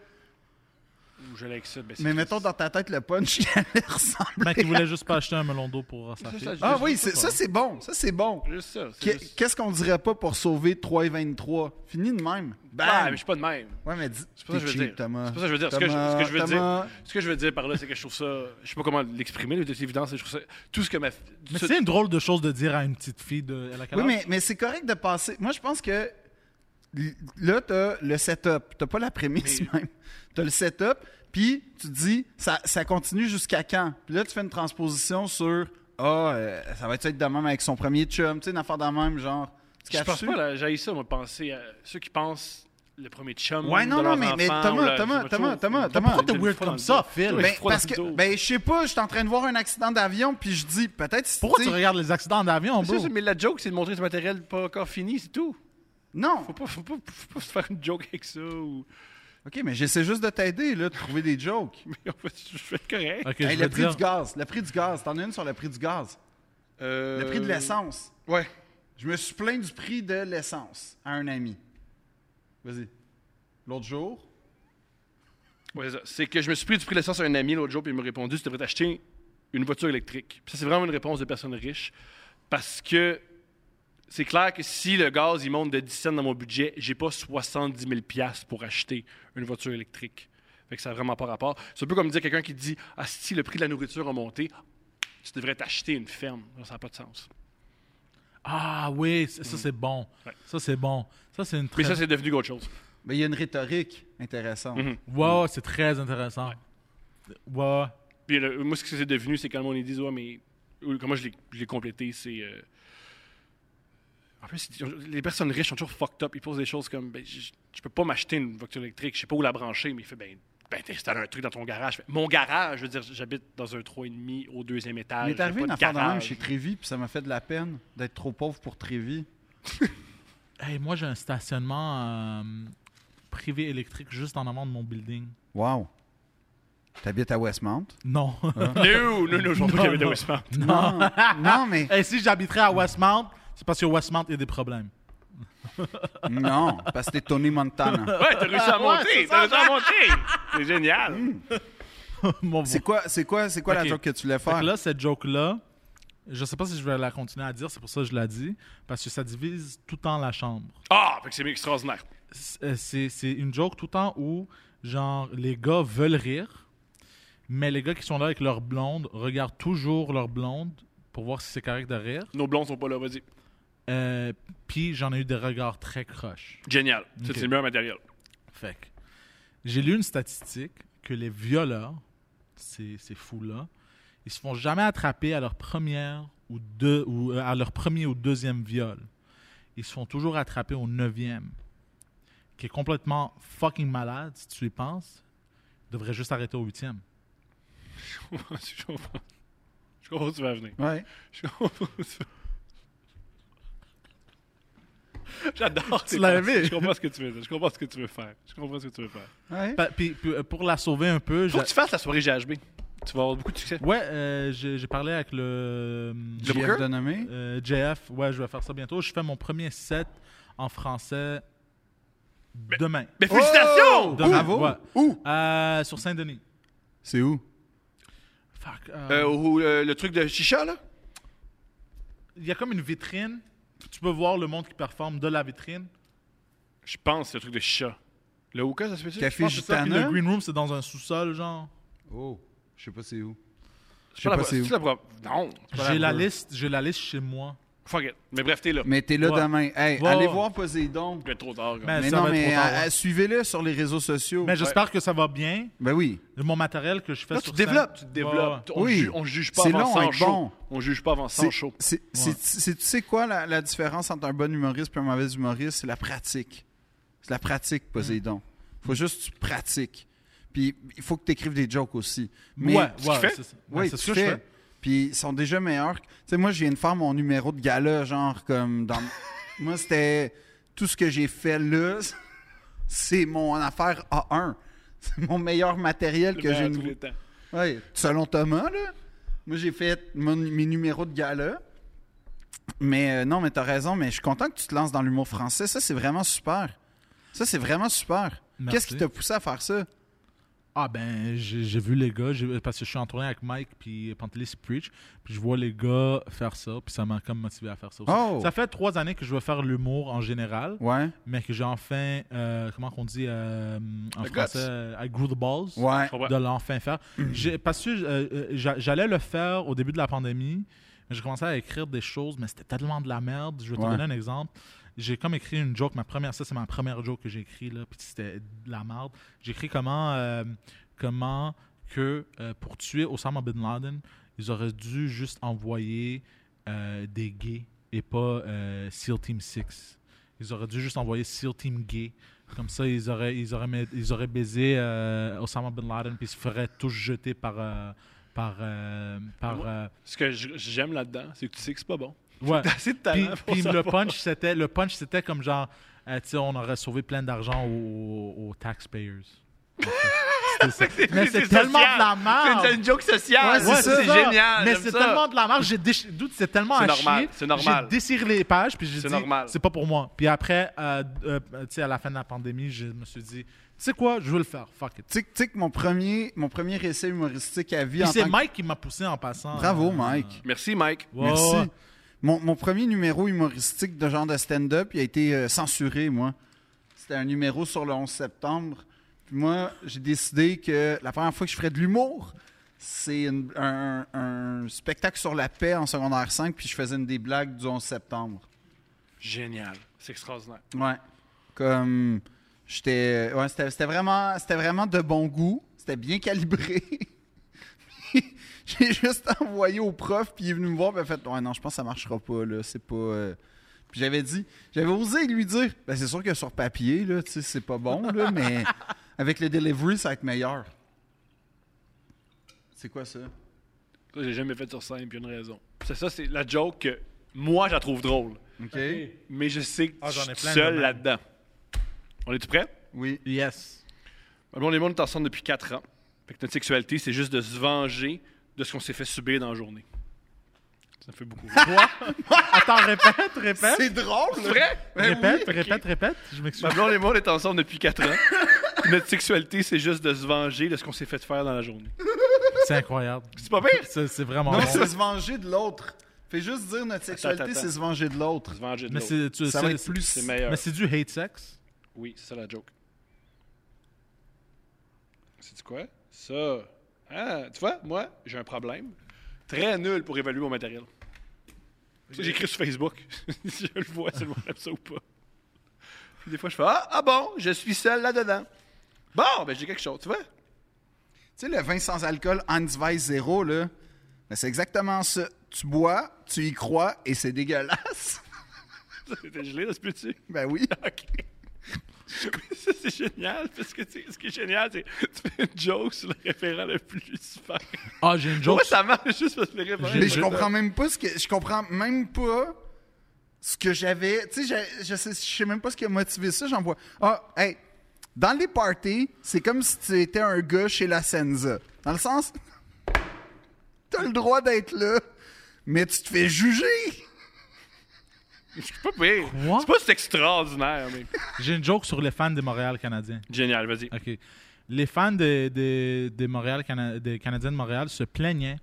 où je l'ai avec ça? ben, c'est- Mais mettons dans ta tête le punch, il allait ressembler. Ben, qui voulait juste pas acheter un melon d'eau pour euh, sa C'est fille. ça, je- Ah oui, c'est- ça c'est bon, ça c'est bon. Juste ça. c'est Qu'est- juste- Qu'est-ce qu'on dirait pas pour sauver 3 et 23? Fini de même. Ah, mais Bam! je suis pas de même. Ouais, mais dis, C'est pas ça que t'es je veux cheap, dire. Thomas. C'est pas ça que je veux dire. Ce que je, Thomas, ce que je veux Thomas. dire, ce que je veux dire par là, c'est que je trouve ça. Je sais pas comment l'exprimer, là, de toute évidence. Je trouve ça. Tout ce que ma. Mais tout- c'est une drôle de chose de dire à une petite fille de elle a quel Oui, âge? mais, mais c'est correct de passer. Moi, je pense que l- là, t'as le setup. T'as pas la prémisse même. T'as le setup, puis tu te dis, ça, ça continue jusqu'à quand? Puis là, tu fais une transposition sur, ah, euh, ça va être être de même avec son premier chum, tu sais, une affaire de même, genre. Tu Je pense caches-tu? pas, là, j'ai ça, moi, penser à ceux qui pensent le premier chum. Ouais, non, de non, leurs mais- mais enfants, Thomas, ou leur- Thomas, je sais pas Thomas, trop. Thomas, Une Thomas. fois Pourquoi t'es dans weird le comme dos. ça, Phil? Une Ben, fois dans parce le que, dos. ben, je sais pas, je suis en train de voir un accident d'avion, puis je dis, peut-être si Pourquoi tu tu sais- regardes les accidents d'avion, C'est bro? ça, mais la joke, c'est de montrer du matériel pas encore fini, c'est tout. Non! Faut pas, faut pas, faut pas se faire une joke avec ça. Ou... Ok, mais j'essaie juste de t'aider, là, de trouver des jokes. Mais en fait, je fais correct. Ok, Hey, je le veux prix dire... du gaz, le prix du gaz. T'en as une sur le prix du gaz. Le prix de l'essence. Euh, Ouais. Je me suis plaint du prix de l'essence à un ami. Vas-y. L'autre jour. Ouais, c'est ça. c'est que je me suis pris du prix de l'essence à un ami l'autre jour, puis il m'a répondu Tu devrais t'acheter une voiture électrique. Puis ça, c'est vraiment une réponse de personne riche. Parce que c'est clair que si le gaz il monte de 10 cents dans mon budget, j'ai pas 70 000 piastres pour acheter une voiture électrique. Fait que ça n'a vraiment pas rapport. C'est un peu comme dire quelqu'un qui dit Ah, si le prix de la nourriture a monté, tu devrais t'acheter une ferme. Non, Ça n'a pas de sens. Ah oui, c- ça c'est bon. Ouais. Ça c'est bon. Ça c'est une très... Mais ça, c'est devenu autre chose. Ben, il y a une rhétorique intéressante. Ouais, ouais, c'est très intéressant. Ouais. ouais. Puis le- moi, ce que c'est devenu, c'est quand le monde ils disent, ouais, mais ou comment je l'ai- je l'ai complété, c'est. euh, En plus, ils- les personnes riches sont toujours fucked up. Ils posent des choses comme, ben, je, je peux pas m'acheter une voiture électrique, je sais pas où la brancher, mais il fait, ben, ben t'installes un truc dans ton garage. Fait, Mon garage, je veux dire, j'habite dans un 3,5 au deuxième étage. Mais t'es j'ai arrivé pas une de affaire de même garage. chez Trévi, puis ça m'a fait de la peine d'être trop pauvre pour Trévi. Hey, moi j'ai un stationnement euh, privé électrique juste en avant de mon building. Wow. T'habites à Westmount? Non. Non, non, non, je pense pas Non, qu'il y avait de non. Westmount. Non. non, mais. Et si j'habiterais à Westmount, c'est parce que Westmount il y a des problèmes. Non, parce que t'es Tony Montana. Ouais, t'as réussi à monter, t'as réussi à monter. C'est génial. Mon C'est quoi, c'est quoi, c'est quoi Ok. la joke que tu voulais Fait que faire? là, cette joke-là, je sais pas si je vais la continuer à dire, c'est pour ça que je la dis, parce que ça divise tout le temps la chambre. Ah, fait que c'est extraordinaire. C'est- euh, C'est c'est une joke tout le temps où, genre, les gars veulent rire, mais les gars qui sont là avec leur blonde regardent toujours leur blonde pour voir si c'est correct de rire. Nos blonds sont pas là, vas-y. Euh, Puis j'en ai eu des regards très croches. Génial. Ça, Ok. C'est le meilleur matériel. Fait que j'ai lu une statistique que les violeurs, ces, ces fous-là, ils se font jamais attraper à leur première ou deux ou euh, à leur premier ou deuxième viol. Ils se font toujours attraper au neuvième, qui est complètement fucking malade si tu y penses. Ils devraient juste arrêter au huitième. je comprends. Je comprends où tu vas venir. Ouais. Je comprends où tu vas- J'adore. tes l'as pensées. aimé? Je comprends ce que tu veux dire. Je comprends ce que tu veux faire. Je comprends ce que tu veux faire. Ouais. Pa- Puis puis, euh, pour la sauver un peu, Faut j'a- que tu fasses la soirée GHB. Tu vas avoir beaucoup de succès. ouais, euh, j'ai j'ai parlé avec le JF poker? de nommé. Euh, JF, ouais, je vais faire ça bientôt. Je fais mon premier set en français demain. Mais félicitations! Oh! Demain, Bravo! ouais. Où? Euh, sur Saint-Denis. C'est où? Fuck. Euh, euh, ou, euh, le truc de chicha, là? Il y a comme une vitrine. Tu peux voir le monde qui performe de la vitrine. Je pense le truc de chicha. Le hookah, ça se fait-tu? Café Je pense que c'est ça. Puis Gitana? le green room, c'est dans un sous-sol, genre. Oh, je sais pas c'est où. Je C'est sais pas pas la- c'est où. c'est-tu la pro- Non. J'ai la liste, j'ai la liste chez moi. Fuck it. Mais bref, t'es là. Mais t'es là Ouais. demain. Hey, Ouais. allez voir Poséidon. Il est trop tard. quand Mais- même. Mais ça non, va être mais trop tard, euh, ouais. euh, suivez-le sur les réseaux sociaux. Mais j'espère que ça va bien. Ben oui. Mon matériel que je fais Là, sur tu développes. scène- Tu développes. Ouais, On, Oui. juge, on juge pas C'est avant long à 100 être shows. bon. On juge pas avant 100 C'est- shows. c'est- c'est- c'est- Tu sais quoi la, la différence entre un bon humoriste et un mauvais humoriste? C'est la pratique. C'est la pratique, Mm. Poséidon. Faut juste que tu pratiques. Puis il faut que tu écrives des jokes aussi. Mais, ouais, tu ouais, fais? c'est ça. Ouais, Oui, c'est tu ce que je fais. fais. Puis ils sont déjà meilleurs. que- Tu sais, moi, je viens de faire mon numéro de gala, genre comme dans. moi, c'était tout ce que j'ai fait là. C'est mon affaire A1. C'est mon meilleur matériel que Ben, j'ai. tous nou- les temps. Ouais, selon Thomas, là. Moi, j'ai fait mon- mes numéros de gala. Mais euh, non, mais t'as raison, mais je suis content que tu te lances dans l'humour français. Ça, c'est vraiment super. Ça, c'est vraiment super. Merci. Qu'est-ce qui t'a poussé à faire ça? Ah ben, j'ai j'ai vu les gars, j'ai- parce que je suis en tournée avec Mike puis Pantelis Preach, puis je vois les gars faire ça, puis ça m'a comme motivé à faire ça aussi. Oh! Ça fait trois années que je veux faire l'humour en général, Ouais. mais que j'ai enfin, euh, comment qu'on dit euh, en Le français, guts. euh, I grew the balls. Ouais. Je comprends. de l'enfin faire. J'ai- Parce que euh, euh, j'a- j'allais le faire au début de la pandémie, mais j'ai commencé à écrire des choses, mais c'était tellement de la merde. Je vais Ouais. te donner un exemple. J'ai comme écrit une joke, ma première, ça c'est ma première joke que j'ai écrit là, puis c'était de la merde. J'ai écrit comment, euh, comment que euh, pour tuer Osama Bin Laden, ils auraient dû juste envoyer euh, des gays et pas euh, SEAL Team 6. Ils auraient dû juste envoyer SEAL Team Gay. Comme ça, ils auraient, ils auraient, mis- ils auraient baisé euh, Osama Bin Laden puis ils se feraient tous jeter par. euh, par, euh, par euh, Ce que j- j'aime là-dedans, c'est que tu sais que c'est pas bon. ouais. T'as assez de Puis, talent pour puis le savoir. punch, c'était le punch, c'était comme genre, euh, tu sais, on aurait sauvé plein d'argent aux, aux- aux taxpayers. C'était ça. Mais c'est tellement de la merde. C'est une joke sociale. Ouais, Ouais, c'est ça. génial. Mais j'aime c'est ça. tellement de la marge. J'ai déch- Dude, c'est tellement C'est à normal, chier. c'est normal. J'ai déchiré les pages, puis j'ai C'est dit, normal. c'est pas pour moi. Puis après, euh, euh, tu sais, à la fin de la pandémie, je me suis dit, tu sais quoi, je veux le faire. Fuck it. Tu sais que- tu sais que mon premier, mon premier essai humoristique à vie Puis en c'est tant que- Mike qui m'a poussé en passant. Bravo, Euh, Mike. Merci, Mike. ouais, Merci. ouais. Mon, mon premier numéro humoristique de genre de stand-up, il a été euh, censuré, moi. C'était un numéro sur le 11 septembre. Puis moi, j'ai décidé que la première fois que je ferais de l'humour, c'est une- un, un spectacle sur la paix en secondaire 5, puis je faisais une des blagues du 11 septembre. Génial. C'est extraordinaire. Ouais. Comme j'étais ouais, c'était c'était vraiment c'était vraiment de bon goût, c'était bien calibré. Puis, J'ai juste envoyé au prof puis il est venu me voir puis il a fait "Ouais non, je pense que ça marchera pas là, c'est pas euh. Puis j'avais dit, j'avais osé lui dire "Ben c'est sûr que sur papier là, tu sais c'est pas bon là, mais avec le delivery ça va être meilleur." C'est quoi ça Ça, j'ai jamais fait sur scène, puis une raison. C'est ça, c'est la joke que moi, je la trouve drôle. OK. Mais je sais que Ah, je j'en ai suis plein de seul même. là-dedans. On est-tu prêts? Oui. Yes. Ah, Bon, les mondes sont ensemble depuis 4 ans. Fait que notre sexualité, c'est juste de se venger de ce qu'on s'est fait subir dans la journée. Ça me fait beaucoup. rire. Attends, répète, répète. C'est drôle. C'est Hein? vrai? Ben répète, oui, ok. répète, répète. Je m'excuse. Ma blonde et moi, on est ensemble depuis 4 ans. Notre sexualité, c'est juste de se venger de ce qu'on s'est fait faire dans la journée. C'est incroyable. C'est pas pire? C'est c'est vraiment Non, bon. c'est se venger de l'autre. Fais juste dire notre sexualité, attends. c'est se venger de l'autre. Se venger de Mais l'autre. c'est tu- Ça va c'est- être plus- C'est meilleur. Mais c'est du hate sex. Oui, c'est ça la joke. C'est quoi? Ça. Ah, tu vois, moi, j'ai un problème. Très nul pour évaluer mon matériel. Ça, J'écris sur Facebook. je le vois si le monde aime ça ou pas. Puis des fois, je fais Ah, ah bon, je suis seul là-dedans. Bon, ben j'ai quelque chose, tu vois? Tu sais, le vin sans alcool, Weiss Zéro, là, ben, c'est exactement ça. Tu bois, tu y crois et c'est dégueulasse. C'était gelé, là, ce petit. ben oui. OK. Ça, c'est génial, parce que tu sais, ce qui est génial, c'est que tu fais une joke sur le référent le plus super. Ah, j'ai une joke. Pourquoi ça marche juste parce que le référent Mais est je comprends même pas ce que. Je comprends même pas ce que j'avais. Tu sais, j'ai- je sais, je sais même pas ce qui a motivé ça. J'en vois. Ah, hey! Dans les parties, c'est comme si tu étais un gars chez la Senza. Dans le sens. T'as le droit d'être là, mais tu te fais juger! C'est pas pire. Quoi? C'est pas c'est extraordinaire, mais. J'ai une joke sur les fans des Montréal Canadiens. Génial, vas-y. OK. Les fans des des- des Montréal Cana- des Canadiens de Montréal se plaignaient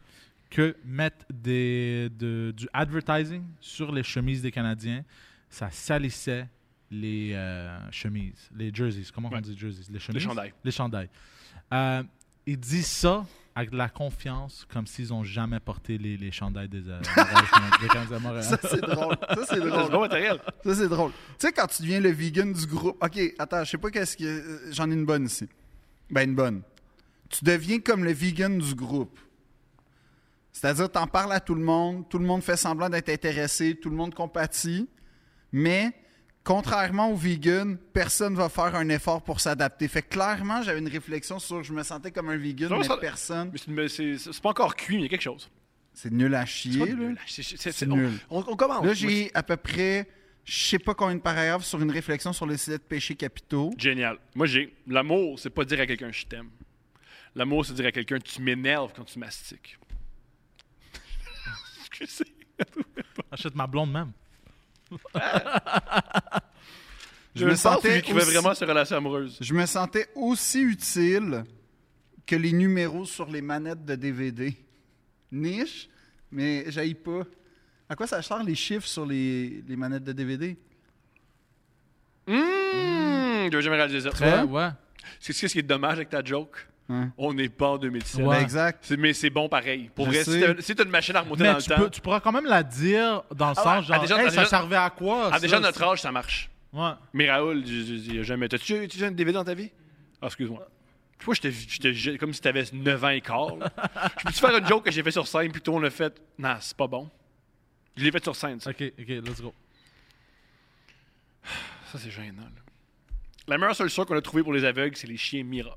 que mettre des, de- du advertising sur les chemises des Canadiens, ça salissait les euh, chemises, les jerseys. Comment on Ouais. dit jerseys? Les chemises? chandails. Les chandails. Euh, il dit ça avec de la confiance, comme s'ils ont jamais porté les, les chandails des, euh, des Canadiens de Montréal. Ça, c'est drôle. Ça, c'est C'est drôle. bon matériel. Ça, c'est drôle. Tu sais, quand tu deviens le vegan du groupe. Ok, attends, je sais pas qu'est-ce que. euh, J'en ai une bonne ici. Ben, une bonne. Tu deviens comme le vegan du groupe. C'est-à-dire, t'en parles à tout le monde, tout le monde fait semblant d'être intéressé, tout le monde compatit, mais contrairement aux vegans, personne va faire un effort pour s'adapter. Fait que clairement, j'avais une réflexion sur je me sentais comme un vegan, Non, mais ça- personne. Mais c'est une- mais c'est c'est pas encore cuit, mais il y a quelque chose. C'est nul à C'est pas chier. là. nul. C'est- c'est- c'est- C'est on- nul. On, on commence. Là, j'ai à peu près, je sais pas combien de paragraphes sur une réflexion sur les sept péchés capitaux. Génial. Moi, j'ai. L'amour, c'est pas dire à quelqu'un je t'aime. L'amour, c'est dire à quelqu'un tu m'énerves quand tu mastiques. Excusez. Achète ma blonde même. Je me sentais qui veut aussi- vraiment se relation amoureuse. Je me sentais aussi utile que les numéros sur les manettes de DVD. Niche, mais j'aille pas. À quoi ça sert les chiffres sur les, les manettes de DVD? Mmh, je vais jamais réaliser ça. Ouais, Hein? ouais. C'est c'est ce qui est dommage avec ta joke. Hein? On n'est pas en 2017. Ouais. Ben, exact. C'est- Mais c'est bon pareil. Pour Je vrai, sais. si t'as- si t'as une machine à remonter Mais dans tu, le peux- temps, tu pourras quand même la dire dans Ah ouais, le sens à genre, des gens- Hey, à des ça gens- servait à quoi? à ça? déjà notre âge, ça marche. Ouais. Mais Raoul, je- je- il a jamais. T'as-tu t'as-tu déjà une DVD dans ta vie? Ah, excuse-moi. Tu vois, j'étais- j'étais j'étais comme si t'avais 9 ans et quart. là. Je peux-tu faire une joke que j'ai fait sur scène, puis toi, on l'a fait. Non, c'est pas bon. Je l'ai fait sur scène, ça. Ok, ok, let's go. Ça, c'est gênant. là. La meilleure solution qu'on a trouvée pour les aveugles, c'est les chiens Mira.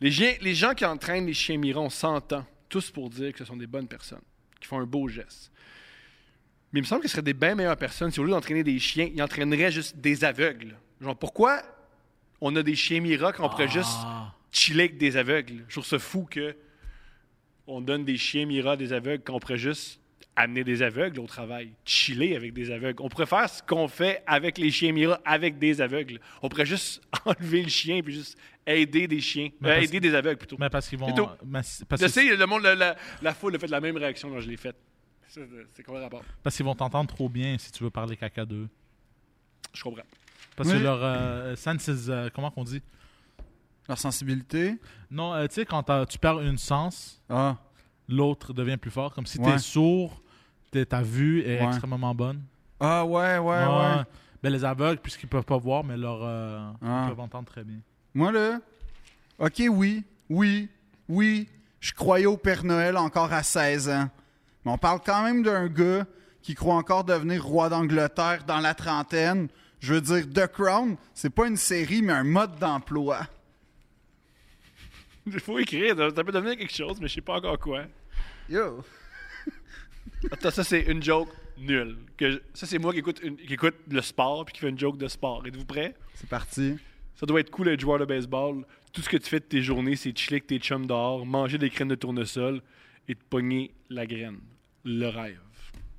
Les, chiens- les gens qui entraînent les chiens Mira, on s'entend tous pour dire que ce sont des bonnes personnes, qui font un beau geste. Mais il me semble que ce seraient des bien meilleures personnes si au lieu d'entraîner des chiens, ils entraîneraient juste des aveugles. Genre, pourquoi on a des chiens Mira quand on pourrait juste Ah. chiller avec des aveugles? Je trouve ça fou que on donne des chiens Mira à des aveugles quand on pourrait juste amener des aveugles au travail, chiller avec des aveugles. On pourrait faire ce qu'on fait avec les chiens Mira avec des aveugles. On pourrait juste enlever le chien puis juste aider des chiens, Mais euh, parce- aider des aveugles plutôt. Mais parce qu'ils vont. Plutôt. mais c'est- parce Je que- sais, le monde, la, la- la foule a fait la même réaction quand je l'ai faite. Ça, C'est quoi le rapport? parce qu'ils vont t'entendre trop bien si tu veux parler caca d'eux. Je comprends. Parce Oui. que leur euh, senses, euh, comment qu'on dit Leur sensibilité. Non, euh, tu sais, quand t'as- tu perds une sens, Ah, l'autre devient plus fort. Comme si Ouais. t'es sourd, t'es- ta vue est Ouais. extrêmement bonne. ah ouais, ouais, ouais. Ouais. Ben, les aveugles, puisqu'ils peuvent pas voir, mais leur, euh, Ah. ils peuvent entendre très bien. Moi, là, OK, oui, oui, oui, je croyais au Père Noël encore à 16 ans. Mais on parle quand même d'un gars qui croit encore devenir roi d'Angleterre dans la trentaine. Je veux dire, The Crown, c'est pas une série, mais un mode d'emploi. Il faut écrire, ça ça peut devenir quelque chose, mais je sais pas encore quoi. Yo! Attends, ça c'est une joke nulle. Que je- ça c'est moi qui écoute, une- qui écoute le sport puis qui fait une joke de sport. Êtes-vous prêts? C'est parti. Ça doit être cool d'être joueur de baseball. Tout ce que tu fais de tes journées, c'est chiller avec tes chums dehors, manger des graines de tournesol et te pogner la graine. Le rêve.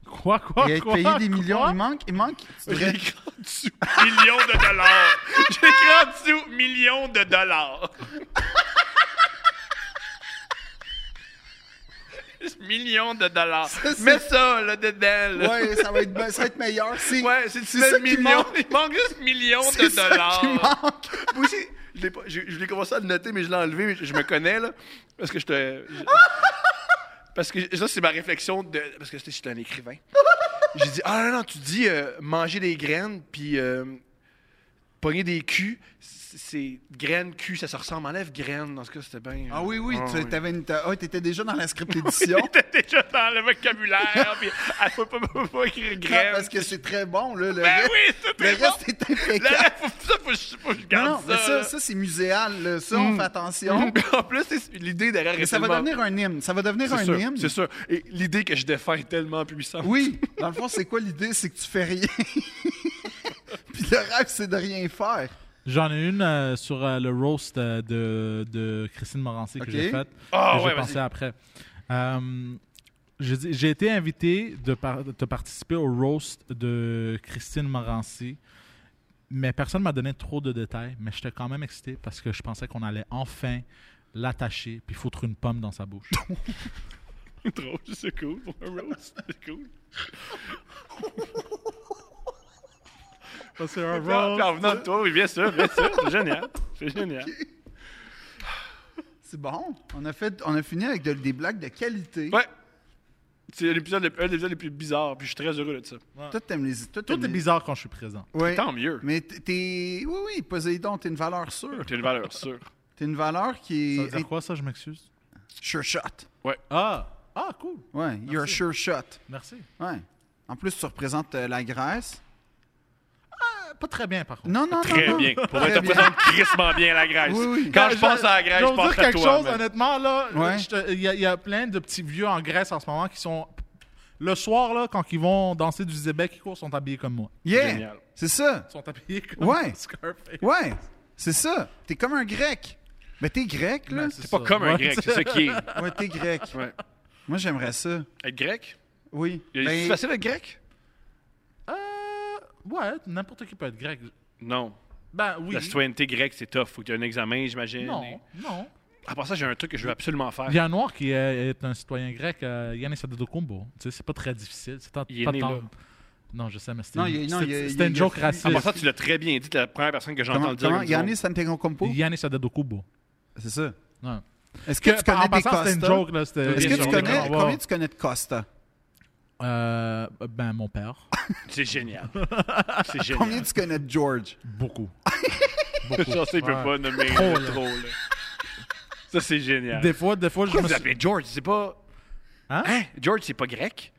Quoi, quoi, Et être quoi? payé des quoi? millions, il manque, il manque. tu J'ai devrais- 40 sous millions de dollars. J'ai 40 sous millions de dollars. millions de dollars. Ça, c'est- Mets ça là dedans. là. Ouais, ça va être, be- ça va être meilleur. C'est Ouais, c'est c'est ça le qui million. manque. Il manque juste millions c'est de ça dollars. qui manque. Moi aussi, je l'ai pas- je je l'ai commencé à le noter, mais je l'ai enlevé. mais Je, je me connais, là. Parce que je te. je- parce que ça, c'est ma réflexion de. Parce que tu sais, je suis un écrivain. J'ai dit, ah non, non, tu dis euh, manger des graines, puis euh, pogner des culs. C'est- C'est graines, cul, ça se ressemble. Enlève graines, dans ce cas, c'était bien. Ah oui, oui, tu tu t'avais une- t'as- ah, t'étais déjà dans la script édition. T'es déjà dans le vocabulaire, puis elle faut pas, faut pas écrire Ah, graines. Parce que c'est très bon, là. Le Ben reste, oui, c'est le très bon. reste est impeccable. Là, faut, ça, faut, que je- faut que je Non, garde non, mais ça. ça, ça c'est muséal. là. Ça, Hmm. on fait attention. en plus, c'est- l'idée derrière Mais est ça va tellement- devenir un hymne. Ça va devenir C'est un sûr, hymne. C'est sûr. Et l'idée que je défends est tellement puissante. Oui, dans le fond, c'est quoi l'idée? C'est que tu fais rien. Puis le rêve, c'est de rien faire. J'en ai une euh, sur euh, le roast euh, de, de Christine Morancy Ok. que j'ai faite. Ah, que j'ai ouais, pensé vas-y. après. Euh, j'ai dit- j'ai été invité de, par- de participer au roast de Christine Morancy, mais personne m'a donné trop de détails. Mais j'étais quand même excité parce que je pensais qu'on allait enfin l'attacher puis foutre une pomme dans sa bouche. C'est drôle, c'est cool. Pour un roast, c'est cool. c'est un Puis en- puis en venant de toi, oui, bien sûr, bien sûr. C'est génial. C'est génial. C'est bon. On a, fait, on a fini avec de- des blagues de qualité. Ouais. C'est l'épisode, le- un des épisodes les plus bizarres, puis je suis très heureux de ça. Toi, t'aimes les. Toi, Tout est bizarre quand je suis présent. Ouais. Tant mieux. Mais t- t'es. Oui, oui, Poséidon, t'es une valeur sûre. T'as une valeur sûre. T'es une valeur qui Ça veut est. dire quoi, ça, je m'excuse? Sure shot. Ah! Ah, cool! Ouais, you're a Merci. sure shot. Merci. Ouais. En plus, tu représentes euh, la Grèce. Euh, Pas très bien, par contre. Non, non, non. Très non. bien. Pour Très vrai, t'as bien. présenté crissement bien la Grèce. Oui, oui. Quand Ah, je pense à la Grèce, vais je vous pense dire à quelque toi. chose, man. honnêtement, là. Ouais. je te- Il y, a- il y a plein de petits vieux en Grèce en ce moment qui sont. Le soir, là, quand ils vont danser du Zébec, ils courent, sont habillés comme moi. Yeah! Génial. C'est ça. Ils sont habillés comme Ouais. Scarface. Ouais, c'est ça. T'es comme un grec. Mais t'es grec, là. Ben, T'es C'est pas ça. comme un Ouais, grec, tu c'est ça sais. qui est. pas- Ouais, t'es grec. Ouais. Moi, j'aimerais ça. Être grec? Oui. C'est Ben, facile d'être grec? Euh, ouais, n'importe qui peut être grec. Non. Ben oui. La citoyenneté grecque, c'est tough. Faut qu'il y ait un examen, j'imagine. Non, non. À part ça, j'ai un truc que je veux absolument faire. Il y a un noir qui est, est un citoyen grec, euh, Yannis Adetokounmpo. Tu sais, c'est pas très difficile. C'est pas, Il est pas né tant- là. Non, je sais, mais c'était Non, il y a- non, il y a- il y c'était- a- c'était une il y a- joke À part raciste. ça, tu l'as très bien dit, t'es la première personne que j'entends Comment, le dire. comment? une seconde. Yannis Antetokounmpo? Yannis Adetokounmpo. C'est ça. Ouais. Est-ce que, Que, tu en connais des passant, Costa? c'était une joke. Là, c'était- Est-ce que Bien tu sûr, connais... vraiment. Combien tu connais de Costa? Euh, ben, mon père. C'est génial. C'est génial. Combien tu connais de George? Beaucoup. Beaucoup. Ça, c'est il peut Ouais. pas nommer Trop, le là. trop, là. Ça, c'est génial. Ah, Des fois, des fois, je Pourquoi me vous suis- l'appelez George? C'est pas. Hein? Hein? George, c'est pas grec?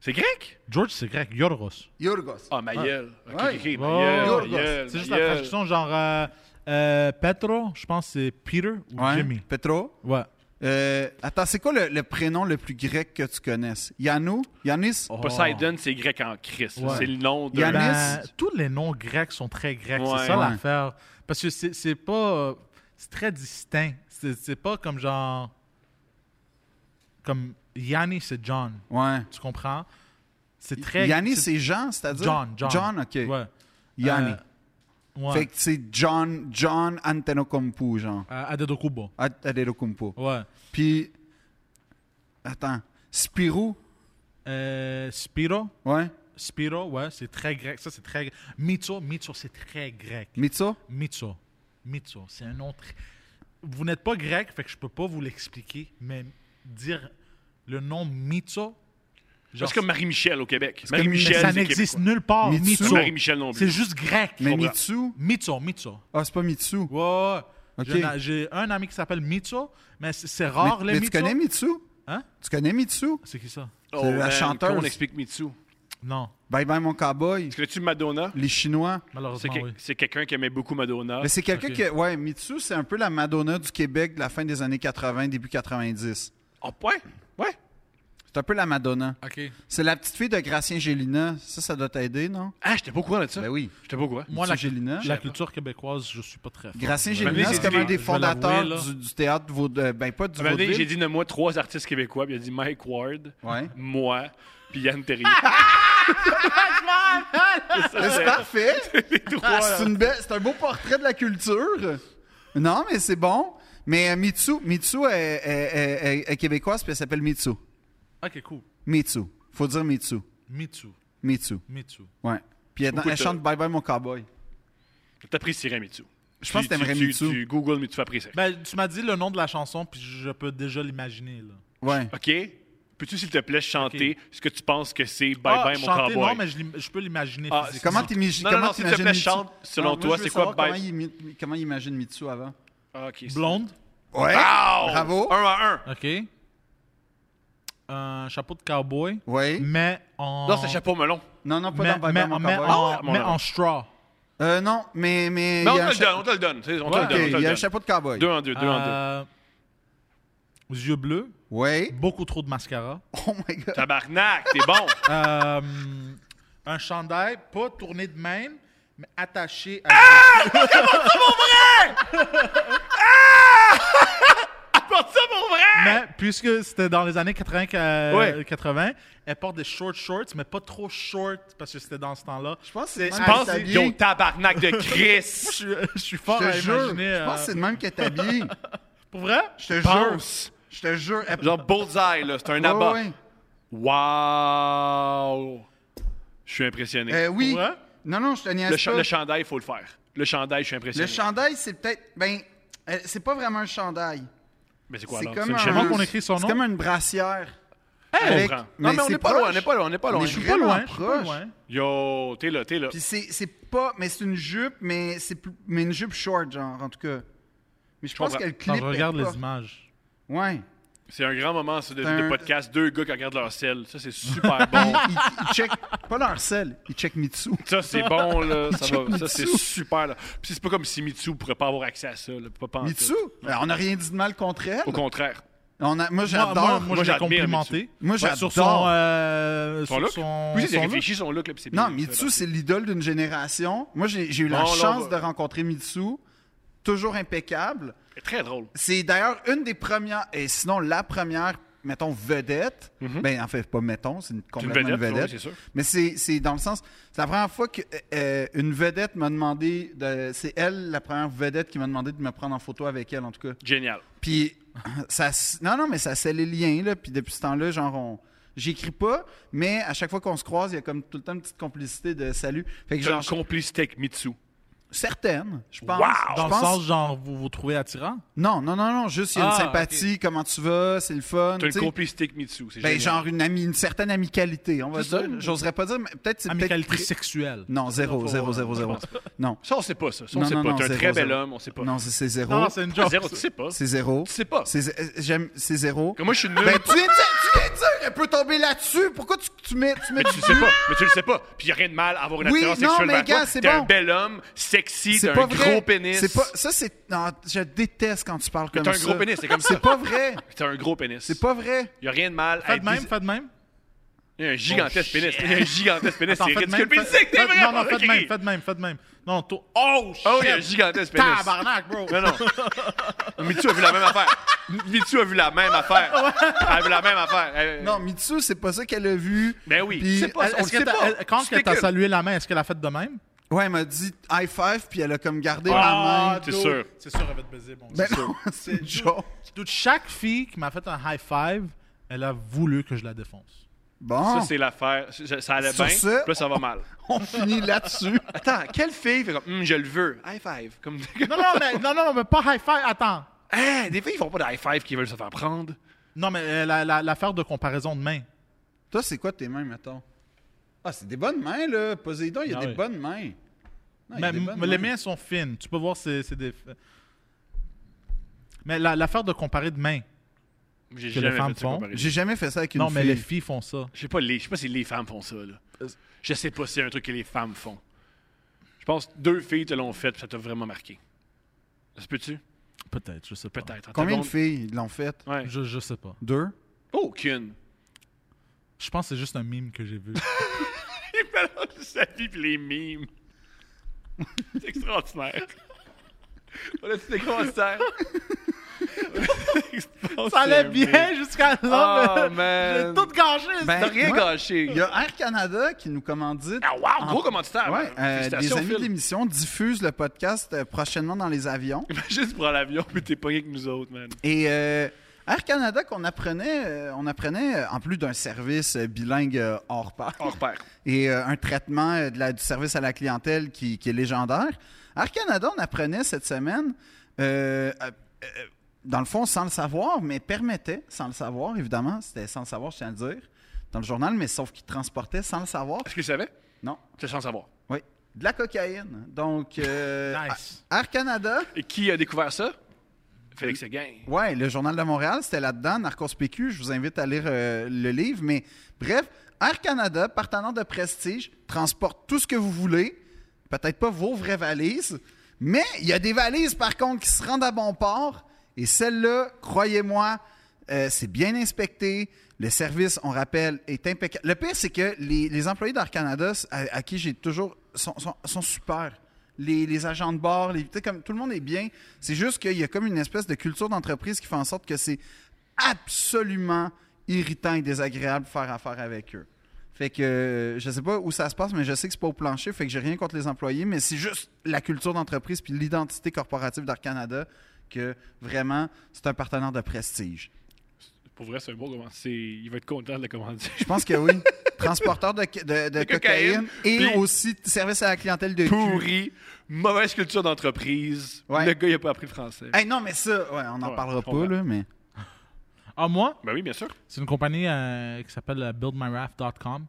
C'est grec? George, c'est grec. Yorgos. Yorgos. Ah, ma gueule. Ok, ok, Ouais. ok, ma Ouais. gueule, Yorgos. ma gueule, C'est juste ma la gueule. traduction, genre euh, euh, Petro, je pense que c'est Peter ou Ouais. Ah, Jimmy. Petro? Ouais. Euh, attends, c'est quoi le, le prénom le plus grec que tu connaisses? Yannou? Yannis? Oh. Poseidon, c'est grec en Christ. Ouais. C'est le nom de. Yannis. Ben, tous les noms grecs sont très grecs, Ouais. c'est ça Ouais. l'affaire. Parce que c'est c'est pas. euh, C'est très distinct. C'est c'est pas comme genre. Comme Yanni, c'est John. Ouais. Tu comprends? C'est très. Yannis, c'est Jean, c'est-à-dire? John. John, John, OK. Ouais. Yanni. Euh, ouais. Fait que c'est John, John Antetokounmpo, genre. Euh, Adetokounmpo. Ad- Adetokounmpo. Ouais. Puis, attends, Spirou, Euh, Spiro. ouais, Spiro, ouais, c'est très grec. Ça, c'est très grec. Mitso, Mitso, c'est très grec. Mitso, Mitso. Mitso, c'est un autre. Vous n'êtes pas grec, fait que je peux pas vous l'expliquer, mais dire le nom Mitso. genre, Parce que Marie-Michel au Québec. mais Marie-Michel, ça c'est n'existe Québécois. nulle part. Mitsu. Mitso. Marie-Michel non plus. C'est juste grec. mais comprends. Mitsu, Mitso, Mitso. ah, c'est pas Mitsu. Ouais, ouais. Ok. J'ai un- J'ai un ami qui s'appelle Mitso, mais c'est- c'est Mais, rare, les mais tu Mitso. connais Mitsu? Hein? Tu connais Mitsu? C'est qui ça? Oh, C'est la man, chanteuse. comment On explique Mitsu. Non, Bye bye mon cowboy, Tu connais-tu Madonna? les Chinois. C'est malheureusement, que- oui. c'est quelqu'un qui aimait beaucoup Madonna. Mais c'est quelqu'un Ah, ok. que, ouais, Mitsu, c'est un peu la Madonna du Québec de la fin des années 80, début 90. Oh, ouais, ouais. C'est un peu la Madonna. OK. C'est la petite fille de Gracien Gélina. Ça, ça doit t'aider, non? Ah, j'étais pas au courant de ça. Ben oui. J'étais pas au courant. Euh, Moi, Mitsu la, Gélina? la culture québécoise, je suis pas très fort. Gracien Je- Gélina, j'ai c'est comme dit- un des je vais l'avouer, fondateurs là. du, du théâtre, vaud- euh, ben pas du À un moment donné, vaudeville. J'ai dit, nomme-moi trois artistes québécois. Puis il a dit Mike Ward, Ouais. moi, puis Yann Terry. Mais C'est parfait. Ah, C'est une belle- c'est un beau portrait de la culture. Non, mais c'est bon. Mais euh, Mitsu, Mitsu est, est- est- est- est québécoise, puis elle s'appelle Mitsu. OK, cool. Mitsu. Faut dire Mitsu. Mitsu, Mitsu. Mitsu. Ouais. Puis elle, Beaucoup elle de- chante Bye Bye Mon Cowboy. T'apprécierais Mitsu. Je pense Tu- que t'aimerais tu- tu- Mitsu. Tu Google Mitsu apprécier. Ben, tu m'as dit le nom de la chanson, puis je peux déjà l'imaginer, là. Ouais. OK? Peux-tu, s'il te plaît, chanter ce que tu penses que c'est Bye Ah, Bye, mon chanter, cowboy? Non, mais je, l'im- je peux l'imaginer. Ah, physiquement. Comment t'imagines Non, non, non, s'il te plaît, chante, selon toi, c'est quoi comment, Bye- il, imi- comment il imagine Mitsu avant? Ah, OK. c'est- Blonde, Ouais. Wow! Bravo. Un à un. OK. Un chapeau de cowboy. Ouais. Mais en... Oh. Non, c'est chapeau melon. Non, non, pas mais, dans Bye mais- Bye Mon mais Cowboy. en, Ah ouais, mon mais Dieu. en straw. Euh, non, mais... mais il Mais on y a un te le cha- donne, on te le donne. tu sais, On te Ouais. le Ok, donne. on il te y a le un donne. chapeau Ah. de cowboy. Deux en deux, deux en deux. Euh, aux yeux bleus, Ouais. beaucoup trop de mascara. Oh my God. Tabarnak, t'es bon. Euh, un chandail pas tourné de même, mais attaché à... Ah! Porte ça pour vrai! Mais puisque c'était dans les années 80, que- Ouais. 80, elle porte des short shorts, mais pas trop short parce que c'était dans ce temps-là. Je pense que c'est Je même Pense, qu'elle est yo, habillée. tabarnak de Moi, je Chris. suis, je suis fort Je à te jure. imaginer. Je pense euh, que c'est le même qu'elle est habillée. Pour vrai? Je te jure. Pense. Je te jure. elle- Genre bullseye, là. C'est un Ouais, abat. ouais. Wow! Je suis impressionné. Euh, oui. Ouais. Non, non, je te niaise le, cha- pas. le chandail, il faut le faire. Le chandail, je suis impressionné. Le chandail, c'est peut-être. Ben, euh, c'est pas vraiment un chandail. Mais c'est quoi C'est alors? comme, une un- chaîne qu'on écrit son c'est nom? comme une brassière. Hey! Avec- Non, Non, mais, on c'est n'est pas loin, on proche. n'est pas loin, on n'est pas loin. On est Je suis pas vraiment loin, je suis pas proche. loin. Yo, t'es là, t'es là. Puis c'est c'est pas. Mais c'est une jupe, mais c'est plus- mais une jupe short, genre, en tout cas. Mais je pense comprends. qu'elle Quand clip. je regarde est les pas- images. Ouais. C'est un grand moment ça, de, T'as de un- podcast. Deux gars qui regardent leur sel. Ça, c'est super bon. Ils, ils check. Pas leur sel, ils check Mitsu. Ça, c'est bon, là. Ça, va- ça, c'est super. Là. Puis c'est pas comme si Mitsu pourrait pas avoir accès à ça. Là. Pas pantoute. Mitsu, ben, on n'a rien dit de mal contre elle. Au contraire. On a- moi, Moi, j'adore. moi, Moi, moi, je l'ai j'admire complimenté. Moi, Ouais, Sur j'adore. son. euh, Son sur look. son- oui, j'ai son réfléchi son look. Là, puis c'est Non, bien Mitsu, fait, c'est l'idole d'une génération. Moi, j'ai j'ai eu la Bon, là, bah. on chance de va- rencontrer Mitsu. Toujours impeccable. là. C'est Très drôle. C'est d'ailleurs une des premières, et sinon la première, mettons, vedette. Ben, en fait, pas mettons, c'est une, C'est Mhm. une complètement vedette, une vedette. oui, c'est sûr. Mais c'est c'est dans le sens, c'est la première fois qu'une vedette m'a demandé, de- c'est elle, la première vedette qui m'a demandé de me prendre en photo avec elle, en tout cas. Génial. Puis ça, s- non, non, mais ça scelle les liens là. Puis depuis ce temps-là, genre on, j'écris pas, mais à chaque fois qu'on se croise, il y a comme tout le temps une petite complicité de salut. Fait que J'ai une genre complicité avec Mitsu. certaines, je pense. Wow! Je Dans le pense- sens, genre, vous vous trouvez attirant? Non, non, non, non, juste il y a une Ah, sympathie, comment tu vas, c'est le fun. T'as tu une sais. complicité avec Mitsu. C'est Ben, génial. genre une, ami- une certaine amicalité, on va C'est ça. dire. J'oserais pas dire, mais peut-être c'est Amicalité peut-être- sexuelle. Non, zéro, Faut- zéro, zéro, zéro. Non, Ça, on sait pas, ça. Ça, on Non, sait non, pas. non, T'es un zéro, très bel zéro. homme, on sait pas. non, c'est c'est zéro. Non, non, c'est une joke. Zéro, tu sais pas. Tu c'est zéro. sais pas. C'est zé- euh, j'aime- c'est zéro. Comme moi, je suis nul. Ben, tu viens de dire, tu viens de dire qu'elle peut tomber là-dessus. Pourquoi tu, tu mets, tu mets Mais Ben, tu le sais pas. Mais tu le sais pas. Puis y a rien de mal à avoir une Oui, attirance non, sexuelle mais vers toi. gars, c'est T'es un bon. bel homme, sexy, C'est t'as pas un vrai. gros pénis. C'est pas, ça, c'est. Non, je déteste quand tu parles comme T'as ça. un gros pénis, c'est comme ça. C'est pas vrai. T'as un gros pénis. C'est pas vrai. Y a rien de mal à Fais de être même, dis- fais de même. Il y a un gigantesque pénis. Il y a un gigantesque pénis. C'est Attends, fais de ridicule. même. Puis fais- c'est que t'es fais- vrai. Non, non, fais de ok. même, fais de même, fais de même. Non, toi. Oh, shit! Oh, il y a un gigantesque pénis. Tabarnak, bro! Non, non. Mitsu a vu la même affaire. Mitsu a vu la même affaire. Elle a vu la même affaire. Elle- Non, Mitsu, c'est pas ça qu'elle a vu. Ben oui. Puis- C'est pas ça. On le Est-ce que sait t'as- pas. elle- Quand Tu elle t'a spécules. salué la main, est-ce qu'elle a fait de même? Ouais, elle m'a dit high five, puis elle a comme gardé la main. t'es Ah, sûr. C'est sûr, elle va te baiser, bon. Ben non, c'est une joke. Toute chaque fille qui m'a fait un high five, elle a voulu que je la défonce. Bon, Ça, c'est l'affaire. Ça ça allait Sur bien. ce- Puis là, ça va mal. on finit là-dessus. Attends, quelle fille fait comme Hum, je le veux. High five. Comme... Non, non, mais, non, non, mais pas high five, attends. Hein, des filles, ils font pas de high five qui veulent se faire prendre. Non, mais euh, la- la- l'affaire de comparaison de main. Ah, Toi, c'est quoi tes mains, mettons? Ah, c'est des bonnes mains, là. Poséidon, il y a Ah des oui. bonnes mains. Non, il y Mais a des bonnes mais les mains. miens sont fines. Tu peux voir, c'est c'est des. Mais la- l'affaire de comparer de main. J'ai Que les jamais femmes fait ça font. comparé. J'ai jamais fait ça avec une Non, mais fille. les filles font ça. Je sais pas, les, je sais pas si les femmes font ça. Là. Je sais pas si c'est un truc que les femmes font. Je pense que deux filles te l'ont fait, puis ça t'a vraiment marqué. Ça se peut-tu? Peut-être, je sais pas. Peut-être. Combien de Attends, filles ils l'ont fait? Ouais. Je, je sais pas. Deux? Aucune. Je pense que c'est juste un mime que j'ai vu. Il balance sa vie pis les mimes. C'est extraordinaire. On a-tu des concerts? ça allait bien jusqu'à là, Oh, mais j'ai man. tout gâché. Ben, T'as rien moi, gâché. Il y a Air Canada qui nous commandite. Ah, wow, gros commanditaire. Ouais, man. euh, des Félicitations, amis de Phil. l'émission diffusent le podcast euh, prochainement dans les avions. Imagine, tu prends l'avion, mais t'es pogné que nous autres, man. Et euh, Air Canada qu'on apprenait, euh, on apprenait euh, en plus d'un service euh, bilingue euh, hors pair Hors pair. et euh, un traitement euh, de la- du service à la clientèle qui, qui est légendaire. Air Canada, on apprenait cette semaine, euh, euh, euh, dans le fond, sans le savoir, mais permettait, sans le savoir, évidemment, c'était sans le savoir, je tiens à le dire, dans le journal, mais sauf qu'il transportait sans le savoir, Est-ce que tu savais? non, C'est sans savoir. oui, de la cocaïne. Donc, euh, Nice. A- Air Canada, Et qui a découvert ça? Félix Seguin. Ouais, le Journal de Montréal, c'était là-dedans, Narcos PQ. Je vous invite à lire euh, le livre. Mais bref, Air Canada, partenaire de prestige, transporte tout ce que vous voulez. Peut-être pas vos vraies valises. Mais il y a des valises, par contre, qui se rendent à bon port. Et celle-là, croyez-moi, euh, c'est bien inspecté. Le service, on rappelle, est impeccable. Le pire, c'est que les, les employés d'Air Canada, s- à, à qui j'ai toujours. sont, sont- sont super. Les, les agents de bord, les, tu sais, comme, tout le monde est bien. C'est juste qu'il y a comme une espèce de culture d'entreprise qui fait en sorte que c'est absolument irritant et désagréable de faire affaire avec eux. Fait que euh, je sais pas où ça se passe, mais je sais que c'est pas au plancher, fait que j'ai rien contre les employés, mais c'est juste la culture d'entreprise puis l'identité corporative d'Air Canada que vraiment c'est un partenaire de prestige. Pour vrai, c'est un bon commanditaire. C'est- Il va être content de le commander. Je pense que oui. Transporteur de, de- de cocaïne, cocaïne, et puis- aussi service à la clientèle de cul. Pourri, mauvaise culture d'entreprise. Ouais. Le gars, il a pas appris le français. Hey, non, mais ça, ouais, on n'en Ouais, parlera je pas, comprends. là, mais. Ah, moi, Ben oui, bien sûr. c'est une compagnie euh, qui s'appelle euh, buildmyraft.com.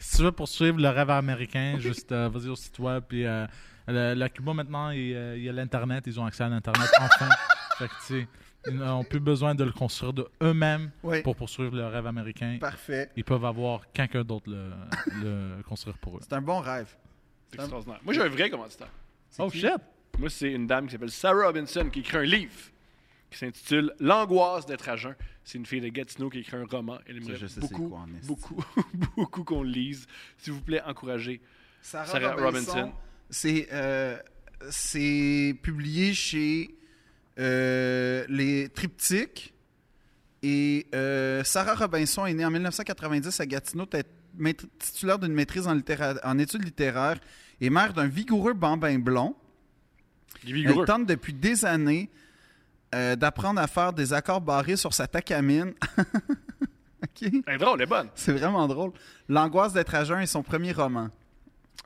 si tu veux poursuivre le rêve américain, juste euh, vas-y au site web. Puis euh, le- la Cuba, maintenant, il, euh, il y a l'Internet. Ils ont accès à l'Internet enfin. fait que, tu sais, ils n'ont plus besoin de le construire de eux-mêmes Oui. pour poursuivre le rêve américain. Parfait. Ils peuvent avoir quelqu'un d'autre le, le construire pour eux. C'est un bon rêve. C'est extraordinaire. Moi, j'ai un vrai commanditaire. Oh qui? shit! Moi, c'est une dame qui s'appelle Sarah Robinson qui écrit un livre qui s'intitule L'angoisse d'être à jeun. C'est une fille de Gatineau qui écrit un roman. Elle aimerait Ça, je sais c'est beaucoup, quoi, en esti. beaucoup, beaucoup qu'on le lise. S'il vous plaît, encouragez. Sarah, Sarah Robinson. Robinson. C'est euh, c'est publié chez euh, les Triptyques. Et euh, Sarah Robinson est née en 1990 à Gatineau, tête- maît- titulaire d'une maîtrise en, littéra- en études littéraires et mère d'un vigoureux bambin blond. Il est vigoureux. Elle tente depuis des années euh, d'apprendre à faire des accords barrés sur sa tacamine. OK? Elle est drôle, elle est bonne. C'est vraiment drôle. L'angoisse d'être à jeun est son premier roman.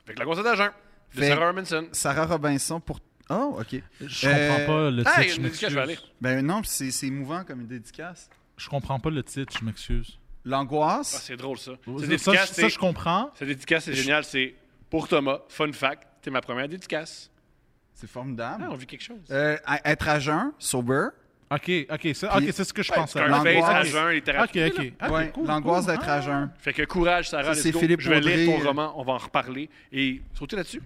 Fait que l'angoisse d'être à jeun de Fait- Sarah Robinson. Sarah Robinson pour. Oh, OK. Je Euh, comprends pas le titre. Ah, il y a je une dédicace, m'excuse. je vais aller. Ben non, c'est c'est émouvant comme une dédicace. Je comprends pas le titre, je m'excuse. Ah, L'angoisse. c'est drôle, ça. Cette Ça, je- dédicace, ça, c'est je comprends. cette dédicace, c'est génial. C'est pour Thomas. Fun fact, t'es ma première dédicace. C'est Ah, on formidable. vit quelque chose. Euh, à- être à jeun, sober. Ok, ok, ça- Puis- ok, c'est ce que je Ouais, pensais. Scarface, à l'angoisse. jeun, les thérapies. Ok, ok. Ah, Ouais, cool, l'angoisse cool. d'être Ah. à jeun. Fait que courage, Sarah. Ça, let's c'est go. Philippe Je vais lire Audrey, ton euh, roman, on va en reparler. Et sauter là-dessus.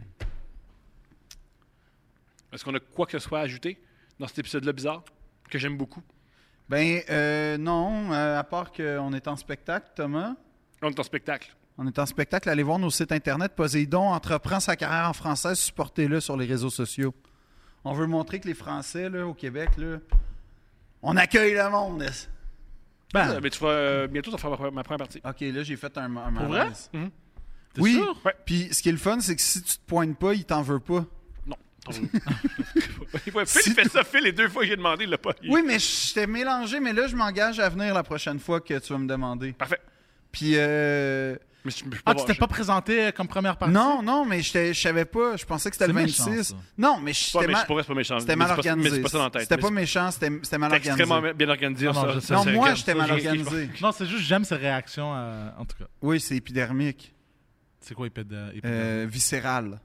Est-ce qu'on a quoi que ce soit à ajouter dans cet épisode-là bizarre que j'aime beaucoup? Ben euh, non, euh, à part qu'on est en spectacle, Thomas. On est en spectacle. On est en spectacle. Allez voir nos sites internet. Poséidon entreprend sa carrière en française. Supportez-le sur les réseaux sociaux. On veut montrer que les Français, là, au Québec, là, on accueille le monde. Ah, Ben, mais tu vas euh, bientôt t'en faire ma, ma première partie. OK, là, j'ai fait un, un Pour vrai? Mhm. malaise. t'es oui. sûr? Ouais. Puis ce qui est le fun, c'est que si tu te pointes pas, il t'en veut pas. Non. Attends, je- Il faut- Phil il fait ça, Phil, les deux fois que j'ai demandé, il l'a pas. il- Oui, mais je t'ai mélangé, mais là, je m'engage à venir la prochaine fois que tu vas me demander. Parfait. Puis, euh, Mais je- je peux Ah, voir, tu t'es je- pas présenté euh, comme première partie? non, non, mais j'étais- je savais pas. Je pensais que c'était le C'est méchant, 26. ça. non, mais C'est pas, j'étais mais mal, c'est pas vrai, c'est pas méchant. c'était Mais mal c'est pas- organisé. Mais c'est pas ça dans la tête. C'était Mais pas c'est- méchant, c'était c'était mal c'est organisé. extrêmement bien organisé. Ah, non, ça, je ça, sais. ça, Non, c'est moi, regarde, j'étais ça, mal j'ai- organisé. Non, c'est juste j'aime ses réactions, euh, en tout cas. Oui, c'est épidermique. C'est quoi épée de- épée de- Euh, viscéral.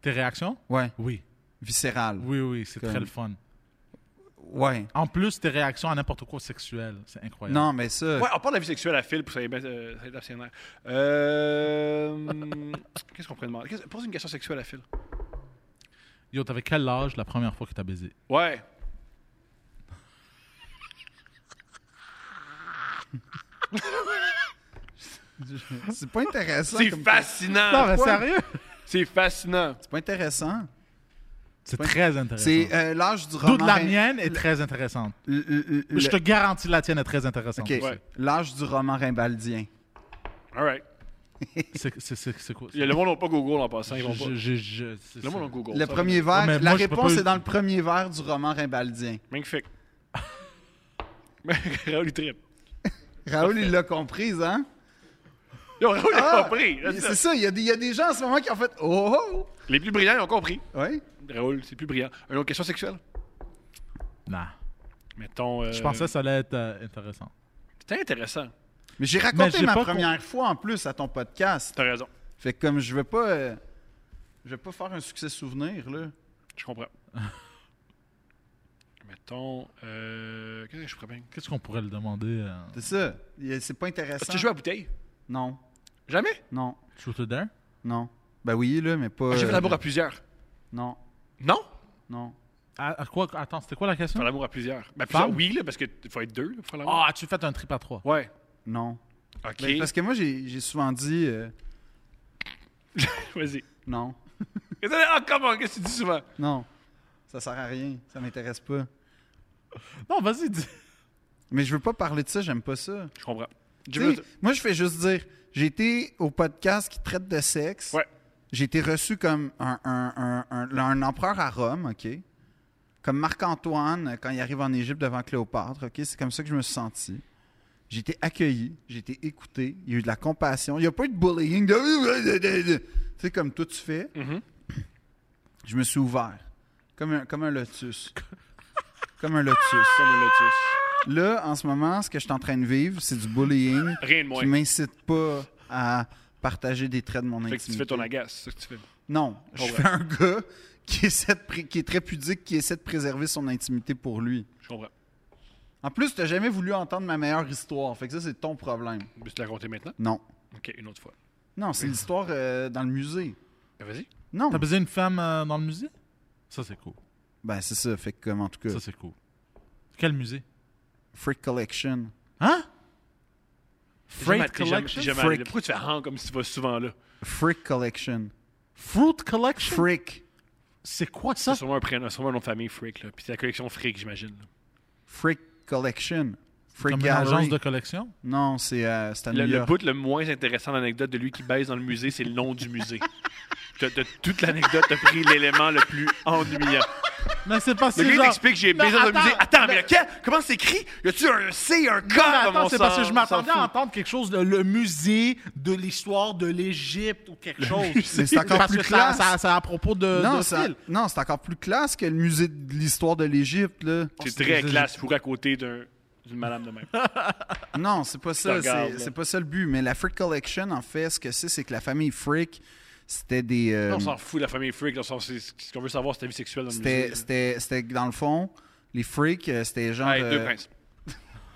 Tes réactions? Ouais, Oui. viscéral. Oui, oui, c'est Comme- très le fun. Ouais. En plus, tes réactions à n'importe quoi sexuel, c'est incroyable. Non, mais ça. Ouais, on parle de la vie sexuelle à Phil pour ça y met, euh, ça y est abstinénaire. Euh, Qu'est-ce qu'on pourrait demander Qu'est-ce- Pose une question sexuelle à Phil. Yo, t'avais quel âge la première fois que t'as baisé? Ouais. C'est pas intéressant. C'est comme- fascinant. mais sérieux? C'est fascinant. C'est pas intéressant. C'est très intéressant. C'est euh, l'âge du roman. D'où de la mienne est très intéressante. Le- le- le- Je te garantis la tienne est très intéressante. OK. aussi. Ouais. L'âge du roman rimbaldien. All right. C'est- c'est- C'est c'est quoi? Le monde n'a pas Google en passant. Ils vont pas. Je- je- je- c'est- Le monde n'a c'est- Google. Le ça, premier Ouais, vers. mais la moi, je peux réponse pas- est dans le premier vers du roman rimbaldien. Magnifique. Raoul, il trippe. Raoul, il l'a comprise, hein? Yo, Raoul a Ah! compris. Mais C'est ça, il y, a des- il y a des gens en ce moment qui ont fait Oh! Les plus brillants, ils ont compris. oh! Ouais. Raoul, c'est plus brillant. Une autre question sexuelle Nah. Mettons. euh, Je pensais que ça allait être euh, intéressant. C'était intéressant. Mais j'ai Mais raconté j'ai ma pas première fois en plus à ton podcast. T'as raison. Fait que comme je veux pas. euh, je veux pas faire un succès souvenir, là. Je comprends. Mettons. euh, Qu'est-ce que je pourrais bien. Qu'est-ce qu'on pourrait le demander? euh, C'est ça. Il y a- C'est pas Est-ce intéressant. que tu joues à bouteille Non, Jamais non, Truth or Dare? non. Ben oui, là, mais pas. Ah, J'ai fait euh, l'amour à plusieurs. Non, Non non. À- à quoi- Attends, c'était quoi la question? Faire l'amour à plusieurs. Ben, plusieurs, Femme? oui, là, parce qu'il faut être deux là, pour faire l'amour. Ah, Ah, as-tu fait un trip à trois? Ouais. Non. Ok. Ben, Parce que moi, j'ai j'ai souvent dit euh, Vas-y. non, Ah, comment Qu'est-ce que tu dis souvent non, ça sert à rien, ça m'intéresse pas. Non, vas-y, dis. Mais je veux pas parler de ça, j'aime pas ça. Je comprends. Tu sais, Moi, je fais juste dire, j'ai été au podcast qui traite de sexe. Ouais. J'ai été reçu comme un, un- un- un- un empereur à Rome, OK? Comme Marc-Antoine euh, quand il arrive en Égypte devant Cléopâtre, OK? C'est comme ça que je me suis senti. J'ai été accueilli, j'ai été écouté, il y a eu de la compassion, il n'y a pas eu de bullying, de... Tu sais, comme toi tu fais. Mhm. Je me suis ouvert, comme un, comme un lotus. Comme un lotus. Comme un lotus. Là, en ce moment, ce que je suis en train de vivre, c'est du bullying Rien de moins. qui m'incite pas à partager des traits de mon Fait intimité. que tu fais ton agace, c'est ce que tu fais. Non, je Oh, fais un gars qui, essaie de pré- qui est très pudique, qui essaie de préserver son intimité pour lui. Je comprends. En plus, t'as jamais voulu entendre ma meilleure histoire. Fait que ça, c'est ton problème. Je vais te la raconter maintenant. Non. OK, une autre fois. Non, c'est l'histoire euh, dans le musée. Ben, Vas-y. Non. T'as besoin d'une femme euh, dans le musée? Ça, c'est cool. Ben, c'est ça. Fait que, comme, en tout cas, Ça, c'est cool. Quel musée? Freak Collection. Hein? Jamais- Freight t'es jamais- Collection? t'es jamais Freak. allé là. Pourquoi tu fais « hang » comme si tu vas souvent là? Freak Collection. Fruit Collection? Freak. C'est quoi ça? C'est sûrement un prénom, sûrement un nom de famille, Freak. Là. Puis c'est la collection Freak, j'imagine. là. Freak Collection. Freak Comme une Gallery. agence de collection? Non, c'est euh, c'est à Le, New le York. bout le moins intéressant d'anecdote de lui qui baise dans le musée, c'est le nom du musée. De, de toute l'anecdote, t'as pris l'élément le plus ennuyant. Mais c'est pas Le si gars, il genre... t'explique que j'ai Non, baisé dans le attends, musée. Attends, non. mais lequel? Comment c'est écrit? Y a-tu un C, un K Non, mais dans attends, mon c'est sang? parce que je On m'attendais s'en à fout. entendre quelque chose de le musée de l'histoire de l'Égypte ou quelque chose. musée. C'est encore Parce plus que ça- classe. Ça, ça, à propos de, Non, de ça- Phil. non, c'est encore plus classe que le musée de l'histoire de l'Égypte, là. C'est très classe pour à côté d'un- d'une madame de même. Non, c'est pas Je ça. regarde, C'est là. c'est pas ça le but. Mais la Freak Collection, en fait, ce que c'est, c'est que la famille Freak, c'était des. euh, on s'en fout de la famille Freak. là, on s'en- c'est- ce qu'on veut savoir, c'est ta vie sexuelle dans le c'était, musée. c'était, c'était que dans le fond, les freaks, euh, c'était genre. Hey, euh, deux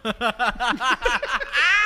princes.